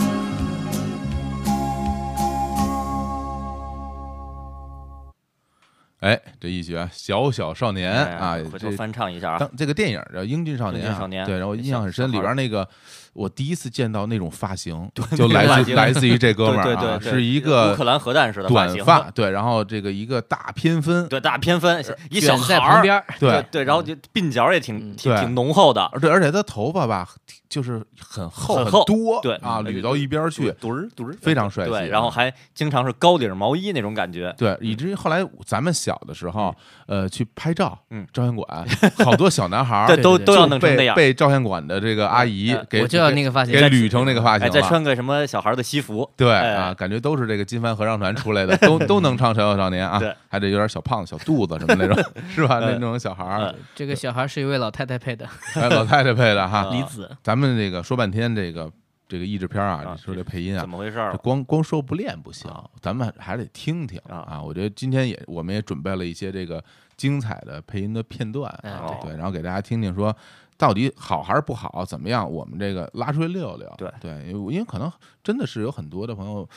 [SPEAKER 1] 哎，这一绝，《小小少年》
[SPEAKER 2] 哎
[SPEAKER 1] 啊，
[SPEAKER 2] 回头
[SPEAKER 1] 这
[SPEAKER 2] 翻唱一下啊，
[SPEAKER 1] 当这个电影叫《英俊少年》
[SPEAKER 2] 英
[SPEAKER 1] 啊，
[SPEAKER 2] 俊少年
[SPEAKER 1] 对，然后我印象很深，
[SPEAKER 2] 小
[SPEAKER 1] 里
[SPEAKER 2] 小
[SPEAKER 1] 边
[SPEAKER 2] 孩
[SPEAKER 1] 那个我第一次见到那种发型，就来
[SPEAKER 2] 发
[SPEAKER 1] 自
[SPEAKER 2] 型
[SPEAKER 1] 来自于这哥们
[SPEAKER 2] 对
[SPEAKER 1] 儿
[SPEAKER 2] 对
[SPEAKER 1] 啊，
[SPEAKER 2] 对，
[SPEAKER 1] 是一
[SPEAKER 2] 乌克
[SPEAKER 1] 个
[SPEAKER 2] 兰核弹似的
[SPEAKER 1] 短
[SPEAKER 2] 型，
[SPEAKER 1] 发，对，然后这个一个大偏分，
[SPEAKER 2] 对大偏分，一小
[SPEAKER 3] 远
[SPEAKER 2] 孩
[SPEAKER 3] 呃在
[SPEAKER 2] 儿
[SPEAKER 3] 旁边，儿，
[SPEAKER 1] 对
[SPEAKER 2] 对，然后就鬓角也挺
[SPEAKER 3] 嗯
[SPEAKER 2] 挺
[SPEAKER 1] 对
[SPEAKER 2] 挺浓厚的，
[SPEAKER 1] 而对，而且他头发吧，就是很厚
[SPEAKER 2] 很厚
[SPEAKER 1] 多，
[SPEAKER 2] 对
[SPEAKER 1] 啊，
[SPEAKER 2] 嗯
[SPEAKER 1] 捋到一边儿去，
[SPEAKER 2] 嘟儿嘟儿，
[SPEAKER 1] 非常帅气啊。
[SPEAKER 2] 对，然后还经常是高领毛衣那种感觉，
[SPEAKER 1] 对，以至于后来咱们小的时时候，呃，去拍照，
[SPEAKER 2] 嗯
[SPEAKER 1] 照相 馆好多小男孩儿
[SPEAKER 2] 对，都
[SPEAKER 3] 对对
[SPEAKER 2] 都要
[SPEAKER 1] 就
[SPEAKER 2] 弄成那
[SPEAKER 1] 被
[SPEAKER 2] 样。
[SPEAKER 1] 被照相馆的这个阿姨
[SPEAKER 2] 呃
[SPEAKER 1] 给
[SPEAKER 3] 我就要那个发型
[SPEAKER 1] 给
[SPEAKER 3] 再
[SPEAKER 1] 捋成那个发型
[SPEAKER 2] 哎，再
[SPEAKER 1] 了。
[SPEAKER 2] 穿个什么小孩的西服，
[SPEAKER 1] 对
[SPEAKER 2] 哎
[SPEAKER 1] 啊，感觉都是这个金帆合唱团出来的， 都都能唱《小小少年》啊
[SPEAKER 2] 对，
[SPEAKER 1] 还得有点小胖子、小肚子什么那 种，是吧？
[SPEAKER 2] 嗯
[SPEAKER 1] 那种小孩儿
[SPEAKER 2] 嗯，
[SPEAKER 3] 这个小孩是一位老太太配的，
[SPEAKER 1] 哎，老太太配的 哈
[SPEAKER 2] 啊。
[SPEAKER 3] 李子。
[SPEAKER 1] 咱们这个说半天这个这个译制片儿啊，
[SPEAKER 2] 啊
[SPEAKER 1] 你说这配音啊
[SPEAKER 2] 怎，么回事儿
[SPEAKER 1] 这？光光说不练不行
[SPEAKER 2] 啊，
[SPEAKER 1] 咱们还得听听
[SPEAKER 2] 啊
[SPEAKER 1] 啊！我觉得今天也我们也准备了一些这个精彩的配音的片段，
[SPEAKER 3] 哎
[SPEAKER 2] 哦
[SPEAKER 1] 对，然后给大家听听说到底好还是不好，怎么样？我们这个拉出来溜溜，
[SPEAKER 2] 对
[SPEAKER 1] 对，因为因为可能真的是有很多的朋友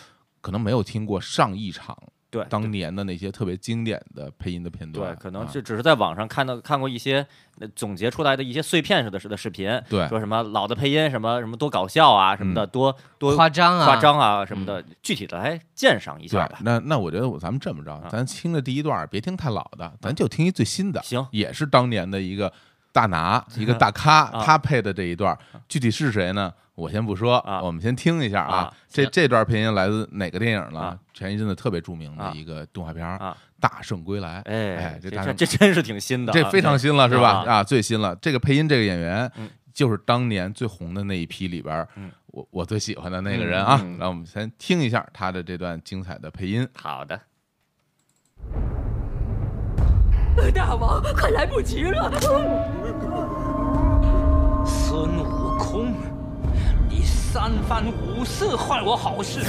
[SPEAKER 1] 可能没有听过上一场
[SPEAKER 2] 对，
[SPEAKER 1] 当年的那些特别经典的配音的片段
[SPEAKER 2] 对
[SPEAKER 1] 啊，，
[SPEAKER 2] 可能就只是在网上看到看过一些呃总结出来的一些碎片式的的视频，
[SPEAKER 1] 对嗯
[SPEAKER 2] 说什么老的配音什么什么多搞笑啊什么的，多多
[SPEAKER 3] 夸张啊，
[SPEAKER 2] 夸张啊什么的，具体的来鉴赏一
[SPEAKER 1] 对嗯
[SPEAKER 2] 下吧。
[SPEAKER 1] 那那我觉得我咱们这么着
[SPEAKER 2] 啊，
[SPEAKER 1] 咱听了第一段儿，别听太老的，咱就听一最新的，
[SPEAKER 2] 行
[SPEAKER 1] 也是当年的一个大 拿，一个大咖，
[SPEAKER 2] 啊
[SPEAKER 1] 他配的这一段儿，具体是谁呢？我先不说，
[SPEAKER 2] 啊
[SPEAKER 1] 我们先听一下
[SPEAKER 2] 啊
[SPEAKER 1] 这
[SPEAKER 2] 行
[SPEAKER 1] 这段配音来自哪个电影呢
[SPEAKER 2] 啊？
[SPEAKER 1] 前一阵子特别著名的
[SPEAKER 2] 啊
[SPEAKER 1] 一个动画片儿《
[SPEAKER 2] 啊，
[SPEAKER 1] 大圣归来》。哎
[SPEAKER 2] 哎，
[SPEAKER 1] 这
[SPEAKER 2] 这
[SPEAKER 1] 大圣
[SPEAKER 2] 这真是挺新的啊，
[SPEAKER 1] 这非常新了，是吧？
[SPEAKER 2] 啊
[SPEAKER 1] 啊，最新了。这个配音这个演员
[SPEAKER 2] 嗯，
[SPEAKER 1] 就是当年最红的那一批里边儿
[SPEAKER 2] 嗯，
[SPEAKER 1] 我我最喜欢的那个人啊
[SPEAKER 2] 嗯嗯。
[SPEAKER 1] 让我们先听一下他的这段精彩的配音。
[SPEAKER 2] 好的。
[SPEAKER 5] 大王，快来不及了！
[SPEAKER 6] 孙悟空，你三番五次坏我好事，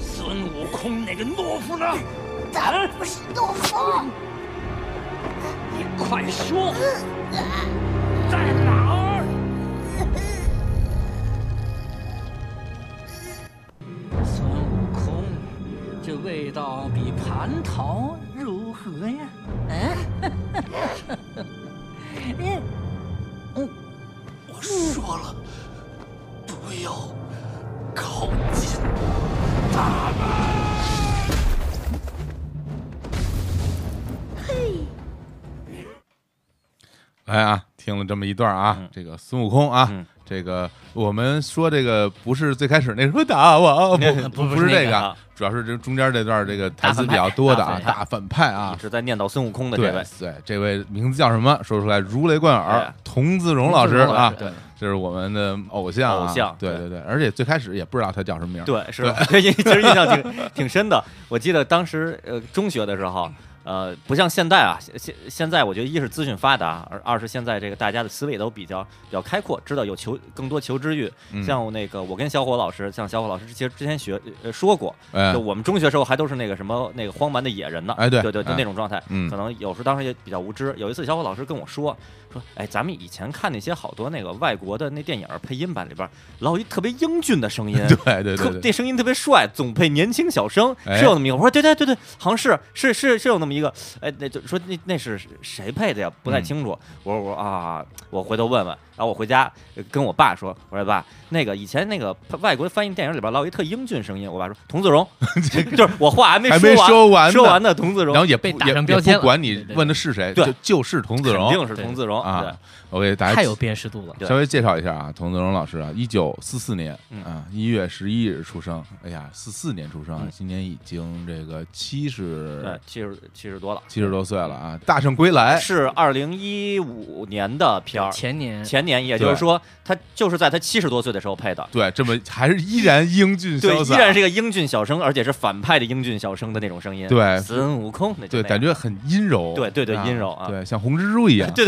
[SPEAKER 6] 孙悟空那个懦夫呢？他不是懦夫，你快说，在哪儿？孙悟空，这味道比蟠桃如何呀？嗯，我说了，不要靠近他们。
[SPEAKER 1] 来啊，听了这么一段啊，
[SPEAKER 2] 嗯
[SPEAKER 1] 这个孙悟空啊，
[SPEAKER 2] 嗯
[SPEAKER 1] 这个我们说这个不是最开始那什么大 王，不
[SPEAKER 3] 不
[SPEAKER 1] 是
[SPEAKER 3] 不是
[SPEAKER 1] 这
[SPEAKER 3] 那
[SPEAKER 1] 个
[SPEAKER 2] 个
[SPEAKER 1] 啊
[SPEAKER 2] 啊，
[SPEAKER 1] 主要是这中间这段这个台词
[SPEAKER 3] 大反
[SPEAKER 1] 比
[SPEAKER 3] 派
[SPEAKER 1] 较多的啊，
[SPEAKER 2] 大反派
[SPEAKER 1] 大反派啊
[SPEAKER 2] 一， 直在念叨孙悟空的这
[SPEAKER 1] 对
[SPEAKER 2] 位，
[SPEAKER 1] 对，这位名字叫什么？说出来如雷贯
[SPEAKER 2] 哎
[SPEAKER 1] 耳
[SPEAKER 2] 呀，
[SPEAKER 1] 童自荣老师啊，
[SPEAKER 3] 对，
[SPEAKER 1] 这是我们的偶像啊，
[SPEAKER 2] 偶像
[SPEAKER 1] 对
[SPEAKER 2] 对
[SPEAKER 1] 对对，而且最开始也不知道他叫什么名儿，
[SPEAKER 2] 对，是吧，这印其实印象挺挺深的。我记得当时呃中学的时候，呃，不像现在啊，现现现在我觉得一是资讯发达，而二是现在这个大家的思维都比较比较开阔，知道有求更多求知欲。
[SPEAKER 1] 嗯
[SPEAKER 2] 像我那个我跟小伙老师，像小伙老师其实之前学呃说过，
[SPEAKER 1] 哎
[SPEAKER 2] 就我们中学时候还都是那个什么那个荒蛮的野人呢，
[SPEAKER 1] 哎对
[SPEAKER 2] 对对，就
[SPEAKER 1] 哎
[SPEAKER 2] 那种状态。
[SPEAKER 1] 嗯，
[SPEAKER 2] 可能有时候当时也比较无知。有一次，小伙老师跟我说说，哎，咱们以前看那些好多那个外国的那电影配音版里边，老有一特别英俊的声音
[SPEAKER 1] 对对
[SPEAKER 2] 特
[SPEAKER 1] 对对，
[SPEAKER 2] 那声音特别帅，总配年轻小生，
[SPEAKER 1] 哎
[SPEAKER 2] 是有那么一个。我说对对对对，好像是是是是有那么一个，哎，那就说那那是谁配的呀？不太清楚。
[SPEAKER 1] 嗯
[SPEAKER 2] 我说我说啊，我回头问问。然后我回家呃跟我爸说，我说爸，那个以前那个外国翻译电影里边老有一特英俊声音，我爸说 童自荣， 就是我话还没
[SPEAKER 1] 还没
[SPEAKER 2] 完，
[SPEAKER 1] 说完呢
[SPEAKER 2] 说完呢，童自荣
[SPEAKER 1] 然后也不
[SPEAKER 3] 被打
[SPEAKER 1] 也
[SPEAKER 3] 上
[SPEAKER 1] 也
[SPEAKER 3] 标签
[SPEAKER 1] 不
[SPEAKER 3] 了
[SPEAKER 1] 管你
[SPEAKER 3] 对对对
[SPEAKER 1] 问的是谁，
[SPEAKER 2] 对
[SPEAKER 1] 就就是童自荣
[SPEAKER 2] 肯定是
[SPEAKER 3] 对
[SPEAKER 2] 童自荣
[SPEAKER 1] 啊，我给大家
[SPEAKER 3] 太有辨识度了。
[SPEAKER 2] 对
[SPEAKER 1] 稍微介绍一下啊，童德荣老师啊，一九四四年
[SPEAKER 2] 嗯
[SPEAKER 1] 啊一月十一日出生。哎呀，四四年出生啊
[SPEAKER 2] 嗯，
[SPEAKER 1] 今年已经这个七
[SPEAKER 2] 对，
[SPEAKER 1] 十
[SPEAKER 2] 呃，七十七十多了，
[SPEAKER 1] 七十多岁了啊，大圣归来。
[SPEAKER 2] 是二零一五年的片儿。
[SPEAKER 3] 前年
[SPEAKER 2] 前年，也就
[SPEAKER 1] 对
[SPEAKER 2] 是说，他就是在他七十多岁的时候配的，
[SPEAKER 1] 对，这么还是依然英 俊
[SPEAKER 2] 对，
[SPEAKER 1] 潇
[SPEAKER 2] 依
[SPEAKER 1] 洒，
[SPEAKER 2] 然是一个英俊小生，而且是反派的英俊小生的那种声音。
[SPEAKER 1] 对
[SPEAKER 2] 孙悟空，那就
[SPEAKER 1] 对，
[SPEAKER 2] 那样
[SPEAKER 1] 感觉很阴柔，
[SPEAKER 2] 对对对
[SPEAKER 1] 啊
[SPEAKER 2] 阴柔啊
[SPEAKER 1] 对，像红蜘蛛一样，对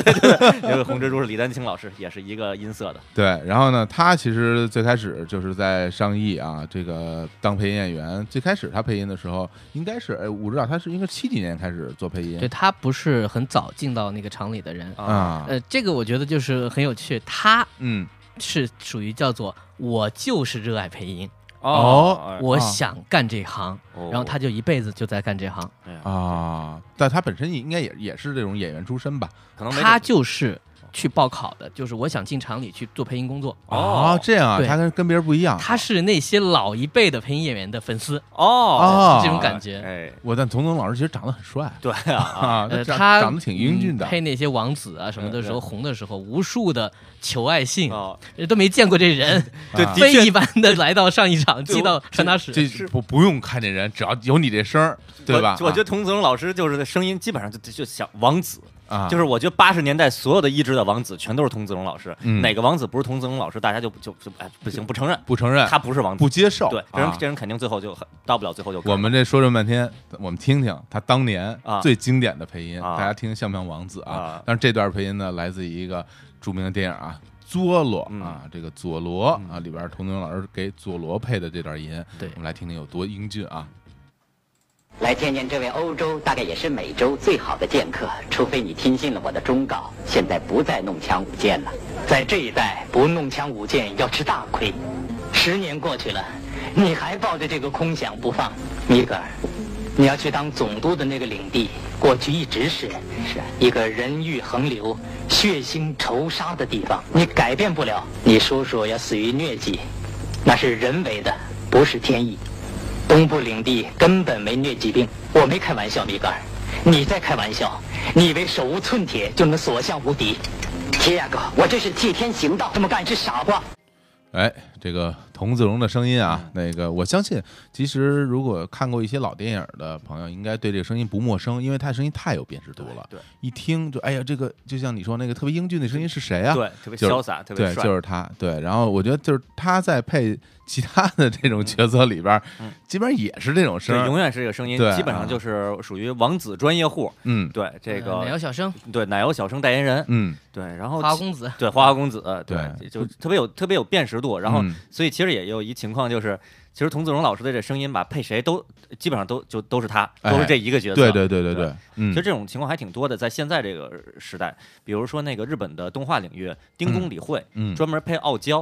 [SPEAKER 2] 因为红蜘蛛是李丹青老师，也是一个音色的。
[SPEAKER 1] 对。然后呢，他其实最开始就是在上艺啊，这个当配音演员。最开始他配音的时候，应该是哎，我知道他是应该七几年开始做配音，
[SPEAKER 3] 对他不是很早进到那个厂里的人，
[SPEAKER 1] 啊，
[SPEAKER 3] 呃，这个我觉得就是很有趣，他
[SPEAKER 1] 嗯，
[SPEAKER 3] 是属于叫做我就是热爱配音，
[SPEAKER 2] 啊
[SPEAKER 1] 哦
[SPEAKER 3] 我想干这行，
[SPEAKER 2] 哦
[SPEAKER 3] 然后他就一辈子就在干这行，
[SPEAKER 2] 哎呀
[SPEAKER 1] 啊，但他本身应该也也是这种演员出身吧？
[SPEAKER 2] 可能没
[SPEAKER 3] 他
[SPEAKER 2] 准
[SPEAKER 3] 就是去报考的，就是我想进厂里去做配音工作。
[SPEAKER 1] 啊，这样啊，
[SPEAKER 3] 哦对
[SPEAKER 1] 他跟跟别人不一样。
[SPEAKER 3] 他是那些老一辈的配音演员的粉丝，
[SPEAKER 2] 哦
[SPEAKER 1] 啊
[SPEAKER 3] 这种感觉
[SPEAKER 2] 哎，
[SPEAKER 1] 我但童总老师其实长得很帅
[SPEAKER 2] 对啊，
[SPEAKER 1] 啊，
[SPEAKER 3] 呃，
[SPEAKER 1] 长
[SPEAKER 3] 他
[SPEAKER 1] 长得挺英俊的
[SPEAKER 3] 嗯。配那些王子啊什么的时候，
[SPEAKER 2] 嗯
[SPEAKER 3] 红的时候，无数的求爱信，
[SPEAKER 2] 哦，
[SPEAKER 3] 人都没见过这人，
[SPEAKER 2] 对，
[SPEAKER 1] 啊
[SPEAKER 2] 的
[SPEAKER 3] 非一
[SPEAKER 2] 确，
[SPEAKER 3] 般的来到上一嗯场，
[SPEAKER 2] 对
[SPEAKER 3] 寄到
[SPEAKER 2] 我
[SPEAKER 3] 传达室。
[SPEAKER 1] 这不不用看这人，只要有你这声儿，对吧？啊
[SPEAKER 2] 我我觉得童子荣老师就是声音基本上就就像王子，
[SPEAKER 1] 得啊，
[SPEAKER 2] 就是我觉得八十年代所有的一制的王子全都是童子荣老师，
[SPEAKER 1] 嗯
[SPEAKER 2] 哪个王子不是童子荣老师，大家就就就哎不行不承认，
[SPEAKER 1] 不承认，
[SPEAKER 2] 他不是王
[SPEAKER 1] 啊
[SPEAKER 2] 子
[SPEAKER 1] 不，接受。
[SPEAKER 2] 对，这人
[SPEAKER 1] 啊
[SPEAKER 2] 这人肯定最后就很到不了最后就
[SPEAKER 1] 我们这说这么半天，我们听听他当年
[SPEAKER 2] 啊
[SPEAKER 1] 最经典的配音，
[SPEAKER 2] 啊
[SPEAKER 1] 大家听像不像王子啊
[SPEAKER 2] 啊？
[SPEAKER 1] 但是这段配音呢，来自于一个著名的电影啊。佐罗
[SPEAKER 2] 嗯
[SPEAKER 1] 啊，这个佐罗
[SPEAKER 2] 嗯
[SPEAKER 1] 啊，里边童总老师给佐罗配的这段音，
[SPEAKER 3] 对
[SPEAKER 1] 我们来听听有多英俊啊！
[SPEAKER 7] 来见见这位欧洲，大概也是美洲最好的剑客，除非你听信了我的忠告，现在不再弄枪舞剑了。在这一代，不弄枪舞剑要吃大亏。十年过去了，你还抱着这个空想不放，米格尔，你要去当总督的那个领地，过去一直是是一个人欲横流、血腥仇杀的地方，你改变不了。你叔叔要死于疟疾，那是人为的，不是天意。东部领地根本没疟疾病，我没开玩笑，米格尔，你在开玩笑，你以为手无寸铁就能所向无敌？铁亚哥，我这是替天行道，这么干是傻瓜。
[SPEAKER 1] 哎，这个童自荣的声音
[SPEAKER 2] 嗯
[SPEAKER 1] 啊，那个我相信，其实如果看过一些老电影的朋友，应该对这个声音不陌生，因为他的声音太有辨识度了。
[SPEAKER 2] 对对
[SPEAKER 1] 一听就哎呀，这个就像你说那个特别英俊的声音是谁啊？
[SPEAKER 2] 对特别
[SPEAKER 1] 就是
[SPEAKER 2] 潇洒，特别
[SPEAKER 1] 对，
[SPEAKER 2] 帅，
[SPEAKER 1] 就是他。对，然后我觉得就是他在配其他的这种角色里边，
[SPEAKER 2] 嗯
[SPEAKER 1] 基本上也是这种声
[SPEAKER 2] 对，
[SPEAKER 1] 儿。
[SPEAKER 2] 永远是这个声音
[SPEAKER 1] 对，啊
[SPEAKER 2] 基本上就是属于王子专业户。
[SPEAKER 1] 嗯
[SPEAKER 2] 对这
[SPEAKER 3] 呃奶油
[SPEAKER 2] 个，
[SPEAKER 3] 小生、
[SPEAKER 2] 对奶油小生代言人，
[SPEAKER 1] 嗯，
[SPEAKER 2] 对，然后
[SPEAKER 3] 花花
[SPEAKER 2] 其
[SPEAKER 3] 公子，
[SPEAKER 2] 对花花公子，
[SPEAKER 1] 对
[SPEAKER 2] 对，就特别有特别有辨识度。然后
[SPEAKER 1] 嗯，
[SPEAKER 2] 所以其实也有一情况就是，其实童自荣老师的这声音吧，配谁都基本上都就都是他，
[SPEAKER 1] 哎
[SPEAKER 2] 都是这一个角色。
[SPEAKER 1] 对对对对
[SPEAKER 2] 对
[SPEAKER 1] 对，嗯
[SPEAKER 2] 其实，这种情况还挺多的，在现在这个时代，比如说那个日本的动画领域，丁宫理惠
[SPEAKER 1] 嗯，
[SPEAKER 2] 专门配傲娇，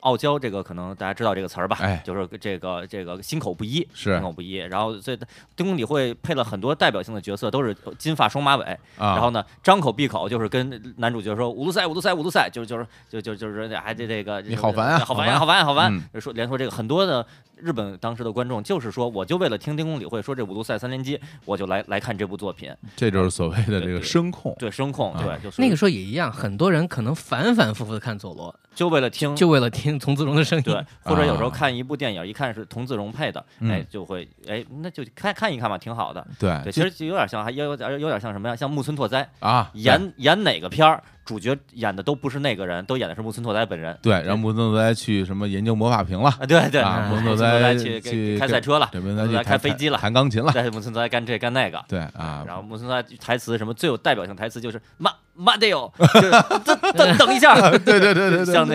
[SPEAKER 2] 傲娇这个可能大家知道这个词儿吧
[SPEAKER 1] 哎，
[SPEAKER 2] 就是这个这个心口不一，
[SPEAKER 1] 是
[SPEAKER 2] 心口不一。然后所以丁宫理惠配了很多代表性的角色，都是金发双马尾，
[SPEAKER 1] 啊，
[SPEAKER 2] 然后呢张口闭口就是跟男主角说五路赛五路赛五路赛，就是就是就就就是还得这个
[SPEAKER 1] 你好烦啊
[SPEAKER 2] 好
[SPEAKER 1] 好
[SPEAKER 2] 烦
[SPEAKER 1] 烦啊
[SPEAKER 2] 呀好烦呀好烦
[SPEAKER 1] 嗯
[SPEAKER 2] 啊，说连说这个很多的日本当时的观众就是说，我就为了听丁宫理惠说这五路赛三连击，我就来来看这部作品。
[SPEAKER 1] 这就是所谓的这
[SPEAKER 2] 对
[SPEAKER 1] 个
[SPEAKER 2] 对
[SPEAKER 1] 声控。
[SPEAKER 2] 对声控，
[SPEAKER 1] 啊
[SPEAKER 2] 对，就是
[SPEAKER 3] 那个时候也一样，很多人可能反反复复的看佐罗，
[SPEAKER 2] 就为了听，
[SPEAKER 3] 就为了听童自荣的声音。
[SPEAKER 2] 对，或者有时候
[SPEAKER 1] 啊
[SPEAKER 2] 看一部电影，一看是童自荣配的，
[SPEAKER 1] 嗯哎
[SPEAKER 2] 哎，就会哎，那就看看一看吧，挺好的。
[SPEAKER 1] 对
[SPEAKER 2] 对，
[SPEAKER 1] 对
[SPEAKER 2] 其实就有点像，还有有点有点像什么呀？像木村拓哉
[SPEAKER 1] 啊，对
[SPEAKER 2] 演演哪个片儿，主角演的都不是那个人，都演的是木村拓哉本人。
[SPEAKER 1] 对，然后摩登再去什么研究魔法瓶了，
[SPEAKER 2] 啊，对对，
[SPEAKER 1] 啊
[SPEAKER 2] 木
[SPEAKER 1] 木村拓
[SPEAKER 2] 村拓哉
[SPEAKER 1] 哉
[SPEAKER 2] 去给
[SPEAKER 1] 去
[SPEAKER 2] 给开
[SPEAKER 1] 给
[SPEAKER 2] 赛车 了，
[SPEAKER 1] 这
[SPEAKER 2] 木
[SPEAKER 1] 边
[SPEAKER 2] 村
[SPEAKER 1] 咱
[SPEAKER 2] 拓
[SPEAKER 1] 去弹
[SPEAKER 2] 哉开飞机了，
[SPEAKER 1] 弹钢琴了，
[SPEAKER 2] 对，木村拓哉干这干那个。
[SPEAKER 1] 对啊
[SPEAKER 2] 然，后木村拓哉台词什么最有代表性台词就是“妈妈的哟”，就是 等等等一下，
[SPEAKER 1] 对对对 对对
[SPEAKER 2] 像那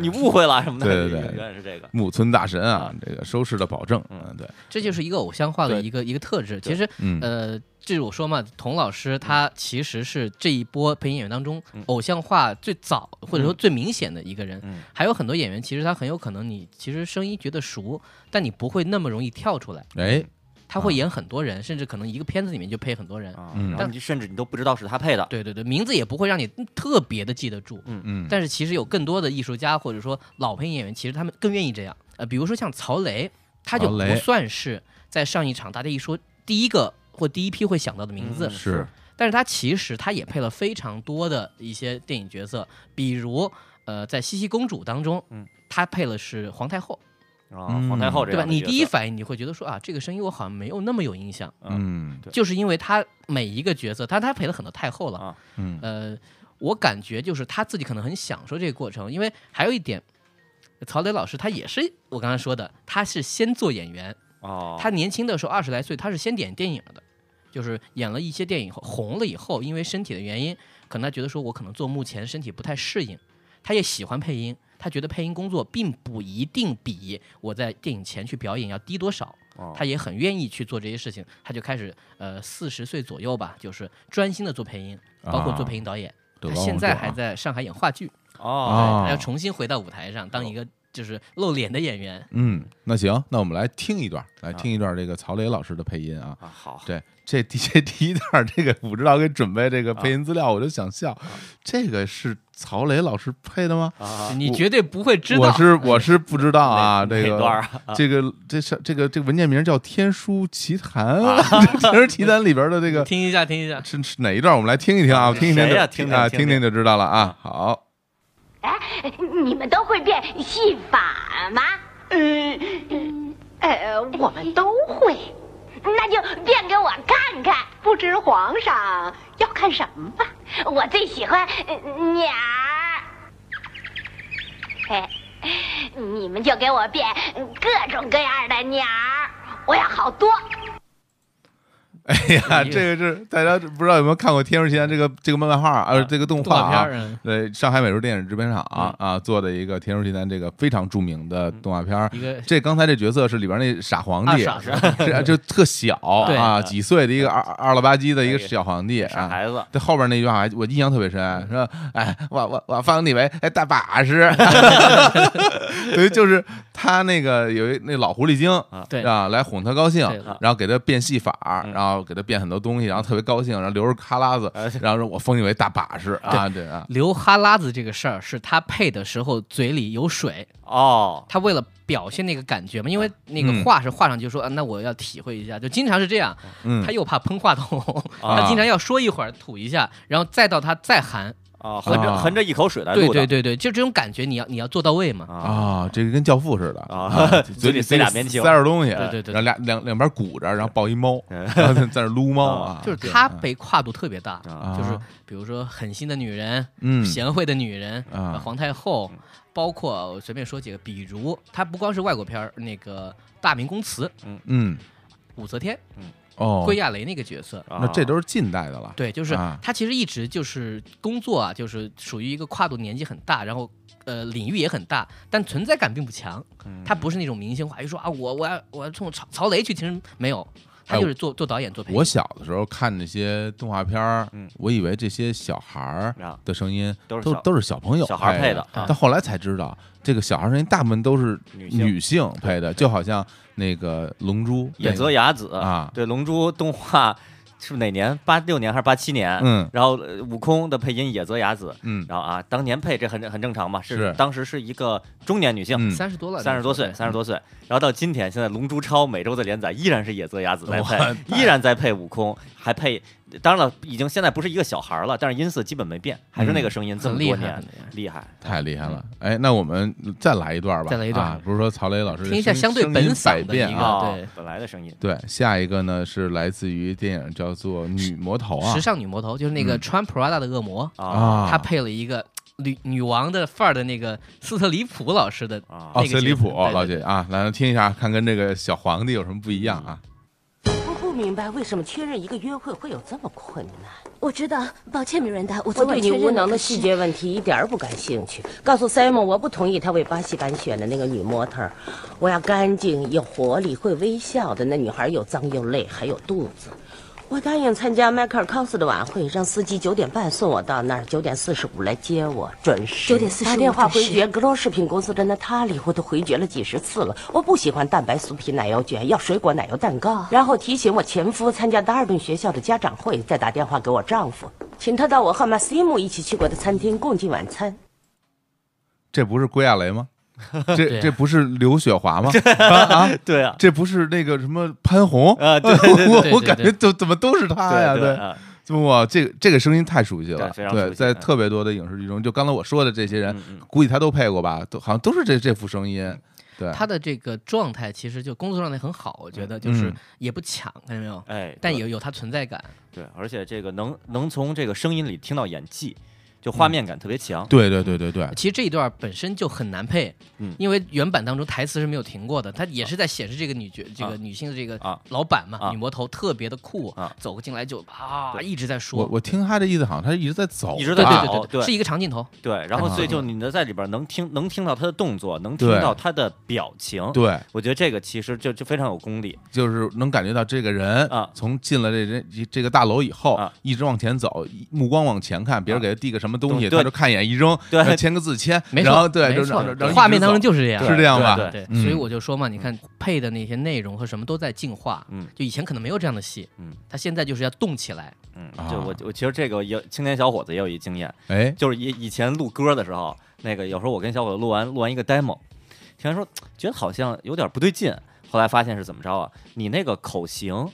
[SPEAKER 2] 你误会了什么的，
[SPEAKER 1] 对对对
[SPEAKER 2] 永远是这个。
[SPEAKER 1] 木村大神啊
[SPEAKER 2] 啊，
[SPEAKER 1] 这个收视的保证，
[SPEAKER 2] 嗯
[SPEAKER 1] 嗯，对，
[SPEAKER 3] 这就是一个偶像化的
[SPEAKER 2] 对
[SPEAKER 3] 一个一个特质。其实，
[SPEAKER 1] 嗯
[SPEAKER 3] 呃，这是我说嘛，童老师他其实是这一波配音演员当中
[SPEAKER 2] 嗯
[SPEAKER 3] 偶像化最早或者说
[SPEAKER 2] 嗯
[SPEAKER 3] 最明显的一个人。
[SPEAKER 2] 嗯
[SPEAKER 3] 还有很多演员，其实他很有可能你其实声音觉得熟，但你不会那么容易跳出来。
[SPEAKER 1] 哎，
[SPEAKER 3] 他会演很多人，甚至可能一个片子里面就配很多人。
[SPEAKER 2] 啊，
[SPEAKER 1] 嗯
[SPEAKER 2] 然后你甚至你都不知道是他配的，
[SPEAKER 3] 对对对，名字也不会让你特别的记得住。
[SPEAKER 1] 嗯，
[SPEAKER 3] 但是其实有更多的艺术家或者说老配音演员，其实他们更愿意这样。呃，比如说像曹雷，他就
[SPEAKER 1] 曹
[SPEAKER 3] 不
[SPEAKER 1] 雷
[SPEAKER 3] 算是在上一场大家一说第一个或第一批会想到的名字，
[SPEAKER 2] 嗯
[SPEAKER 1] 是，
[SPEAKER 3] 但是他其实他也配了非常多的一些电影角色，比如呃，在《茜茜公主》当中，
[SPEAKER 2] 嗯
[SPEAKER 3] 他配了是皇太后，
[SPEAKER 2] 啊，皇太后
[SPEAKER 3] 嗯
[SPEAKER 2] 这
[SPEAKER 3] 对吧？
[SPEAKER 2] 样的
[SPEAKER 3] 你
[SPEAKER 2] 角
[SPEAKER 3] 第一
[SPEAKER 2] 色
[SPEAKER 3] 反应你会觉得说啊，这个声音我好像没有那么有印象，
[SPEAKER 1] 嗯
[SPEAKER 2] 对
[SPEAKER 3] 就是因为他每一个角色，他他配了很多太后了，
[SPEAKER 2] 啊，
[SPEAKER 1] 嗯，
[SPEAKER 3] 呃，我感觉就是他自己可能很享受这个过程，因为还有一点，曹磊老师他也是我刚才说的，他是先做演员，
[SPEAKER 2] 哦，
[SPEAKER 3] 他年轻的时候二十来岁，他是先演电影的，就是演了一些电影后红了以后，因为身体的原因，可能他觉得说我可能做幕前身体不太适应，他也喜欢配音，他觉得配音工作并不一定比我在电影前去表演要低多少。
[SPEAKER 2] 哦
[SPEAKER 3] 他也很愿意去做这些事情，他就开始呃四十岁左右吧，就是专心的做配音，
[SPEAKER 1] 啊
[SPEAKER 3] 包括做配音导演。
[SPEAKER 1] 德
[SPEAKER 3] 他
[SPEAKER 1] 高
[SPEAKER 3] 现
[SPEAKER 1] 望
[SPEAKER 3] 在
[SPEAKER 1] 重
[SPEAKER 3] 还
[SPEAKER 1] 啊
[SPEAKER 3] 在上海演话剧，
[SPEAKER 2] 哦，
[SPEAKER 1] 啊
[SPEAKER 3] 他要重新回到舞台上当一个就是露脸的演员。
[SPEAKER 1] 嗯，那行，那我们来听一段，来听一段这个曹磊老师的配音啊。
[SPEAKER 2] 啊好，
[SPEAKER 1] 对，这第这第一段这个武指导给准备这个配音资料，我就想笑，这个是曹雷老师配的吗？
[SPEAKER 2] 啊，
[SPEAKER 3] 你绝对不会知
[SPEAKER 1] 我
[SPEAKER 3] 道，
[SPEAKER 1] 是我是不知道啊，
[SPEAKER 2] 哪
[SPEAKER 1] 这
[SPEAKER 2] 哪段
[SPEAKER 1] 个
[SPEAKER 2] 儿啊？
[SPEAKER 1] 这个这是这个这个文件名叫《天书奇谭》，《
[SPEAKER 2] 啊
[SPEAKER 1] 天书奇谭》里边的这个
[SPEAKER 3] 听一下，听一下。
[SPEAKER 1] 是是哪一段？我们来听一听啊，听一听
[SPEAKER 2] 谁呀
[SPEAKER 1] 就
[SPEAKER 2] 听听
[SPEAKER 1] 啊，
[SPEAKER 2] 听
[SPEAKER 1] 听
[SPEAKER 2] 听
[SPEAKER 1] 就知道了啊。好，
[SPEAKER 8] 哎，你们都会变戏法吗？嗯，呃，我们都会。那就变给我看看。不知皇上要看什么吧？我最喜欢呃鸟儿。哎，你们就给我变各种各样的鸟儿，我要好多。
[SPEAKER 1] 哎呀，这个是大家不知道有没有看过《天书奇谭》这个这个漫画，呃，这个动
[SPEAKER 3] 动画
[SPEAKER 1] 画
[SPEAKER 3] 片
[SPEAKER 1] 啊
[SPEAKER 3] 儿，。嗯
[SPEAKER 1] 对，上海美术电影制片厂啊啊做的一个《天书奇谭》这个非常著名的动画片儿。
[SPEAKER 3] 一个
[SPEAKER 1] 这刚才这角色是里边那傻皇帝，
[SPEAKER 3] 嗯啊傻
[SPEAKER 1] 是就特小
[SPEAKER 3] 对
[SPEAKER 1] 啊，几岁的一个二二二了吧唧的一个
[SPEAKER 2] 对
[SPEAKER 1] 小皇帝
[SPEAKER 2] 傻
[SPEAKER 1] 啊。
[SPEAKER 2] 孩子，
[SPEAKER 1] 这后边那句话我印象特别深，说哎，我我我封你为哎大把式，对，就是他那个有一那老狐狸精
[SPEAKER 2] 啊
[SPEAKER 3] 对
[SPEAKER 1] 啊，来哄他高兴
[SPEAKER 3] 对，
[SPEAKER 1] 然后给他变戏法，然后给他变很多东西，然后特别高兴，然后流着哈喇子
[SPEAKER 2] 哎，
[SPEAKER 1] 然后说我封你为大把式啊，对啊，
[SPEAKER 3] 流哈喇子这个事儿是他配的时候嘴里有水，
[SPEAKER 2] 哦，
[SPEAKER 3] 他为了表现那个感觉嘛，因为那个
[SPEAKER 1] 嗯
[SPEAKER 3] 画是画上去说、啊，那我要体会一下，就经常是这样。
[SPEAKER 1] 嗯
[SPEAKER 3] 他，又怕喷话筒，
[SPEAKER 2] 啊
[SPEAKER 3] 他经常要说一会儿吐一下，然后再到他再含。
[SPEAKER 2] 哦，横着
[SPEAKER 1] 啊
[SPEAKER 2] 横着一口水来
[SPEAKER 3] 对
[SPEAKER 2] 录的，
[SPEAKER 3] 对对对，就这种感觉，你要你要做到位嘛。
[SPEAKER 2] 啊，
[SPEAKER 1] 啊，这个跟教父似的
[SPEAKER 2] 啊
[SPEAKER 1] 嘴里
[SPEAKER 2] 嘴里塞俩棉球
[SPEAKER 1] 塞着东西，
[SPEAKER 3] 对对对
[SPEAKER 1] 然后俩两两边鼓着，然后抱一 猫，
[SPEAKER 2] 嗯
[SPEAKER 1] 然后在在那撸猫啊，
[SPEAKER 3] 就是
[SPEAKER 1] 对
[SPEAKER 3] 他被跨度特别大，
[SPEAKER 1] 啊
[SPEAKER 3] 就是比如说狠心的女人、
[SPEAKER 1] 嗯
[SPEAKER 3] 贤惠的女人、
[SPEAKER 1] 啊
[SPEAKER 3] 皇太后，
[SPEAKER 2] 嗯
[SPEAKER 3] 包括我随便说几个，比如他不光是外国片儿，那个《大明宫词》
[SPEAKER 1] 嗯
[SPEAKER 3] 武则天、
[SPEAKER 1] 哦
[SPEAKER 3] 归，亚蕾那个角色，
[SPEAKER 2] 啊
[SPEAKER 1] 那这都是近代的了，
[SPEAKER 3] 对，就是
[SPEAKER 1] 啊
[SPEAKER 3] 他其实一直就是工作啊，就是属于一个跨度年纪很大，然后呃领域也很大，但存在感并不强。
[SPEAKER 2] 嗯
[SPEAKER 3] 他不是那种明星化，就说啊我我要我要冲曹曹雷去，其实没有，他
[SPEAKER 1] 哎
[SPEAKER 3] 就是做、做导演做配音。
[SPEAKER 1] 我小的时候看那些动画片儿
[SPEAKER 2] 嗯，
[SPEAKER 1] 我以为这些小孩儿
[SPEAKER 2] 啊
[SPEAKER 1] 的声音
[SPEAKER 2] 都是
[SPEAKER 1] 都
[SPEAKER 2] 小
[SPEAKER 1] 都是小朋友
[SPEAKER 2] 小孩儿
[SPEAKER 1] 配
[SPEAKER 2] 配的啊
[SPEAKER 1] 但后来才知道，这个小孩儿声音大部分都是
[SPEAKER 2] 女性
[SPEAKER 1] 女性配的，就好像那个《龙珠》
[SPEAKER 2] 野
[SPEAKER 1] 那个
[SPEAKER 2] 泽雅子
[SPEAKER 1] 啊
[SPEAKER 2] 对《龙珠》动画是不是哪年？八六年还是八七年？
[SPEAKER 1] 嗯
[SPEAKER 2] 然后呃悟空的配音野泽雅子，
[SPEAKER 1] 嗯
[SPEAKER 2] 然后啊，当年配这很很正常嘛，是
[SPEAKER 1] 是
[SPEAKER 2] 当时是一个中年女性，
[SPEAKER 1] 嗯
[SPEAKER 3] 三十多了，
[SPEAKER 2] 三十多岁，
[SPEAKER 3] 嗯
[SPEAKER 2] 三十多岁，然后到今天，现在《龙珠超》每周的连载依然是野泽雅子在
[SPEAKER 1] 哇
[SPEAKER 2] 配，依然在配悟空，还配，当然了，已经现在不是一个小孩儿了，但是音色基本没变，还是那个声音，这
[SPEAKER 3] 嗯
[SPEAKER 2] 么
[SPEAKER 3] 很厉
[SPEAKER 2] 多
[SPEAKER 3] 害
[SPEAKER 2] 年
[SPEAKER 3] 很厉害，
[SPEAKER 2] 厉害，
[SPEAKER 1] 太厉害了！哎，那我们再来一段吧，
[SPEAKER 3] 再来一段
[SPEAKER 1] 啊！不是说曹雷老师
[SPEAKER 3] 听一下相对本嗓的
[SPEAKER 1] 声音百变
[SPEAKER 3] 一
[SPEAKER 1] 啊。
[SPEAKER 3] 个
[SPEAKER 2] 啊
[SPEAKER 3] 对，
[SPEAKER 2] 本来的声音，
[SPEAKER 1] 对，下一个呢是来自于电影叫做《女魔头》啊
[SPEAKER 3] 时尚女魔头就是那个
[SPEAKER 1] 嗯
[SPEAKER 3] 穿 Prada 的恶魔，
[SPEAKER 2] 啊
[SPEAKER 1] 啊，
[SPEAKER 3] 她配了一个女女王的范儿的那个斯特里普老师的
[SPEAKER 2] 啊
[SPEAKER 3] 那个
[SPEAKER 1] 哦，
[SPEAKER 3] 角
[SPEAKER 1] 所
[SPEAKER 3] 色
[SPEAKER 1] 以离谱
[SPEAKER 3] 对对
[SPEAKER 1] 老姐啊，来听一下，看跟这个小皇帝有什么不一样
[SPEAKER 3] 嗯
[SPEAKER 1] 啊？
[SPEAKER 9] 我不明白为什么确认一个约会会有这么困难。
[SPEAKER 5] 我知道，抱歉，米人达，我
[SPEAKER 9] 我
[SPEAKER 5] 昨晚
[SPEAKER 9] 对你
[SPEAKER 5] 确认
[SPEAKER 9] 无
[SPEAKER 5] 了
[SPEAKER 9] 能的
[SPEAKER 5] 可是
[SPEAKER 9] 细节问题一点儿不感兴趣。告诉 Simon，我不同意他为巴西版选的那个女模特儿。我要干净、有活力、会微笑的那女孩，又脏又累，还有肚子。我答应参加迈克尔康斯的晚会，让司机九点半送我到那儿，九点四十五来接我，准时。
[SPEAKER 5] 9:45
[SPEAKER 9] 打电话回
[SPEAKER 5] 准时
[SPEAKER 9] 绝格罗饰品公司的那塔里，我都回绝了几十次了。我不喜欢蛋白酥皮奶油卷，要水果奶油蛋糕。然后提醒我前夫参加达尔顿学校的家长会，再打电话给我丈夫，请他到我和马西姆一起去过的餐厅共进晚餐。
[SPEAKER 1] 这不是归亚 蕾吗？
[SPEAKER 3] 对
[SPEAKER 1] 这
[SPEAKER 3] 啊
[SPEAKER 1] 这不是刘雪华 吗？啊，啊
[SPEAKER 2] 对啊，
[SPEAKER 1] 这不是那个什么潘虹？
[SPEAKER 2] 啊对对对
[SPEAKER 3] 对
[SPEAKER 1] 我我
[SPEAKER 3] 对
[SPEAKER 1] 感觉
[SPEAKER 3] 对
[SPEAKER 1] 怎怎么都是
[SPEAKER 3] 哎
[SPEAKER 1] 他呀？
[SPEAKER 2] 对对
[SPEAKER 1] 对，
[SPEAKER 2] 啊
[SPEAKER 1] 哇，这个这个声音太熟悉了，
[SPEAKER 2] 对非常熟悉
[SPEAKER 1] 在
[SPEAKER 2] 嗯
[SPEAKER 1] 特别多的影视剧中，就刚才我说的这些人
[SPEAKER 2] 嗯，嗯
[SPEAKER 1] 估计他都配过吧，都好像都是这这副声音。对，
[SPEAKER 3] 他的这个状态其实就工作状态很好，我觉得就是
[SPEAKER 1] 嗯
[SPEAKER 3] 也不抢，看见没有？
[SPEAKER 2] 哎，
[SPEAKER 3] 但
[SPEAKER 2] 对
[SPEAKER 3] 有有他存在感，
[SPEAKER 2] 对，而且这个能能从这个声音里听到演技，就
[SPEAKER 3] 嗯
[SPEAKER 2] 画面感特别强。
[SPEAKER 1] 对对对对对，
[SPEAKER 3] 其实这一段本身就很难配，
[SPEAKER 2] 嗯
[SPEAKER 3] 因为原版当中台词是没有停过的，它也是在显示这个女角、这个女性的这个
[SPEAKER 2] 啊
[SPEAKER 3] 老板嘛，
[SPEAKER 2] 啊
[SPEAKER 3] 女魔头特别的酷，
[SPEAKER 2] 啊
[SPEAKER 3] 走过进来就啊
[SPEAKER 2] 对
[SPEAKER 3] 一直在
[SPEAKER 1] 我
[SPEAKER 3] 说，
[SPEAKER 1] 我听他这意思，好像他一直在走，
[SPEAKER 2] 一直
[SPEAKER 3] 对
[SPEAKER 2] 在
[SPEAKER 3] 对
[SPEAKER 1] 啊
[SPEAKER 3] 对
[SPEAKER 2] 走
[SPEAKER 3] 对
[SPEAKER 2] 对
[SPEAKER 3] 是一个长镜头，
[SPEAKER 2] 对，然后
[SPEAKER 3] 嗯
[SPEAKER 2] 所以就你能在里边能听能听到他的动作，能听
[SPEAKER 1] 对
[SPEAKER 2] 到他的表情。
[SPEAKER 1] 对，
[SPEAKER 2] 我觉得这个其实就就非常有功力。
[SPEAKER 1] 就是能感觉到这个人
[SPEAKER 2] 啊
[SPEAKER 1] 从进了这人这个大楼以后
[SPEAKER 2] 啊，
[SPEAKER 1] 一直往前走，一目光往前看，别人给他递个什么东西，
[SPEAKER 2] 对
[SPEAKER 1] 他就看一眼一扔，
[SPEAKER 2] 对
[SPEAKER 1] 然后签个字签，
[SPEAKER 3] 没错
[SPEAKER 1] 然后对，
[SPEAKER 3] 没
[SPEAKER 1] 就
[SPEAKER 3] 错
[SPEAKER 1] 让让
[SPEAKER 3] 画面当中就是这样
[SPEAKER 1] 是这样吧？
[SPEAKER 2] 对
[SPEAKER 3] 对，
[SPEAKER 1] 嗯
[SPEAKER 3] 所以我就说嘛，你看配的那些内容和什么都在进化，
[SPEAKER 2] 嗯
[SPEAKER 3] 就以前可能没有这样的戏，
[SPEAKER 2] 嗯，
[SPEAKER 3] 他现在就是要动起来，
[SPEAKER 2] 嗯
[SPEAKER 1] 啊，
[SPEAKER 2] 就我我其实这个也青年小伙子也有一经验，
[SPEAKER 1] 哎，
[SPEAKER 2] 就是以以前录歌的时候，那个有时候我跟小伙子录完录完一个 demo，听完说觉得好像有点不对劲，后来发现是怎么着啊？你那个口型，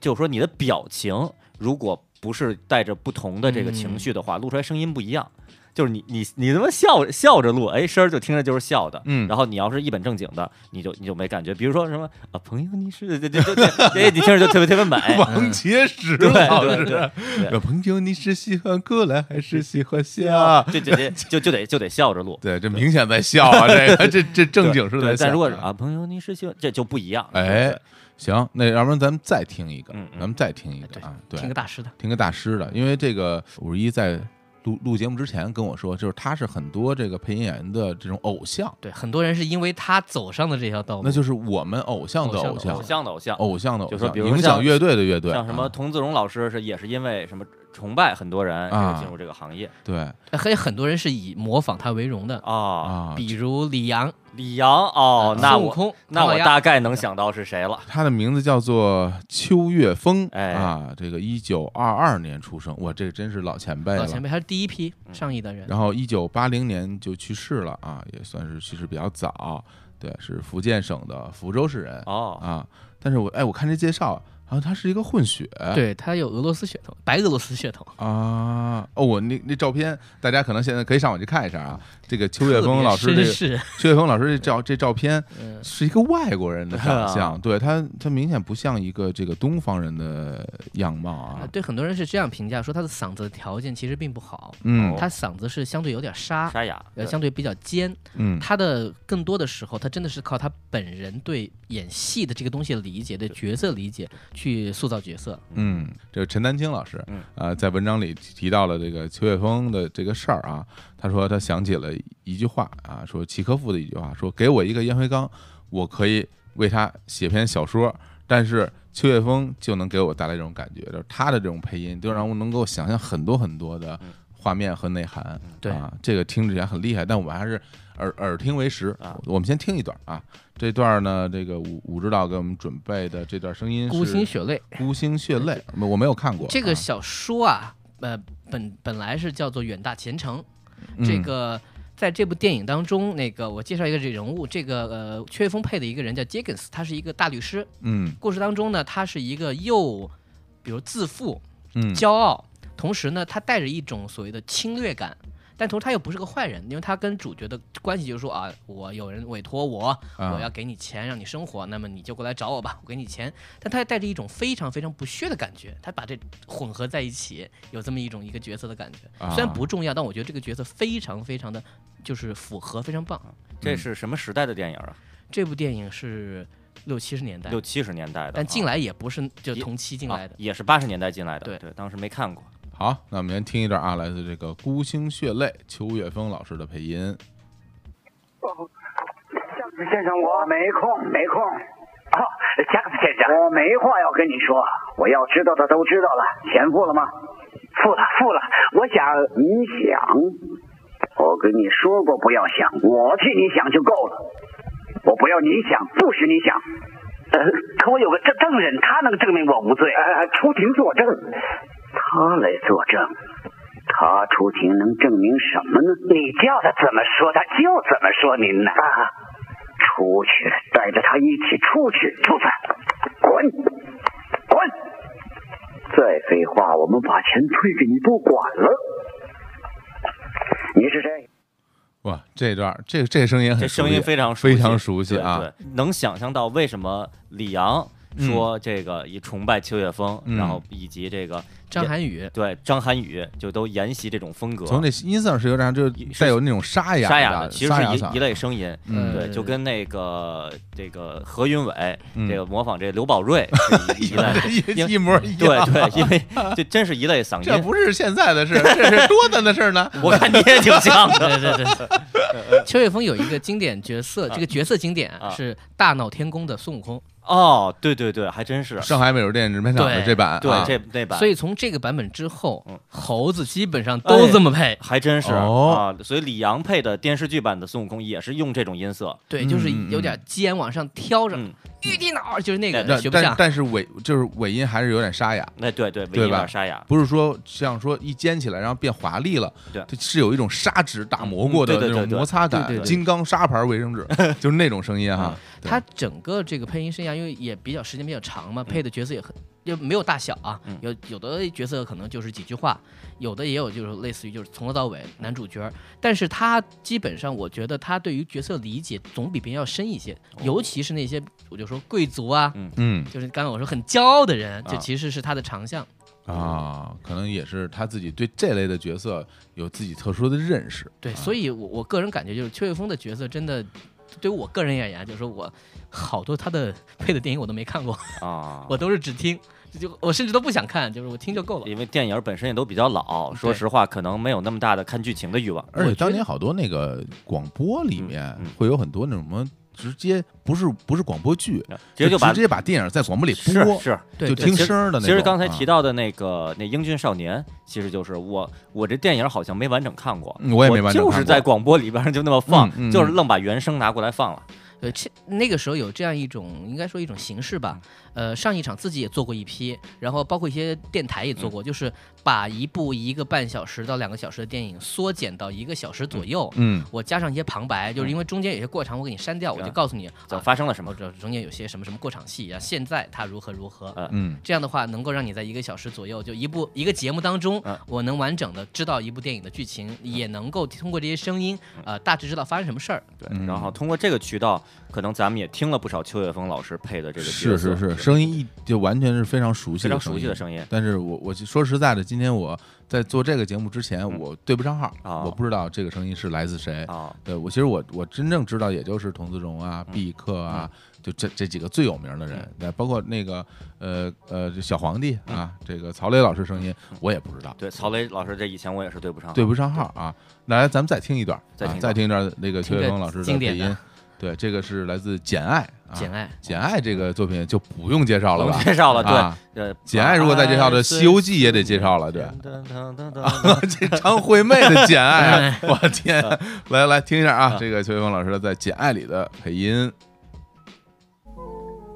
[SPEAKER 2] 就是说你的表情，如果不是带着不同的这个情绪的话，录出来声音不一样。就是你你你他妈笑笑着录，哎，声儿就听着就是笑的，
[SPEAKER 1] 嗯
[SPEAKER 2] 然后你要是一本正经的，你就你就没感觉。比如说什么啊，朋友你是，对对对对，哎，你听着就特别特别美，
[SPEAKER 1] 王杰石
[SPEAKER 2] 对
[SPEAKER 1] 老
[SPEAKER 2] 对
[SPEAKER 1] 师，
[SPEAKER 2] 对对
[SPEAKER 1] 朋友，你是喜欢过来还是喜欢下？
[SPEAKER 2] 对， 就得就就得就得笑着录，
[SPEAKER 1] 对，这明显在笑啊，这个这这正经是
[SPEAKER 2] 对
[SPEAKER 1] 在
[SPEAKER 2] 对
[SPEAKER 1] 笑。
[SPEAKER 2] 但如果是啊，朋友，你是喜欢这就不一样。
[SPEAKER 1] 哎
[SPEAKER 2] 对，
[SPEAKER 1] 行，那要不然咱们再听一个，
[SPEAKER 2] 嗯嗯
[SPEAKER 1] 咱们再听一个啊，对，
[SPEAKER 3] 听个大师的，
[SPEAKER 1] 听个大师的，因为这个五十一在录录节目之前跟我说，就是他是很多这个配音演员的这种偶像，
[SPEAKER 3] 对，很多人是因为他走上的这条道路
[SPEAKER 1] 那，就是我们偶像的
[SPEAKER 3] 偶像的
[SPEAKER 1] 偶像，
[SPEAKER 2] 哦偶像的
[SPEAKER 1] 偶像的
[SPEAKER 2] 偶像，就
[SPEAKER 1] 偶
[SPEAKER 2] 说
[SPEAKER 1] 像，
[SPEAKER 2] 比如
[SPEAKER 1] 影响
[SPEAKER 2] 像
[SPEAKER 1] 乐队的乐队，
[SPEAKER 2] 像什么
[SPEAKER 1] 哦啊
[SPEAKER 2] 童自荣老师是也是因为什么崇拜很多人这
[SPEAKER 1] 啊
[SPEAKER 2] 个进入这个行业
[SPEAKER 1] 对
[SPEAKER 3] 呃还有很多人是以模仿他为荣的，
[SPEAKER 2] 啊。
[SPEAKER 1] 啊，哎
[SPEAKER 3] 比如李阳、呃
[SPEAKER 2] 李阳哦，那
[SPEAKER 3] 孙悟
[SPEAKER 2] 我
[SPEAKER 3] 空、
[SPEAKER 2] 那
[SPEAKER 3] 唐
[SPEAKER 2] 我
[SPEAKER 3] 老鸭
[SPEAKER 2] 大概能想到是谁了。
[SPEAKER 1] 他的名字叫做秋月峰，
[SPEAKER 2] 哎
[SPEAKER 1] 啊，这个一九二二年出生，哇，这真是老前辈了。
[SPEAKER 3] 老前辈，他是第一批上亿的人，
[SPEAKER 1] 然后一九八零年就去世了啊，也算是去世比较早。对，是福建省的福州市人
[SPEAKER 2] 哦，
[SPEAKER 1] 啊。但是我哎，我看这介绍，好像他是一个混血。
[SPEAKER 3] 对他有俄罗斯血统，白俄罗斯血统，
[SPEAKER 1] 啊，哦，我那那照片，大家可能现在可以上网去看一下啊。这个秋月
[SPEAKER 3] 特
[SPEAKER 1] 峰
[SPEAKER 3] 别
[SPEAKER 1] 老师，这
[SPEAKER 3] 绅
[SPEAKER 1] 个
[SPEAKER 3] 士，
[SPEAKER 1] 秋月峰老师这照这照片
[SPEAKER 3] 嗯，
[SPEAKER 1] 是一个外国人的长
[SPEAKER 2] 啊
[SPEAKER 1] 相，对他他明显不像一个这个东方人的样貌啊
[SPEAKER 3] 啊。对很多人是这样评价说他的嗓子条件其实并不好，
[SPEAKER 1] 嗯
[SPEAKER 3] 他嗓子是相对有点
[SPEAKER 1] 啊
[SPEAKER 3] 沙，
[SPEAKER 2] 沙哑，
[SPEAKER 3] 呃，相对比较尖，
[SPEAKER 1] 嗯
[SPEAKER 3] 他的更多的时候，他真的是靠他本人对演戏的这个东西的理解、对角色理解去塑造角色。
[SPEAKER 1] 嗯，这个陈丹青老师
[SPEAKER 2] 嗯，
[SPEAKER 1] 呃，在文章里提到了这个秋月峰的这个事儿啊，他说他想起了一句话啊，说契诃夫的一句话，说给我一个烟灰缸，我可以为他写篇小说，但是秋月峰就能给我带来这种感觉，就是他的这种配音，就让我能够想象很多很多的画面和内涵。
[SPEAKER 3] 对
[SPEAKER 1] 啊，这个听起来很厉害，但我们还是耳耳听为实
[SPEAKER 2] 啊
[SPEAKER 1] 我们先听一段啊，这段呢，这个武武指导给我们准备的这段声音是
[SPEAKER 3] 孤星血泪
[SPEAKER 1] 孤星血泪， 我没有看过
[SPEAKER 3] 这
[SPEAKER 1] 啊
[SPEAKER 3] 个小说啊，呃，本本来是叫做《远大前程》，这
[SPEAKER 1] 嗯
[SPEAKER 3] 个。在这部电影当中，那个我介绍一个这人物，这个呃，缺峰配的一个人叫杰根斯，他是一个大律师。
[SPEAKER 1] 嗯
[SPEAKER 3] 故事当中呢，他是一个又，比如自负，
[SPEAKER 1] 嗯
[SPEAKER 3] 骄傲，同时呢，他带着一种所谓的侵略感，但同时他又不是个坏人，因为他跟主角的关系就是说啊，我有人委托我，
[SPEAKER 1] 啊
[SPEAKER 3] 我要给你钱让你生活，那么你就过来找我吧，我给你钱。但他也带着一种非常非常不屑的感觉，他把这混合在一起，有这么一种一个角色的感觉。
[SPEAKER 1] 啊
[SPEAKER 3] 虽然不重要，但我觉得这个角色非常非常的就是符合，非常棒。
[SPEAKER 1] 嗯
[SPEAKER 2] 这是什么时代的电影啊？
[SPEAKER 3] 这部电影是六七十年代，
[SPEAKER 2] 六七十年代的，
[SPEAKER 3] 但进
[SPEAKER 2] 啊
[SPEAKER 3] 来也不是就同期进来的
[SPEAKER 2] 啊。也是八十年代进来的。
[SPEAKER 3] 对
[SPEAKER 2] 对，当时没看过。
[SPEAKER 1] 好，那我们先听一段啊，来自这个《孤星血泪》邱岳峰老师的配音。
[SPEAKER 10] 先生，我没空，没空。哦，贾克斯先生，我没话要跟你说，我要知道的都知道了，钱付了吗？付了，付了。我想，你想，我跟你说过不要想，我替你想就够了。我不要你想，不许你想。呃，可我有个证证人，他能证明我无罪。呃，出庭作证，他来作证。他出庭能证明什么呢？你叫他怎么说，他就怎么说您呢？啊，出去，带着他一起出去，畜生，滚，滚！再废话，我们把钱退给你不管了。你是谁？
[SPEAKER 1] 哇，这段这这声音很
[SPEAKER 2] 这
[SPEAKER 1] 熟悉
[SPEAKER 2] 声音非常熟悉
[SPEAKER 1] 非常熟悉啊
[SPEAKER 2] 对对能想象到为什么李阳说这个以崇拜秋月峰，
[SPEAKER 1] 嗯
[SPEAKER 2] 然后以及这个
[SPEAKER 3] 张涵予，
[SPEAKER 2] 对张涵予就都沿袭这种风格，
[SPEAKER 1] 从这音色上是有点就是带有那种沙哑
[SPEAKER 2] 沙
[SPEAKER 1] 哑
[SPEAKER 2] 的其实
[SPEAKER 1] 沙
[SPEAKER 2] 是
[SPEAKER 1] 哑
[SPEAKER 2] 一
[SPEAKER 1] 嗓
[SPEAKER 2] 一类声音，
[SPEAKER 1] 嗯
[SPEAKER 2] 对，就跟那个这个何云伟
[SPEAKER 1] 嗯
[SPEAKER 2] 这个模仿这刘宝瑞 是一一类，因
[SPEAKER 1] 一
[SPEAKER 2] 为
[SPEAKER 1] 一模一
[SPEAKER 2] 对
[SPEAKER 1] 样。
[SPEAKER 2] 对，因为这真是一类 嗓
[SPEAKER 1] 这
[SPEAKER 2] 音。
[SPEAKER 1] 不是现在的事，这 是多难的事儿呢。
[SPEAKER 2] 我看你也挺像的，
[SPEAKER 3] 对对对，邱岳峰有一个经典角色，这个角色经典啊
[SPEAKER 2] 啊
[SPEAKER 3] 是《大闹天宫》的孙悟空。
[SPEAKER 2] 哦，对对对，还真是
[SPEAKER 1] 上海美术电影制片厂的
[SPEAKER 3] 对
[SPEAKER 1] 这版嗯哎啊，
[SPEAKER 2] 对这那版，
[SPEAKER 3] 所以从这个版本之后，猴子基本上都这么配。
[SPEAKER 1] 嗯
[SPEAKER 2] 还真是、
[SPEAKER 1] 哦
[SPEAKER 2] 啊。所以李阳配的电视剧版的孙悟空也是用这种音色，
[SPEAKER 3] 对，就是
[SPEAKER 1] 嗯嗯嗯哎
[SPEAKER 3] 有点肩往上挑着
[SPEAKER 2] 嗯，
[SPEAKER 3] 玉帝脑儿就是那个
[SPEAKER 1] 但
[SPEAKER 3] 学不
[SPEAKER 1] 但
[SPEAKER 3] 像。
[SPEAKER 1] 但是尾就是尾音还是有点沙哑，
[SPEAKER 2] 那对对，尾音
[SPEAKER 1] 对
[SPEAKER 2] 有
[SPEAKER 1] 吧
[SPEAKER 2] 点沙哑。
[SPEAKER 1] 不是说像说一尖起来然后变华丽了，
[SPEAKER 2] 啊对
[SPEAKER 1] 它是有一种砂纸打磨过的
[SPEAKER 2] 嗯对对
[SPEAKER 1] 那种
[SPEAKER 2] 对对嗯
[SPEAKER 1] 摩擦感，
[SPEAKER 3] 对对对
[SPEAKER 1] 金刚砂牌卫 生纸就是那种声音哈。对
[SPEAKER 3] 他整个这个配音生涯，因为也比较时间比较长
[SPEAKER 1] 嗯
[SPEAKER 3] 嘛，配的角色也很也没有大小啊
[SPEAKER 2] 嗯，
[SPEAKER 3] 有有的角色可能就是几句话，有的也有就是类似于就是从头到尾男主角儿，但是他基本上我觉得他对于角色理解总比别人要深一些，
[SPEAKER 1] 哦
[SPEAKER 3] 尤其是那些我就说贵族啊，
[SPEAKER 1] 嗯
[SPEAKER 3] 就是刚刚我说很骄傲的人，
[SPEAKER 2] 啊
[SPEAKER 3] 这其实是他的长项。
[SPEAKER 1] 啊，可能也是他自己对这类的角色有自己特殊的认识。
[SPEAKER 3] 对，所以我我个人感觉就是邱岳峰的角色真的，对于我个人而言，就是说我好多他的配的电影我都没看过，
[SPEAKER 2] 啊，
[SPEAKER 3] 我都是只听，就我甚至都不想看，就是我听就够了。
[SPEAKER 2] 因为电影本身也都比较老，说
[SPEAKER 3] 对
[SPEAKER 2] 实话，可能没有那么大的看剧情的欲望。
[SPEAKER 1] 而且
[SPEAKER 3] 我觉
[SPEAKER 1] 当
[SPEAKER 3] 得
[SPEAKER 1] 年好多那个广播里面
[SPEAKER 2] 嗯嗯
[SPEAKER 1] 会有很多那种什么直接不是不是广播剧，
[SPEAKER 2] 直接就把
[SPEAKER 1] 直接把电影在广播里
[SPEAKER 2] 是
[SPEAKER 1] 播，
[SPEAKER 2] 是，
[SPEAKER 3] 对
[SPEAKER 1] 就
[SPEAKER 3] 对
[SPEAKER 1] 听声儿的那种。
[SPEAKER 2] 其实刚才
[SPEAKER 1] 啊
[SPEAKER 2] 提到的那个那《英俊少年》，其实就是我我这电影好像没完整看过，
[SPEAKER 1] 嗯我也没完整看过
[SPEAKER 2] 就是在广播里边就那么放，
[SPEAKER 1] 嗯嗯
[SPEAKER 2] 就是愣把原声拿过来放了。
[SPEAKER 3] 对，这那个时候有这样一种，应该说一种形式吧。呃，上一场自己也做过一批，然后包括一些电台也做过，就是把一部一个半小时到两个小时的电影缩减到一个小时左右。
[SPEAKER 1] 嗯
[SPEAKER 3] 我加上一些旁白，就是因为中间有些过场我给你删掉，我就
[SPEAKER 2] 嗯
[SPEAKER 3] 告诉你
[SPEAKER 2] 怎么
[SPEAKER 3] 啊，
[SPEAKER 2] 发生了什
[SPEAKER 3] 我
[SPEAKER 1] 嗯
[SPEAKER 2] 么？
[SPEAKER 3] 这中间有些什么什么过场戏啊，现在他如何如何。
[SPEAKER 2] 嗯
[SPEAKER 1] 嗯
[SPEAKER 3] 这样的话，能够让你在一个小时左右，就一部一个节目当中
[SPEAKER 2] 嗯，
[SPEAKER 3] 我能完整的知道一部电影的剧情，也能够通过这些声音，呃，大致知道发生什么事儿。
[SPEAKER 2] 对，
[SPEAKER 1] 嗯
[SPEAKER 2] 然后通过这个渠道，可能咱们也听了不少邱岳峰老师配的这个角
[SPEAKER 1] 是
[SPEAKER 2] 色，
[SPEAKER 1] 是是，声音一就完全是非常熟悉
[SPEAKER 2] 非
[SPEAKER 1] 的
[SPEAKER 2] 常熟悉的声音
[SPEAKER 1] 但是我我说实在的，今天我在做这个节目之前，我对不上号，
[SPEAKER 2] 嗯哦
[SPEAKER 1] 我不知道这个声音是来自谁。
[SPEAKER 2] 啊。
[SPEAKER 1] 对我其实我我真正知道也就是童自荣啊、
[SPEAKER 2] 嗯
[SPEAKER 1] 毕克啊，就这这几个最有名的人，那包括那个呃呃这小皇帝啊，这个曹磊老师声音我也不知道，
[SPEAKER 2] 嗯对，曹磊老师这以前我也是对不上，
[SPEAKER 1] 对不上号啊。来，咱们再听一段，
[SPEAKER 2] 再
[SPEAKER 1] 啊
[SPEAKER 2] 听一段
[SPEAKER 1] 再听一段那个邱岳峰老师
[SPEAKER 3] 经
[SPEAKER 1] 配
[SPEAKER 3] 典的
[SPEAKER 1] 音。对，这个是来自《简爱》啊，《
[SPEAKER 3] 简爱
[SPEAKER 1] 简爱》这个作品就不用介绍了
[SPEAKER 2] 不
[SPEAKER 1] 吧？
[SPEAKER 2] 用介绍了，对啊
[SPEAKER 1] 啊
[SPEAKER 2] 呃，
[SPEAKER 1] 简爱如果再介绍这
[SPEAKER 2] 爱
[SPEAKER 1] 西游记也得介绍了对
[SPEAKER 2] 噔噔噔噔噔
[SPEAKER 1] 啊， 这张惠妹的《简爱》
[SPEAKER 2] 嗯
[SPEAKER 1] 啊，我天！ 来来听一下啊，这个邱云峰老师在《简爱》里的配音，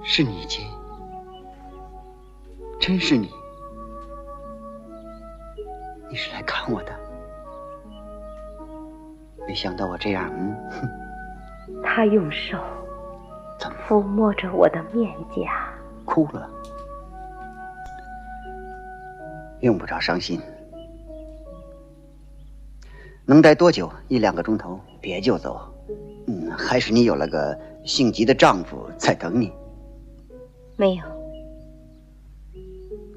[SPEAKER 11] 是你接，真是你，你是来看我的。没想到我这样，嗯，
[SPEAKER 12] 他用手抚摸着我的面颊，
[SPEAKER 11] 哭了，用不着伤心。能待多久？一两个钟头，别就走。嗯，还是你有了个性急的丈夫在等你，
[SPEAKER 12] 没有，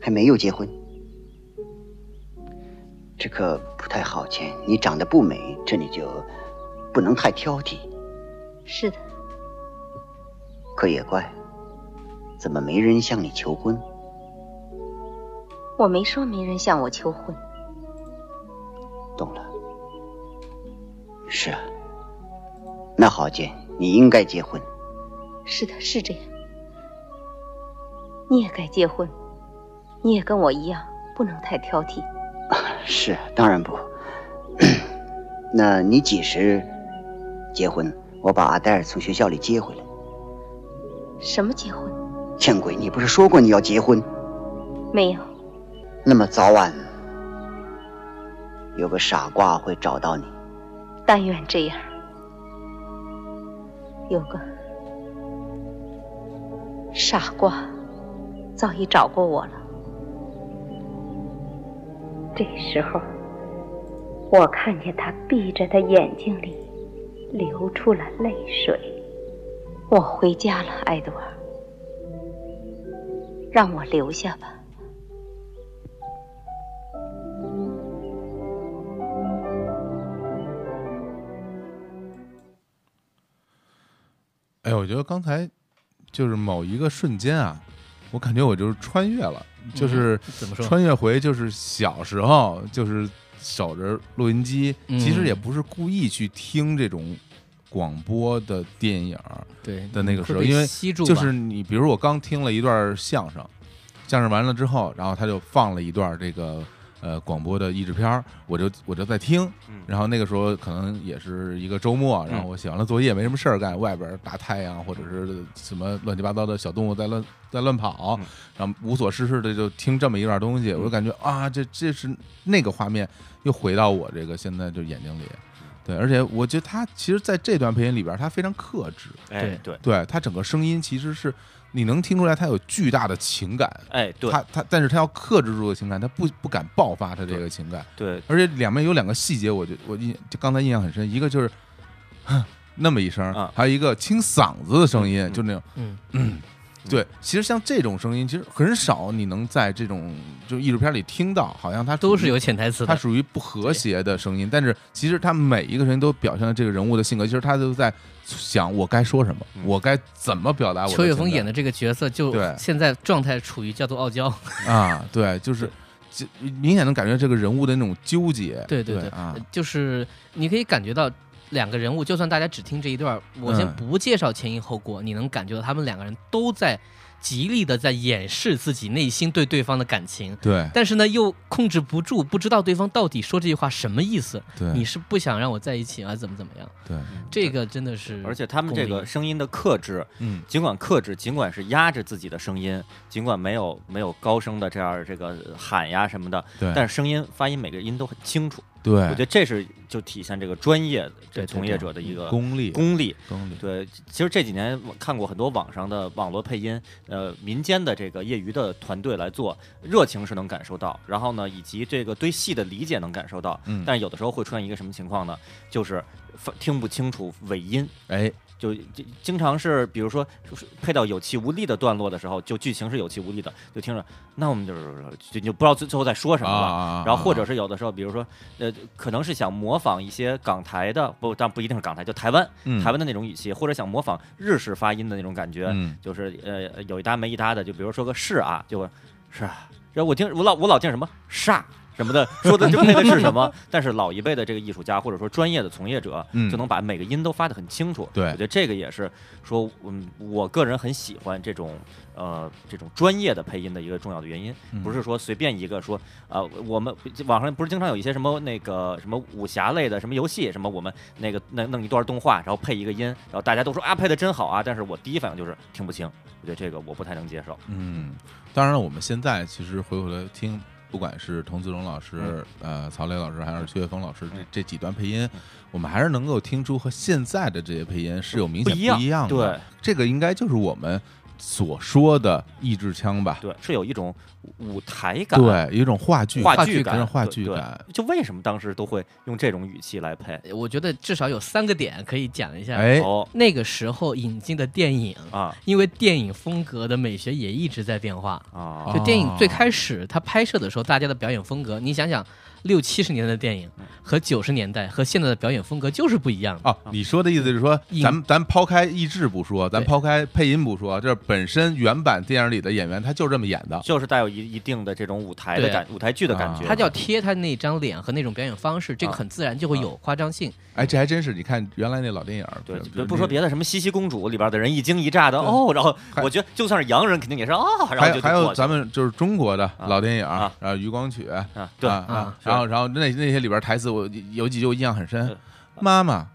[SPEAKER 11] 还没有结婚。这可不太好，钱。你长得不美，这你就不能太挑剔。
[SPEAKER 12] 是的，
[SPEAKER 11] 可也怪，怎么没人向你求婚？
[SPEAKER 12] 我没说没人向我求婚，
[SPEAKER 11] 懂了。是啊，那好，姐，你应该结婚。
[SPEAKER 12] 是的，是这样。你也该结婚，你也跟我一样，不能太挑剔。
[SPEAKER 11] 是啊，当然不。 那你几时结婚？我把阿黛尔从学校里接回来。
[SPEAKER 12] 什么结婚？
[SPEAKER 11] 见鬼，你不是说过你要结婚？
[SPEAKER 12] 没有，
[SPEAKER 11] 那么早晚有个傻瓜会找到你。
[SPEAKER 12] 但愿这样。有个傻瓜早已找过我了，这时候我看见他闭着的眼睛里流出了泪水。我回家了，埃德尔，让我留下吧。
[SPEAKER 1] 哎，我觉得刚才就是某一个瞬间啊，我感觉我就是穿越了，就是
[SPEAKER 2] 嗯
[SPEAKER 3] 怎么说？
[SPEAKER 1] 穿越回就是小时候，就是守着录音机，
[SPEAKER 3] 嗯
[SPEAKER 1] 其实也不是故意去听这种广播的电影
[SPEAKER 3] 对
[SPEAKER 1] 的那个时候，
[SPEAKER 3] 会被
[SPEAKER 1] 因为
[SPEAKER 3] 吸住吧
[SPEAKER 1] 就是你，比如我刚听了一段相声，相声完了之后，然后他就放了一段这个呃广播的译制片儿，我就我就在听，然后那个时候可能也是一个周末，然后我写完了作业没什么事儿干，外边大太阳或者是什么乱七八糟的小动物在乱在乱跑，然后无所事事的就听这么一段东西，我就感觉啊，这这是那个画面又回到我这个现在就眼睛里。对，而且我觉得他其实在这段配音里边儿，他非常克制，
[SPEAKER 2] 哎对
[SPEAKER 1] 对他整个声音其实是你能听出来他有巨大的情感，
[SPEAKER 2] 哎对
[SPEAKER 1] 他他但是他要克制住的情感，他不不敢爆发他这个情感，
[SPEAKER 2] 对，
[SPEAKER 1] 而且两面有两个细节，我就我印就刚才印象很深，一个就是哼那么一声儿，还有一个清嗓子的声音，就那种
[SPEAKER 3] 啊嗯
[SPEAKER 1] 嗯。 对，其实像这种声音，其实很少你能在这种就艺术片里听到，好像它
[SPEAKER 3] 都
[SPEAKER 1] 属
[SPEAKER 3] 是
[SPEAKER 1] 于
[SPEAKER 3] 有潜台词的
[SPEAKER 1] 它属于不和谐的声音。但是其实他每一个声音都表现了这个人物的性格，其实他都在想我该说什么，
[SPEAKER 2] 嗯
[SPEAKER 1] 我该怎么表达啊我的情
[SPEAKER 3] 邱
[SPEAKER 1] 感。
[SPEAKER 3] 雪峰演的这个角色就
[SPEAKER 1] 对
[SPEAKER 3] 现在状态处于叫做傲娇，
[SPEAKER 1] 啊，对，就是就明显能感觉这个人物的那种纠结。
[SPEAKER 3] 对
[SPEAKER 1] 对
[SPEAKER 3] 对对
[SPEAKER 1] 啊，
[SPEAKER 3] 就是你可以感觉到两个人物，就算大家只听这一段儿，我先
[SPEAKER 1] 嗯
[SPEAKER 3] 不介绍前因后果，你能感觉到他们两个人都在极力的在掩饰自己内心对对方的感情。
[SPEAKER 1] 对
[SPEAKER 3] 但是呢，又控制不住，不知道对方到底说这句话什么意思。
[SPEAKER 2] 对
[SPEAKER 3] 你是不想让我在一起啊？怎么怎么样？
[SPEAKER 2] 嗯
[SPEAKER 1] 对，
[SPEAKER 3] 这个真的是，
[SPEAKER 2] 而且他们这个声音的克制，
[SPEAKER 1] 嗯，
[SPEAKER 2] 尽管克制，尽管是压着自己的声音，尽管没有没有高声的这样这个喊呀什么的，
[SPEAKER 1] 对
[SPEAKER 2] 但是声音发音每个音都很清楚。
[SPEAKER 1] 对
[SPEAKER 2] 我觉得这是就体现这个专业
[SPEAKER 1] 对对
[SPEAKER 2] 这
[SPEAKER 1] 嗯
[SPEAKER 2] 从业者的一个
[SPEAKER 1] 对功力
[SPEAKER 2] 功力，
[SPEAKER 1] 功力
[SPEAKER 2] 对，其实这几年我看过很多网上的网络配音，呃，民间的这个业余的团队来做，热情是能感受到，然后呢，以及这个对戏的理解能感受到，
[SPEAKER 1] 嗯
[SPEAKER 2] 但是有的时候会出现一个什么情况呢？就是发听不清楚尾音，
[SPEAKER 1] 哎。
[SPEAKER 2] 就就经常是，比如说就是配到有气无力的段落的时候，就剧情是有气无力的，就听着，那我们就是就就不知道最最后在说什么了。
[SPEAKER 1] 啊啊啊啊
[SPEAKER 2] 然后或者是有的时候，比如说，呃，可能是想模仿一些港台的，不，但不一定是港台，就台湾、
[SPEAKER 1] 嗯
[SPEAKER 2] 台湾的那种语气，或者想模仿日式发音的那种感觉，
[SPEAKER 1] 嗯
[SPEAKER 2] 就是呃有一搭没一搭的，就比如说个是啊，就会是啊，然后我听我老我老听什么煞。什么的，说的就配的是 什么？但是老一辈的这个艺术家或者说专业的从业者，
[SPEAKER 1] 嗯
[SPEAKER 2] 就能把每个音都发得很清楚。
[SPEAKER 1] 对
[SPEAKER 2] 我觉得这个也是说，嗯，我个人很喜欢这种呃这种专业的配音的一个重要的原因，
[SPEAKER 1] 嗯
[SPEAKER 2] 不是说随便一个说啊、我们网上不是经常有一些什么那个什么武侠类的什么游戏，什么我们那个弄弄一段动画，然后配一个音，然后大家都说啊配的真好啊，但是我第一反应就是听不清，我觉得这个我不太能接受。
[SPEAKER 1] 嗯，当然了，我们现在其实回过来听，不管是童自荣老师、
[SPEAKER 2] 嗯
[SPEAKER 1] 呃曹磊老师，还是薛岳峰老师这这几段配音，我们还是能够听出和现在的这些配音是有明显
[SPEAKER 2] 不
[SPEAKER 1] 不
[SPEAKER 2] 一样
[SPEAKER 1] 一样的。
[SPEAKER 2] 对，
[SPEAKER 1] 这个应该就是我们所说的意志腔吧？
[SPEAKER 2] 对，是有一种舞台感，
[SPEAKER 1] 对，有一种话剧
[SPEAKER 2] 话剧
[SPEAKER 1] 真是
[SPEAKER 2] 感，
[SPEAKER 1] 话
[SPEAKER 2] 对
[SPEAKER 1] 剧
[SPEAKER 2] 对
[SPEAKER 1] 感。
[SPEAKER 2] 就为什么当时都会用这种语气来配？
[SPEAKER 3] 我觉得至少有三个点可以讲一下。
[SPEAKER 2] 哎哦
[SPEAKER 3] 那个时候引进的电影
[SPEAKER 2] 啊，
[SPEAKER 3] 因为电影风格的美学也一直在变化
[SPEAKER 1] 哦
[SPEAKER 2] 啊
[SPEAKER 3] 就电影最开始它拍摄的时候，大家的表演风格，你想想，六七十年代的电
[SPEAKER 2] 嗯
[SPEAKER 3] 影和九十年代和现在的表演风格就是不一样的。
[SPEAKER 1] 哦，你说的意思是说，
[SPEAKER 2] 嗯
[SPEAKER 1] 咱们咱抛开意志不说，咱抛开配音不说，就是本身原版电影里的演员他就这么演的，
[SPEAKER 2] 就是带有一一定的这种舞台的
[SPEAKER 1] 对啊
[SPEAKER 2] 感，舞台剧的感觉。
[SPEAKER 3] 他就要贴他那张脸和那种表演方式，这个
[SPEAKER 2] 啊
[SPEAKER 3] 很自然就会有夸张性。
[SPEAKER 1] 哎，这还真是，你看原来那老电影，对，
[SPEAKER 2] 对不说别的，什么《西西公主》里边的人一惊一乍的哦，然后我觉得就算是洋人肯定也是哦，然
[SPEAKER 1] 还
[SPEAKER 2] 后就
[SPEAKER 1] 有还
[SPEAKER 2] 就
[SPEAKER 1] 有
[SPEAKER 2] 过去
[SPEAKER 1] 咱们就是中国的老电影啊，然后《渔光曲》啊，
[SPEAKER 2] 对
[SPEAKER 1] 啊
[SPEAKER 2] 啊，
[SPEAKER 1] 然后然后那那些里边台词我有几句我印象很深，妈妈。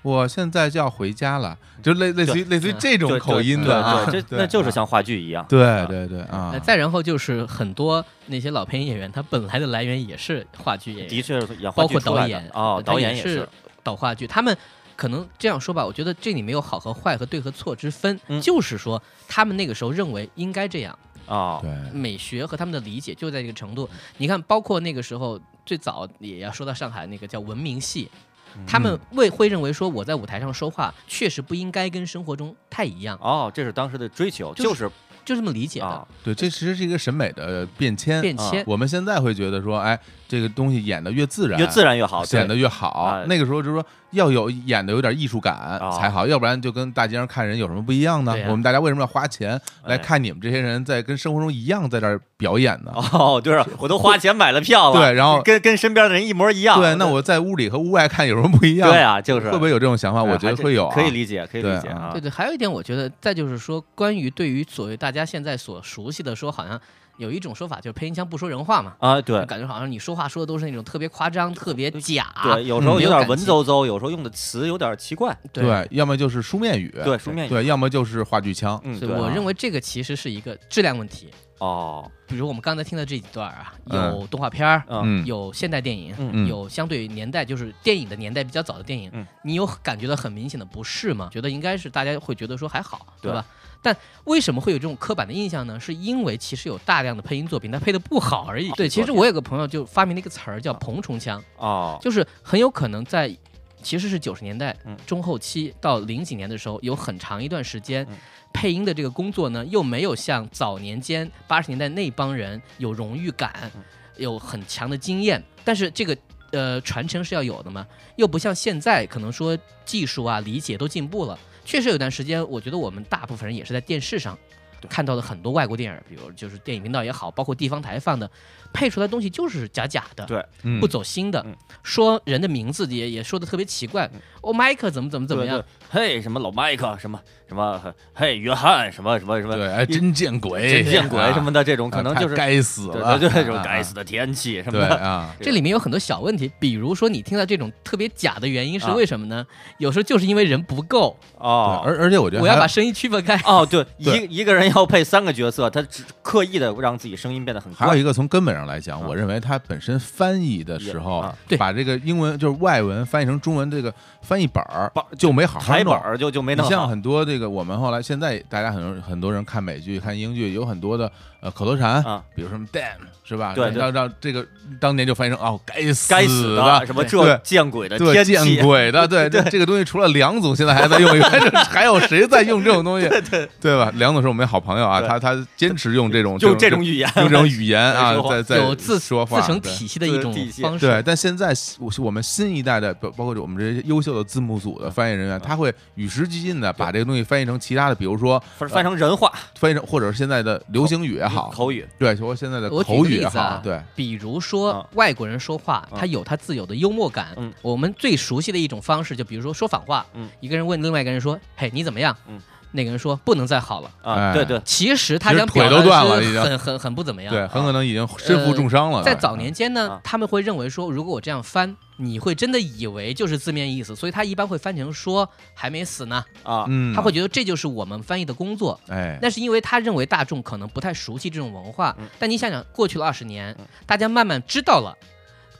[SPEAKER 1] 我现在就要回家了，就类类似于
[SPEAKER 3] 对
[SPEAKER 1] 类似于这种口音的啊，
[SPEAKER 2] 对对对这
[SPEAKER 1] 对
[SPEAKER 2] 那就是像话剧一样。
[SPEAKER 1] 对对对啊
[SPEAKER 3] 那，呃再然后就是很多那些老配音演员，他本来的来源也是话剧演员，
[SPEAKER 2] 的确是演话
[SPEAKER 3] 包
[SPEAKER 2] 剧
[SPEAKER 3] 括
[SPEAKER 2] 出
[SPEAKER 3] 导
[SPEAKER 2] 来的
[SPEAKER 3] 演
[SPEAKER 2] 哦
[SPEAKER 3] 他
[SPEAKER 2] 导演也
[SPEAKER 3] 是
[SPEAKER 2] 是
[SPEAKER 3] 导话剧，他们。可能这样说吧，我觉得这里没有好和坏和对和错之分，
[SPEAKER 2] 嗯
[SPEAKER 3] 就是说他们那个时候认为应该这样，
[SPEAKER 2] 啊，
[SPEAKER 1] 对，
[SPEAKER 3] 美学和他们的理解就在这个程度。你看，包括那个时候最早也要说到上海那个叫文明戏，
[SPEAKER 1] 嗯
[SPEAKER 3] 他们会会认为说我在舞台上说话确实不应该跟生活中太一样，
[SPEAKER 2] 哦，这是当啊时的追求，
[SPEAKER 3] 就是就这么理解的。
[SPEAKER 1] 对，这其实是一个审美的变迁。
[SPEAKER 3] 变迁
[SPEAKER 1] 啊啊我们现在会觉得说，哎，这个东西演的越自然，
[SPEAKER 2] 越自然越好对啊
[SPEAKER 1] 显得越好。那个时候就说，要有演的有点艺术感才好，要不然就跟大街上看人有什么不一样呢
[SPEAKER 2] 对？呀哎
[SPEAKER 1] 我们大家为什么要花钱来看你们这些人在跟生活中一样在这儿表演呢？
[SPEAKER 2] 哦，对了，我都花钱买了票了，
[SPEAKER 1] 对然后
[SPEAKER 2] 跟跟身边的人一模一样。
[SPEAKER 1] 对，那我在屋里和屋外看有什么不一样？
[SPEAKER 2] 对啊就是
[SPEAKER 1] 会不会有这种想法？
[SPEAKER 2] 哎
[SPEAKER 1] 我觉得
[SPEAKER 2] 还真
[SPEAKER 1] 会有啊，
[SPEAKER 2] 可以理解可以理
[SPEAKER 1] 对
[SPEAKER 2] 解
[SPEAKER 1] 啊
[SPEAKER 2] 啊
[SPEAKER 3] 对对，还有一点，我觉得再就是说，关于对于所谓大家现在所熟悉的说，好像有一种说法，就是配音腔不说人话嘛。
[SPEAKER 2] 啊对
[SPEAKER 3] 就感觉好像你说话说的都是那种特别夸张、特别假，
[SPEAKER 2] 对，有时候
[SPEAKER 3] 嗯没有
[SPEAKER 2] 有点
[SPEAKER 3] 感
[SPEAKER 2] 文
[SPEAKER 3] 情
[SPEAKER 2] 绉绉，有时候用的词有点奇怪。
[SPEAKER 1] 对，要么就是书面语，
[SPEAKER 2] 对书面语
[SPEAKER 1] 对，要么就是话剧腔。
[SPEAKER 2] 嗯
[SPEAKER 3] 所以我认为这个其实是一个质量问题。
[SPEAKER 2] 哦，
[SPEAKER 3] 比如我们刚才听的这几段啊，
[SPEAKER 1] 嗯
[SPEAKER 3] 有动画片
[SPEAKER 2] 啊
[SPEAKER 3] 儿，
[SPEAKER 1] 嗯
[SPEAKER 3] 有现代电影，
[SPEAKER 1] 嗯
[SPEAKER 3] 有相对年代就是电影的年代比较早的电影，
[SPEAKER 2] 嗯
[SPEAKER 3] 你有感觉到很明显的不适吗？觉得应该是大家会觉得说还好，
[SPEAKER 2] 对
[SPEAKER 3] 对吧？但为什么会有这种刻板的印象呢？是因为其实有大量的配音作品，它配的不好而已。对，其实我有个朋友就发明了一个词儿叫“膨虫腔”，
[SPEAKER 2] 哦，
[SPEAKER 3] 就是很有可能在其实是九十年代
[SPEAKER 2] 嗯
[SPEAKER 3] 中后期到零几年的时候，有很长一段时间，
[SPEAKER 2] 嗯
[SPEAKER 3] 配音的这个工作呢，又没有像早年间八十年代那帮人有荣誉感，
[SPEAKER 2] 嗯
[SPEAKER 3] 有很强的经验，但是这个。呃，传承是要有的嘛，又不像现在，可能说技术啊、理解都进步了。确实有段时间，我觉得我们大部分人也是在电视上看到的很多外国电影，比如就是电影频道也好，包括地方台放的，配出来的东西就是假假的，
[SPEAKER 2] 对
[SPEAKER 1] 嗯嗯
[SPEAKER 3] 不走心的，说人的名字也也说的特别奇怪，哦，迈克怎么怎么怎么
[SPEAKER 2] 对
[SPEAKER 3] 样，？
[SPEAKER 2] 对嘿，什么老麦克，什么什么，呃嘿，约翰，什么什么什么，
[SPEAKER 1] 对，哎，真见鬼，
[SPEAKER 2] 真见鬼
[SPEAKER 1] 啊
[SPEAKER 2] 什么的，这种
[SPEAKER 1] 啊
[SPEAKER 2] 可能
[SPEAKER 1] 太
[SPEAKER 2] 就是
[SPEAKER 1] 该死
[SPEAKER 2] 对
[SPEAKER 1] 了，
[SPEAKER 2] 对对，这
[SPEAKER 1] 啊
[SPEAKER 2] 种该死的天气什么
[SPEAKER 1] 对
[SPEAKER 2] 的
[SPEAKER 1] 啊
[SPEAKER 3] 这里面有很多小问题，比如说你听到这种特别假的原因是
[SPEAKER 2] 啊
[SPEAKER 3] 为什么呢？有时候就是因为人不够
[SPEAKER 2] 哦，
[SPEAKER 1] 而而且我觉得
[SPEAKER 3] 我要
[SPEAKER 1] 还
[SPEAKER 3] 把声音区分开。
[SPEAKER 2] 哦，对，
[SPEAKER 1] 对
[SPEAKER 2] 一一个人要配三个角色，他只刻意的让自己声音变得很怪。
[SPEAKER 1] 还有一个从根本上来
[SPEAKER 2] 啊
[SPEAKER 1] 讲，我认为它本身翻译的时候，把这个英文就是外文翻译成中文这个翻译本儿就没好好
[SPEAKER 2] 台
[SPEAKER 1] 弄
[SPEAKER 2] 本儿就就没弄
[SPEAKER 1] 你像
[SPEAKER 2] 好
[SPEAKER 1] 很多这个我们后来现在大家很多很多人看美剧、看英剧，有很多的呃口头禅，比如什么 damn 是吧？
[SPEAKER 2] 啊对对
[SPEAKER 1] 让让这个当年就翻译成哦该死
[SPEAKER 2] 该死
[SPEAKER 1] 的
[SPEAKER 2] 的什么
[SPEAKER 1] 对
[SPEAKER 2] 这见鬼的
[SPEAKER 1] 对
[SPEAKER 2] 呃天气
[SPEAKER 1] 见鬼的 对
[SPEAKER 2] 对
[SPEAKER 1] 这个东西除了梁总现在还在用以 外，还有谁在用这种东西？对对吧？梁总是我们好朋友啊，
[SPEAKER 2] 对
[SPEAKER 1] 他他坚持用这种
[SPEAKER 2] 用这
[SPEAKER 1] 种
[SPEAKER 2] 种语言
[SPEAKER 1] 用这种语言啊
[SPEAKER 2] 来 说，话
[SPEAKER 1] 在在
[SPEAKER 2] 有自
[SPEAKER 1] 说话
[SPEAKER 2] 自成
[SPEAKER 1] 对
[SPEAKER 2] 体系的一种自成体系方式
[SPEAKER 1] 对，但现在我我们新一代的，包包括我们这些优秀的字幕组的翻译人员，
[SPEAKER 2] 嗯
[SPEAKER 1] 他会与时俱进的把这个东西翻译成其他的，比如说
[SPEAKER 2] 翻翻成人话，
[SPEAKER 1] 翻译成或者是现在的流行语也好，口
[SPEAKER 2] 语
[SPEAKER 1] 对，或者现在的
[SPEAKER 3] 我举
[SPEAKER 1] 口
[SPEAKER 3] 个
[SPEAKER 1] 语
[SPEAKER 3] 例
[SPEAKER 1] 也
[SPEAKER 3] 子啊
[SPEAKER 1] 好，，对。啊
[SPEAKER 3] 比如说外国人说话，他有他自有的幽默感。
[SPEAKER 2] 嗯，
[SPEAKER 3] 我们最熟悉的一种方式，就比如说说反话。
[SPEAKER 2] 嗯，
[SPEAKER 3] 一个人问另外一个人说：“嘿，你怎么样？”
[SPEAKER 2] 嗯，
[SPEAKER 3] 那个人说：“不能再好了。”
[SPEAKER 2] 啊
[SPEAKER 1] 哎对对
[SPEAKER 3] 其实他
[SPEAKER 1] 其实
[SPEAKER 3] 想
[SPEAKER 1] 腿
[SPEAKER 3] 表达
[SPEAKER 1] 都断
[SPEAKER 3] 的
[SPEAKER 1] 了
[SPEAKER 3] 是
[SPEAKER 1] 已经
[SPEAKER 3] 很很很不怎么样。
[SPEAKER 1] 对很可能已经身负重伤了
[SPEAKER 3] 啊 呃
[SPEAKER 1] 对嗯
[SPEAKER 3] 在早年间
[SPEAKER 2] 啊
[SPEAKER 3] 呢，他们会认为说，如果我这样翻，你会真的以为就是字面意思，所以他一般会翻成说“还没死呢”
[SPEAKER 2] 啊
[SPEAKER 1] 嗯
[SPEAKER 3] 他会觉得这就是我们翻译的工作。
[SPEAKER 1] 哎
[SPEAKER 3] 那是因为他认为大众可能不太熟悉这种文化，
[SPEAKER 2] 嗯
[SPEAKER 3] 但你想想，过去了二十年，大家慢慢知道了。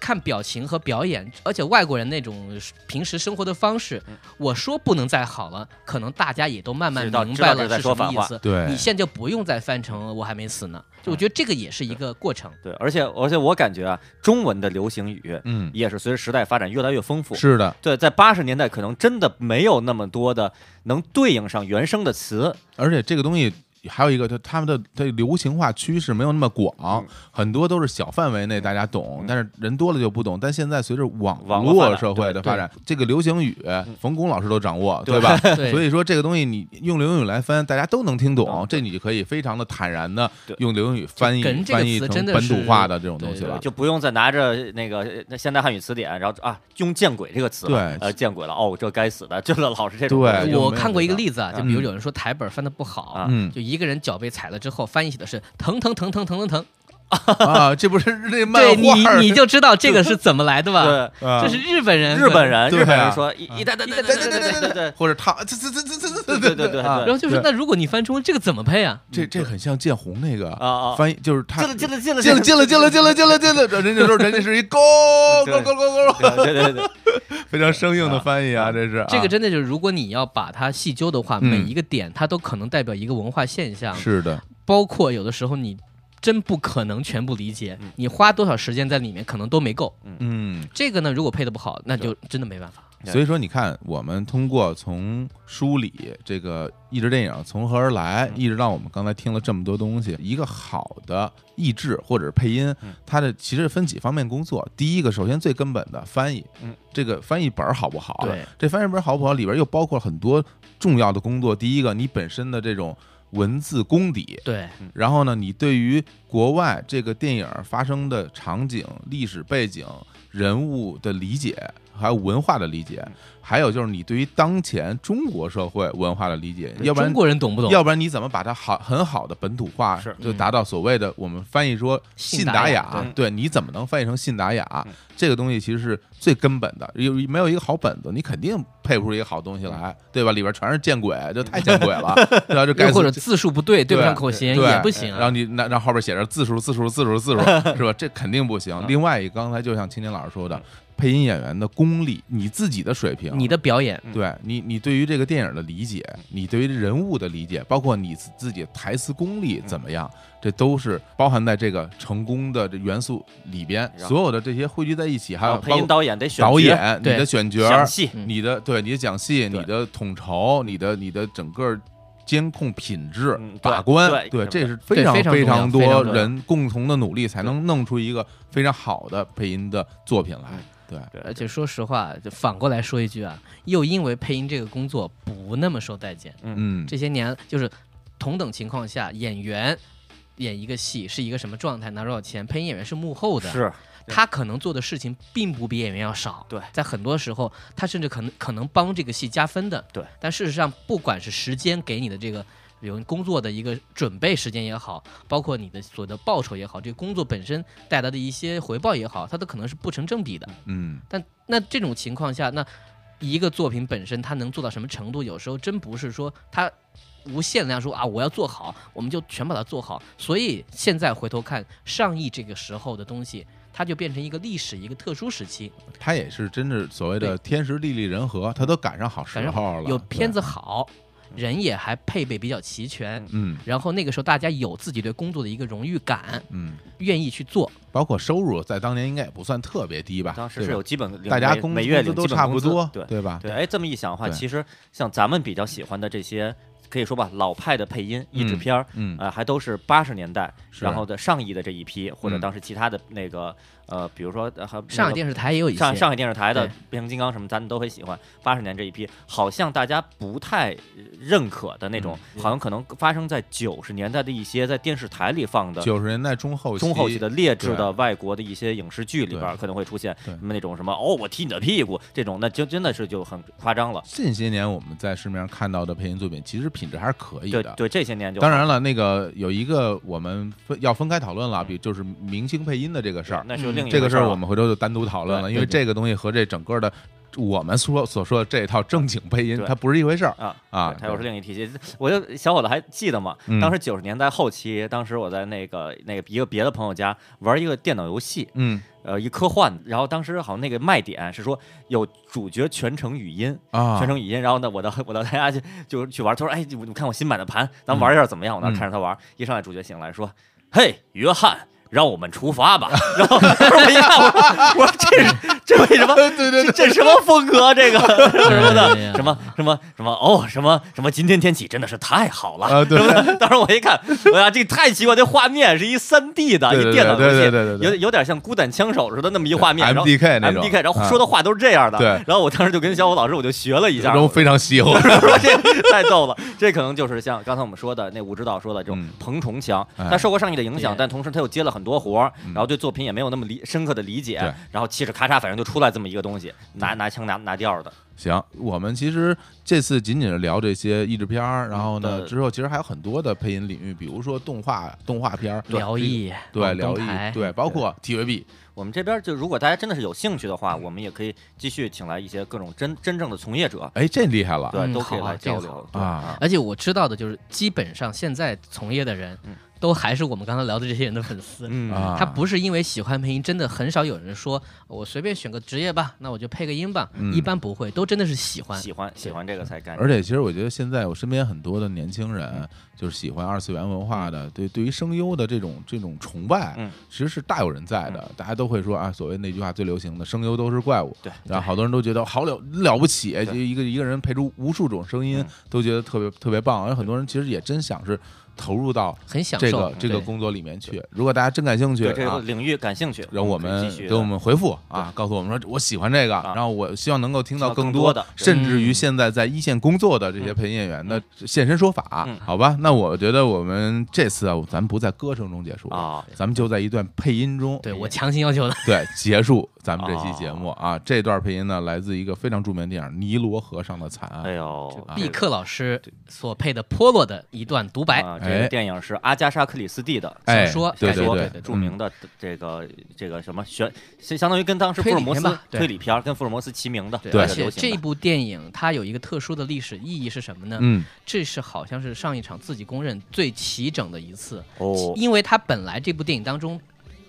[SPEAKER 3] 看表情和表演，而且外国人那种平时生活的方式，我说不能再好了，可能大家也都慢慢
[SPEAKER 2] 嗯知道
[SPEAKER 3] 明
[SPEAKER 2] 知道
[SPEAKER 3] 白
[SPEAKER 2] 这
[SPEAKER 3] 了
[SPEAKER 2] 在
[SPEAKER 3] 是
[SPEAKER 2] 说
[SPEAKER 3] 什么
[SPEAKER 2] 反
[SPEAKER 3] 意
[SPEAKER 2] 话嗯
[SPEAKER 3] 思。
[SPEAKER 2] 对
[SPEAKER 3] 你现在就不用再翻成我还没死呢。就我觉得这个也是一个过程。
[SPEAKER 2] 对，而且而且我感觉啊，中文的流行语，
[SPEAKER 1] 嗯
[SPEAKER 2] 也是随着时代发展越来越丰富。
[SPEAKER 1] 是的，
[SPEAKER 2] 对，在八十年代可能真的没有那么多的能对应上原声的词，
[SPEAKER 1] 而且这个东西还有一个，它他们的它流行化趋势没有那么广，很多都是小范围内大家懂，但是人多了就不懂。但现在随着网
[SPEAKER 2] 网络发
[SPEAKER 1] 络
[SPEAKER 2] 展
[SPEAKER 1] 社会的
[SPEAKER 2] 对
[SPEAKER 1] 发展，这个流行语，冯巩老师都掌握，
[SPEAKER 2] 对
[SPEAKER 1] 吧？
[SPEAKER 2] 对
[SPEAKER 1] 所以说这个东西你用流行语来翻，大家都能听懂，这你就可以非常的坦然的用流行语翻译
[SPEAKER 2] 就梗这个
[SPEAKER 1] 翻译
[SPEAKER 2] 词
[SPEAKER 1] 成
[SPEAKER 2] 真的
[SPEAKER 1] 本
[SPEAKER 2] 是
[SPEAKER 1] 土化的这种东西
[SPEAKER 2] 对
[SPEAKER 1] 了。
[SPEAKER 2] 就不用再拿着那个那现代汉语词典，然后啊用“见鬼”这个词了，
[SPEAKER 1] 对
[SPEAKER 2] 呃，见鬼了，哦，这该死的，这老是这种东西。
[SPEAKER 1] 对就
[SPEAKER 3] 我
[SPEAKER 1] 没有
[SPEAKER 3] 看过一个
[SPEAKER 1] 这个
[SPEAKER 3] 例子啊，
[SPEAKER 1] 嗯
[SPEAKER 3] 就比如有人说台本翻的不好，
[SPEAKER 1] 嗯
[SPEAKER 3] 就一个人脚被踩了之后，翻译写的是疼疼疼疼疼疼疼。
[SPEAKER 1] 啊，这不是那漫
[SPEAKER 3] 对
[SPEAKER 1] 画儿
[SPEAKER 3] 你你就知道这个是怎么来的吧？
[SPEAKER 2] 对啊
[SPEAKER 3] 这是日本人，
[SPEAKER 2] 日本人，
[SPEAKER 3] 对
[SPEAKER 2] 日本
[SPEAKER 3] 啊
[SPEAKER 2] 人说一一代代代代代代代代代，
[SPEAKER 1] 或者他这这这这这
[SPEAKER 2] 对对对对，
[SPEAKER 1] 啊
[SPEAKER 3] 然后就是
[SPEAKER 1] 对
[SPEAKER 3] 那如果你翻中文，这个怎么配啊？
[SPEAKER 1] 这这很像建红那个
[SPEAKER 2] 啊
[SPEAKER 1] 翻译，就是他
[SPEAKER 3] 进了进了进了
[SPEAKER 1] 进了进了进了进了进了进了，人家说人家是 一 go go go go go，
[SPEAKER 2] 对对对，
[SPEAKER 1] 非常生硬的翻译啊，这是啊
[SPEAKER 3] 这个真的就是，如果你要把它细究的话，
[SPEAKER 1] 嗯
[SPEAKER 3] 每一个点它都可能代表一个文化现象。
[SPEAKER 1] 是的，
[SPEAKER 3] 包括有的时候你真不可能全部理解，你花多少时间在里面，可能都没够。
[SPEAKER 1] 嗯，
[SPEAKER 3] 这个呢，如果配的不好，那就真的没办法。
[SPEAKER 1] 所以说，你看，我们通过从梳理这个译制电影从何而来，一直到我们刚才听了这么多东西，一个好的译制或者是配音，它的其实分几方面工作。第一个，首先最根本的翻译，这个翻译本儿好不好？啊
[SPEAKER 2] 对
[SPEAKER 1] 这翻译本儿好不好里边又包括了很多重要的工作。第一个，你本身的这种。文字功底，
[SPEAKER 3] 对，
[SPEAKER 1] 然后呢，你对于国外这个电影发生的场景、历史背景、人物的理解，还有文化的理解，
[SPEAKER 3] 嗯
[SPEAKER 1] 还有就是你对于当前中国社会文化的理解，
[SPEAKER 3] 对
[SPEAKER 1] 要不然
[SPEAKER 3] 中国人懂不懂
[SPEAKER 1] 要不然你怎么把它好很好的本土化，就达到所谓的我们翻译说
[SPEAKER 3] 嗯
[SPEAKER 1] 信
[SPEAKER 3] 信
[SPEAKER 1] 达
[SPEAKER 3] 达
[SPEAKER 1] 雅，
[SPEAKER 3] 雅嗯
[SPEAKER 1] 对，你怎么能翻译成信达雅？这个东西其实是最根本的，有没有一个好本子，你肯定配不出一个好东西
[SPEAKER 3] 嗯
[SPEAKER 1] 来，对吧？里边全是见鬼，就太见鬼 了，对吧？就该
[SPEAKER 3] 又
[SPEAKER 1] 死
[SPEAKER 3] 或者字数不对，对不上口型
[SPEAKER 1] 对
[SPEAKER 3] 也不行
[SPEAKER 1] 然后
[SPEAKER 3] 啊。
[SPEAKER 1] 你那然后后边写着字数字数字 数字数是吧？这肯定不
[SPEAKER 3] 嗯
[SPEAKER 1] 行。另外一个，刚才就像青年老师说的，配音演员的功力，你自己的水平，
[SPEAKER 3] 你的嗯表演，
[SPEAKER 1] 对你你对于这个电影的理解，你对于人物的理解，包括你自自己的台词功
[SPEAKER 3] 嗯
[SPEAKER 1] 力怎么样，这都是包含在这个成功的这元素里边。
[SPEAKER 2] 然后
[SPEAKER 1] 所有的这些汇聚在一起，还有
[SPEAKER 2] 然后配音
[SPEAKER 1] 包括
[SPEAKER 2] 导演得选角
[SPEAKER 1] 导演，你
[SPEAKER 2] 对
[SPEAKER 1] 的选角，
[SPEAKER 2] 讲戏嗯
[SPEAKER 1] 你的对你的讲戏，你的统筹，你的你的整个。监控品质、把关，
[SPEAKER 2] 嗯
[SPEAKER 1] 对，
[SPEAKER 2] 对
[SPEAKER 1] 这是
[SPEAKER 2] 对
[SPEAKER 1] 非常
[SPEAKER 2] 非常重
[SPEAKER 1] 常多
[SPEAKER 2] 要非常重要
[SPEAKER 1] 人共同的努力，才能弄出一个非常好的配音的作品来。
[SPEAKER 2] 嗯
[SPEAKER 1] 对，
[SPEAKER 3] 而且说实话，呃就反过来说一句啊，又因为配音这个工作不那么受待见，
[SPEAKER 1] 嗯
[SPEAKER 3] 这些年就是同等情况下，演员演一个戏是一个什么状态，拿多少钱，配音演员是幕后的，
[SPEAKER 2] 是
[SPEAKER 3] 他可能做的事情并不比演员要少，
[SPEAKER 2] 对，
[SPEAKER 1] 啊
[SPEAKER 3] 在很多时候，他甚至可能可能帮这个戏加分的，
[SPEAKER 2] 对。
[SPEAKER 3] 但事实上，不管是时间给你的这个。比如工作的一个准备时间也好，包括你的所得报酬也好，这个工作本身带来的一些回报也好，它都可能是不成正比的。
[SPEAKER 1] 嗯，
[SPEAKER 3] 但那这种情况下，那一个作品本身它能做到什么程度，有时候真不是说它无限量说啊，我要做好，我们就全把它做好。所以现在回头看上亿这个时候的东西，它就变成一个历史一个特殊时期，
[SPEAKER 1] 他也是真是所谓的天时地利人和，他都赶上好时
[SPEAKER 3] 感觉
[SPEAKER 1] 候了。
[SPEAKER 3] 有片子好，人也还配备比较齐全，
[SPEAKER 1] 嗯
[SPEAKER 3] 然后那个时候大家有自己对工作的一个荣誉感，
[SPEAKER 1] 嗯，
[SPEAKER 3] 愿意去做。
[SPEAKER 1] 包括收入在当年应该也不算特别低吧？
[SPEAKER 2] 当时
[SPEAKER 1] 对
[SPEAKER 2] 是
[SPEAKER 1] 吧
[SPEAKER 2] 有基本领
[SPEAKER 1] 大家
[SPEAKER 2] 每
[SPEAKER 1] 工
[SPEAKER 2] 每月
[SPEAKER 1] 工资
[SPEAKER 2] 领
[SPEAKER 1] 都
[SPEAKER 2] 基本
[SPEAKER 1] 差
[SPEAKER 2] 工
[SPEAKER 1] 不
[SPEAKER 2] 资
[SPEAKER 1] 多，
[SPEAKER 2] 对
[SPEAKER 1] 啊对吧？
[SPEAKER 2] 对，哎，这么一想的话，
[SPEAKER 1] 对
[SPEAKER 2] 其实像咱们比较喜欢的这些，可以说吧，老派的配音译制片儿，
[SPEAKER 1] 嗯嗯
[SPEAKER 2] 呃，还都是八十年代，
[SPEAKER 1] 是
[SPEAKER 2] 然后的上亿的这一批，或者
[SPEAKER 1] 嗯
[SPEAKER 2] 当时其他的那个呃，比如说呃还有那个
[SPEAKER 3] 上海电视台也有一些
[SPEAKER 2] 上上海电视台的
[SPEAKER 3] 对
[SPEAKER 2] 变形金刚什么，咱们都会喜欢。八十年这一批，好像大家不太认可的那种，
[SPEAKER 1] 嗯
[SPEAKER 2] 好像可能发生在九十年代的一些在电视台里放的
[SPEAKER 1] 九十年代中后
[SPEAKER 2] 呃中后期的劣质
[SPEAKER 1] 对
[SPEAKER 2] 的外国的一些影视剧里边儿可能会出现
[SPEAKER 1] 对
[SPEAKER 2] 什么那种什么哦，我踢你的屁股这种，那就真的是就很夸张了。
[SPEAKER 1] 近些年我们在市面上看到的配音作品，其实品质还是可以
[SPEAKER 2] 对
[SPEAKER 1] 的。
[SPEAKER 2] 对，这些年就
[SPEAKER 1] 当然了，那个有一个我们分要分开讨论了，比就是明星配音的这个事儿，
[SPEAKER 2] 对那是另一回
[SPEAKER 1] 这个事儿
[SPEAKER 2] 事儿了
[SPEAKER 1] 我们回头就单独讨论了，
[SPEAKER 2] 对
[SPEAKER 1] 因为
[SPEAKER 2] 对对
[SPEAKER 1] 这个东西和这整个的我们说所说的这一套正经配音，
[SPEAKER 2] 对
[SPEAKER 1] 它不是一回事儿
[SPEAKER 2] 啊
[SPEAKER 1] 啊
[SPEAKER 2] 对，它又是另一体系。我就小伙子还记得吗？
[SPEAKER 1] 嗯
[SPEAKER 2] 当时九十年代后期，当时我在那个那个一个别的朋友家玩一个电脑游戏，
[SPEAKER 1] 嗯，
[SPEAKER 2] 呃，一科幻，然后当时好像那个卖点是说有主角全程语音
[SPEAKER 1] 啊
[SPEAKER 2] 全程语音。然后呢，我到我到他家去就去玩，他说：“哎，你你看我新买的盘，咱们玩一下怎么样？”我那儿
[SPEAKER 1] 嗯
[SPEAKER 2] 看着他玩，一上来主角醒来说：“嘿，约翰。”让我们出发 吧！然后我一看，我我说这是这为什么？
[SPEAKER 1] 对对对，
[SPEAKER 2] 这什么风格啊？这个 什么
[SPEAKER 3] 哎呀
[SPEAKER 2] 的，什么什么什么哦，什么什么？今天天气真的是太好了
[SPEAKER 1] 啊对
[SPEAKER 2] 什么的当时我一看，哎呀，这太奇怪！这画面是一三 D 的，
[SPEAKER 1] 对对
[SPEAKER 2] 一电脑
[SPEAKER 1] 对
[SPEAKER 2] 游戏，
[SPEAKER 1] 对对对对
[SPEAKER 2] 有有点像孤胆枪手似的那么一画面，然后
[SPEAKER 1] MDK 那种
[SPEAKER 2] MDK，然后
[SPEAKER 1] 啊
[SPEAKER 2] 说的话都是这样的。
[SPEAKER 1] 对
[SPEAKER 2] 然后我当时就跟小虎老师我就学了一下，
[SPEAKER 1] 然后非常稀有
[SPEAKER 2] 我说这太逗了，这可能就是像刚才我们说的那武指导说的这种彭崇强，
[SPEAKER 1] 嗯哎
[SPEAKER 2] 他受过上亿的影响，但同时他又接了很多活儿，
[SPEAKER 1] 嗯
[SPEAKER 2] 然后对作品也没有那么理深刻的理解
[SPEAKER 1] 对，嗯
[SPEAKER 2] 然后嘁哧咔嚓，反正就出来这么一个东西，拿拿枪拿拿调儿的。
[SPEAKER 1] 行，我们其实这次仅仅是聊这些译制片儿，然后呢，
[SPEAKER 2] 嗯对
[SPEAKER 1] 之后其实还有很多的配音领域，比如说动画、动画片儿、
[SPEAKER 3] 辽艺
[SPEAKER 1] 对
[SPEAKER 3] 广
[SPEAKER 1] 辽
[SPEAKER 3] 东
[SPEAKER 1] 艺
[SPEAKER 3] 台，
[SPEAKER 1] 对，包括 TVB，
[SPEAKER 2] 我们这边就如果大家真的是有兴趣的
[SPEAKER 1] 嗯
[SPEAKER 2] 话，我们也可以继续请来一些各种真真正的从业者，
[SPEAKER 1] 哎，这厉害了，
[SPEAKER 2] 对，
[SPEAKER 3] 嗯
[SPEAKER 2] 都可以
[SPEAKER 3] 好啊
[SPEAKER 2] 来
[SPEAKER 3] 这
[SPEAKER 2] 交
[SPEAKER 3] 个
[SPEAKER 2] 流
[SPEAKER 1] 好啊
[SPEAKER 3] 而且我知道的就是，基本上现在从业的人，都还是我们刚才聊的这些人的粉丝。
[SPEAKER 1] 嗯
[SPEAKER 2] 啊
[SPEAKER 3] 他不是因为喜欢配音，真的很少有人说我随便选个职业吧，那我就配个音吧，
[SPEAKER 1] 嗯
[SPEAKER 3] 一般不会，都真的是喜欢。
[SPEAKER 2] 喜欢喜欢这个才干。
[SPEAKER 1] 而且，其实我觉得现在我身边很多的年轻人，就是喜欢二次元文化的，对对于声优的这种这种崇拜，
[SPEAKER 3] 嗯
[SPEAKER 1] 其实是大有人在的。大家都会说啊，所谓那句话最流行的“声优都是怪物”，
[SPEAKER 2] 对，
[SPEAKER 1] 然后好多人都觉得好了了不起，就一个一个人配出无数种声
[SPEAKER 3] 嗯
[SPEAKER 1] 音，都觉得特别特别棒。有很多人其实也真想是投入到
[SPEAKER 3] 很享
[SPEAKER 1] 这
[SPEAKER 3] 受
[SPEAKER 1] 个这个
[SPEAKER 3] 对
[SPEAKER 1] 工作里面去。如果大家真感兴趣
[SPEAKER 2] 对这
[SPEAKER 1] 啊
[SPEAKER 2] 个，领域感兴趣，
[SPEAKER 1] 让我们
[SPEAKER 2] 继续
[SPEAKER 1] 给我们回复啊，告诉我们说我喜欢这个，然后我希望能够听到
[SPEAKER 2] 听到更
[SPEAKER 1] 多
[SPEAKER 2] 多的对
[SPEAKER 1] 甚至于现在在一线工作的这些配音演员的现身说法，啊好吧？那我觉得我们这次啊，咱不在歌声中结束
[SPEAKER 2] 啊，
[SPEAKER 1] 咱们就在一段配音中，
[SPEAKER 3] 对我强行要求的，
[SPEAKER 1] 对，结束咱们这期节目啊。这段配音呢，来自一个非常著名的电影《尼罗河上的惨案》，哎
[SPEAKER 2] 呦，
[SPEAKER 3] 毕克老师所配的 Polo 的一段独白，
[SPEAKER 2] 啊，这个电影是阿加莎·克里斯蒂的
[SPEAKER 1] 哎
[SPEAKER 2] 小说
[SPEAKER 1] 对
[SPEAKER 2] 改
[SPEAKER 1] 对
[SPEAKER 2] 编
[SPEAKER 1] 对
[SPEAKER 2] 的
[SPEAKER 1] 对嗯
[SPEAKER 2] 著名的这个这个什么悬，相相当于跟当时福
[SPEAKER 3] 推
[SPEAKER 2] 尔
[SPEAKER 3] 理
[SPEAKER 2] 摩
[SPEAKER 3] 片
[SPEAKER 2] 斯
[SPEAKER 3] 吧对
[SPEAKER 2] 推理片儿跟福尔摩斯齐名的，
[SPEAKER 3] 而
[SPEAKER 2] 流
[SPEAKER 3] 且
[SPEAKER 2] 行
[SPEAKER 3] 这
[SPEAKER 2] 的
[SPEAKER 3] 部电影它有一个特殊的历史意义是什么呢？
[SPEAKER 2] 嗯，
[SPEAKER 3] 这是好像是上一场自己公认最齐整的一次
[SPEAKER 2] 哦
[SPEAKER 3] 因为它本来这部电影当中。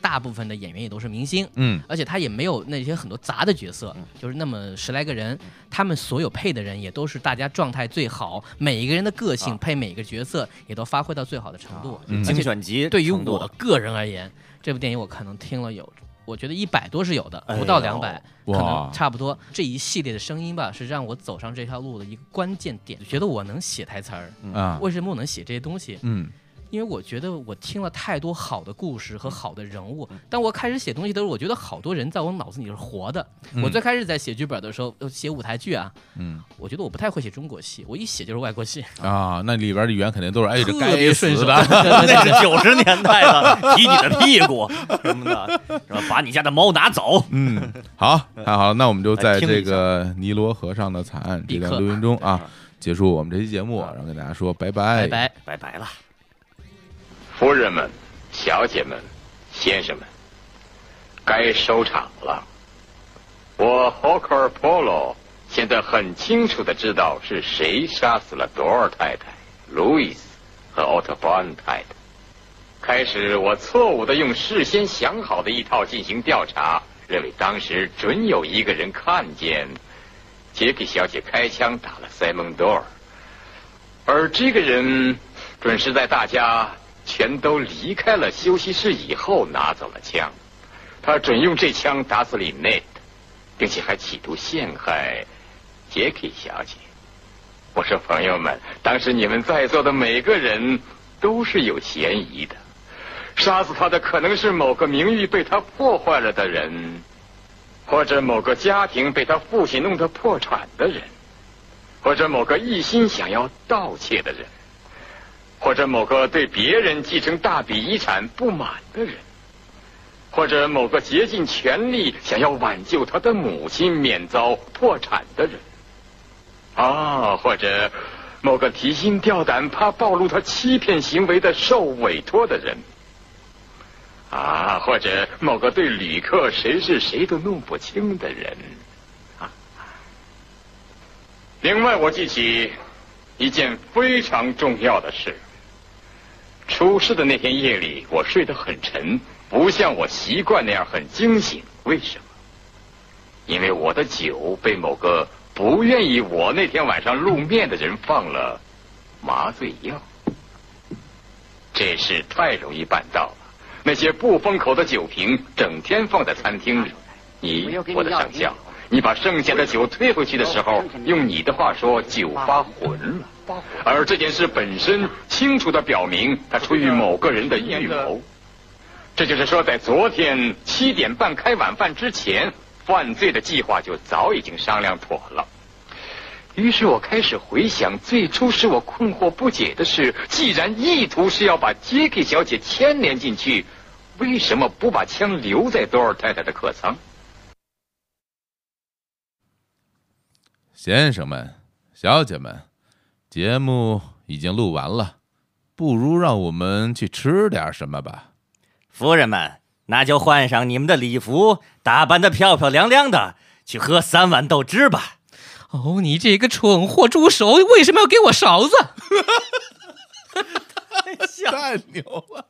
[SPEAKER 3] 大部分的演员也都是明星，
[SPEAKER 1] 嗯
[SPEAKER 3] 而且他也没有那些很多杂的角色，就是那么十来个人，他们所有配的人也都是大家状态最好，每一个人的个性配每个角色也都发挥到最好的程度，
[SPEAKER 2] 嗯
[SPEAKER 3] 而且
[SPEAKER 2] 精选集
[SPEAKER 3] 对于
[SPEAKER 2] 程度
[SPEAKER 3] 我个人而言，这部电影我可能听了有，我觉得一百多是有的，
[SPEAKER 2] 哎呦
[SPEAKER 3] 不到两百，可
[SPEAKER 1] 哇
[SPEAKER 3] 能差不多。这一系列的声音吧，是让我走上这条路的一个关键点。觉得我能写台词儿
[SPEAKER 1] 嗯啊
[SPEAKER 3] 为什么我能写这些东西？
[SPEAKER 1] 嗯。
[SPEAKER 3] 因为我觉得我听了太多好的故事和好的人
[SPEAKER 1] 嗯
[SPEAKER 3] 物，当我开始写东西的时候，我觉得好多人在我脑子里是活的。
[SPEAKER 1] 嗯
[SPEAKER 3] 我最开始在写剧本的时候，呃写舞台剧啊，
[SPEAKER 1] 嗯
[SPEAKER 3] 我觉得我不太会写中国戏，我一写就是外国戏。
[SPEAKER 1] 啊，那里边的语言肯定都是哎，这
[SPEAKER 3] 特
[SPEAKER 1] 该
[SPEAKER 3] 别
[SPEAKER 1] 死
[SPEAKER 3] 顺手
[SPEAKER 1] 的，
[SPEAKER 3] 对对对
[SPEAKER 2] 那是90年代的踢你的屁股什么的，什么把你家的猫拿走，
[SPEAKER 1] 嗯，好，太好了，那我们就在
[SPEAKER 2] 来听一
[SPEAKER 1] 这
[SPEAKER 2] 下
[SPEAKER 1] 个《尼罗河上的惨案》这
[SPEAKER 2] 毕克
[SPEAKER 1] 段录音中啊，结束我们这期节目，然后跟大家说拜 拜，
[SPEAKER 3] 拜
[SPEAKER 2] 拜拜了。
[SPEAKER 13] 夫人们、小姐们、先生们，该收场了。我 Hawker Polo 现在很清楚的知道是谁杀死了多尔太太、路易斯和奥特邦太太。开始，我错误的用事先想好的一套进行调查，认为当时准有一个人看见杰克小姐开枪打了塞蒙多尔，而这个人准是在大家全都离开了休息室以后拿走了枪。他准用这枪打死了 n a 并且还企图陷害杰克小姐。我说朋友们，当时你们在座的每个人都是有嫌疑的。杀死他的可能是某个名誉被他破坏了的人，或者某个家庭被他父亲弄得破产的人，或者某个一心想要盗窃的人。或者某个对别人继承大笔遗产不满的人，或者某个竭尽全力想要挽救他的母亲免遭破产的人，啊，或者某个提心吊胆怕暴露他欺骗行为的受委托的人，啊，或者某个对旅客谁是谁都弄不清的人。啊另外，我记起一件非常重要的事。出事的那天夜里，我睡得很沉，不像我习惯那样很惊醒。为什么？因为我的酒被某个不愿意我那天晚上露面的人放了麻醉药。这事太容易办到了。那些不封口的酒瓶整天放在餐厅里，你
[SPEAKER 7] 给你
[SPEAKER 13] 我的
[SPEAKER 7] 药
[SPEAKER 13] 上校，你把剩下的酒退回去的时候，用你的话说，酒发浑了。而这件事本身清楚地表明，他出于某个人的预谋。这就是说，在昨天七点半开晚饭之前，犯罪的计划就早已经商量妥了。于是我开始回想，最初使我困惑不解的是，既然意图是要把杰克小姐牵连进去，为什么不把枪留在多尔太太的客舱？
[SPEAKER 1] 先生们、小姐们，节目已经录完了，不如让我们去吃点什么吧。
[SPEAKER 2] 夫人们，那就换上你们的礼服，打扮得漂漂亮亮的，去喝三碗豆汁吧。
[SPEAKER 3] 哦，你这个蠢货助手，为什么要给我勺子？
[SPEAKER 1] 太牛了！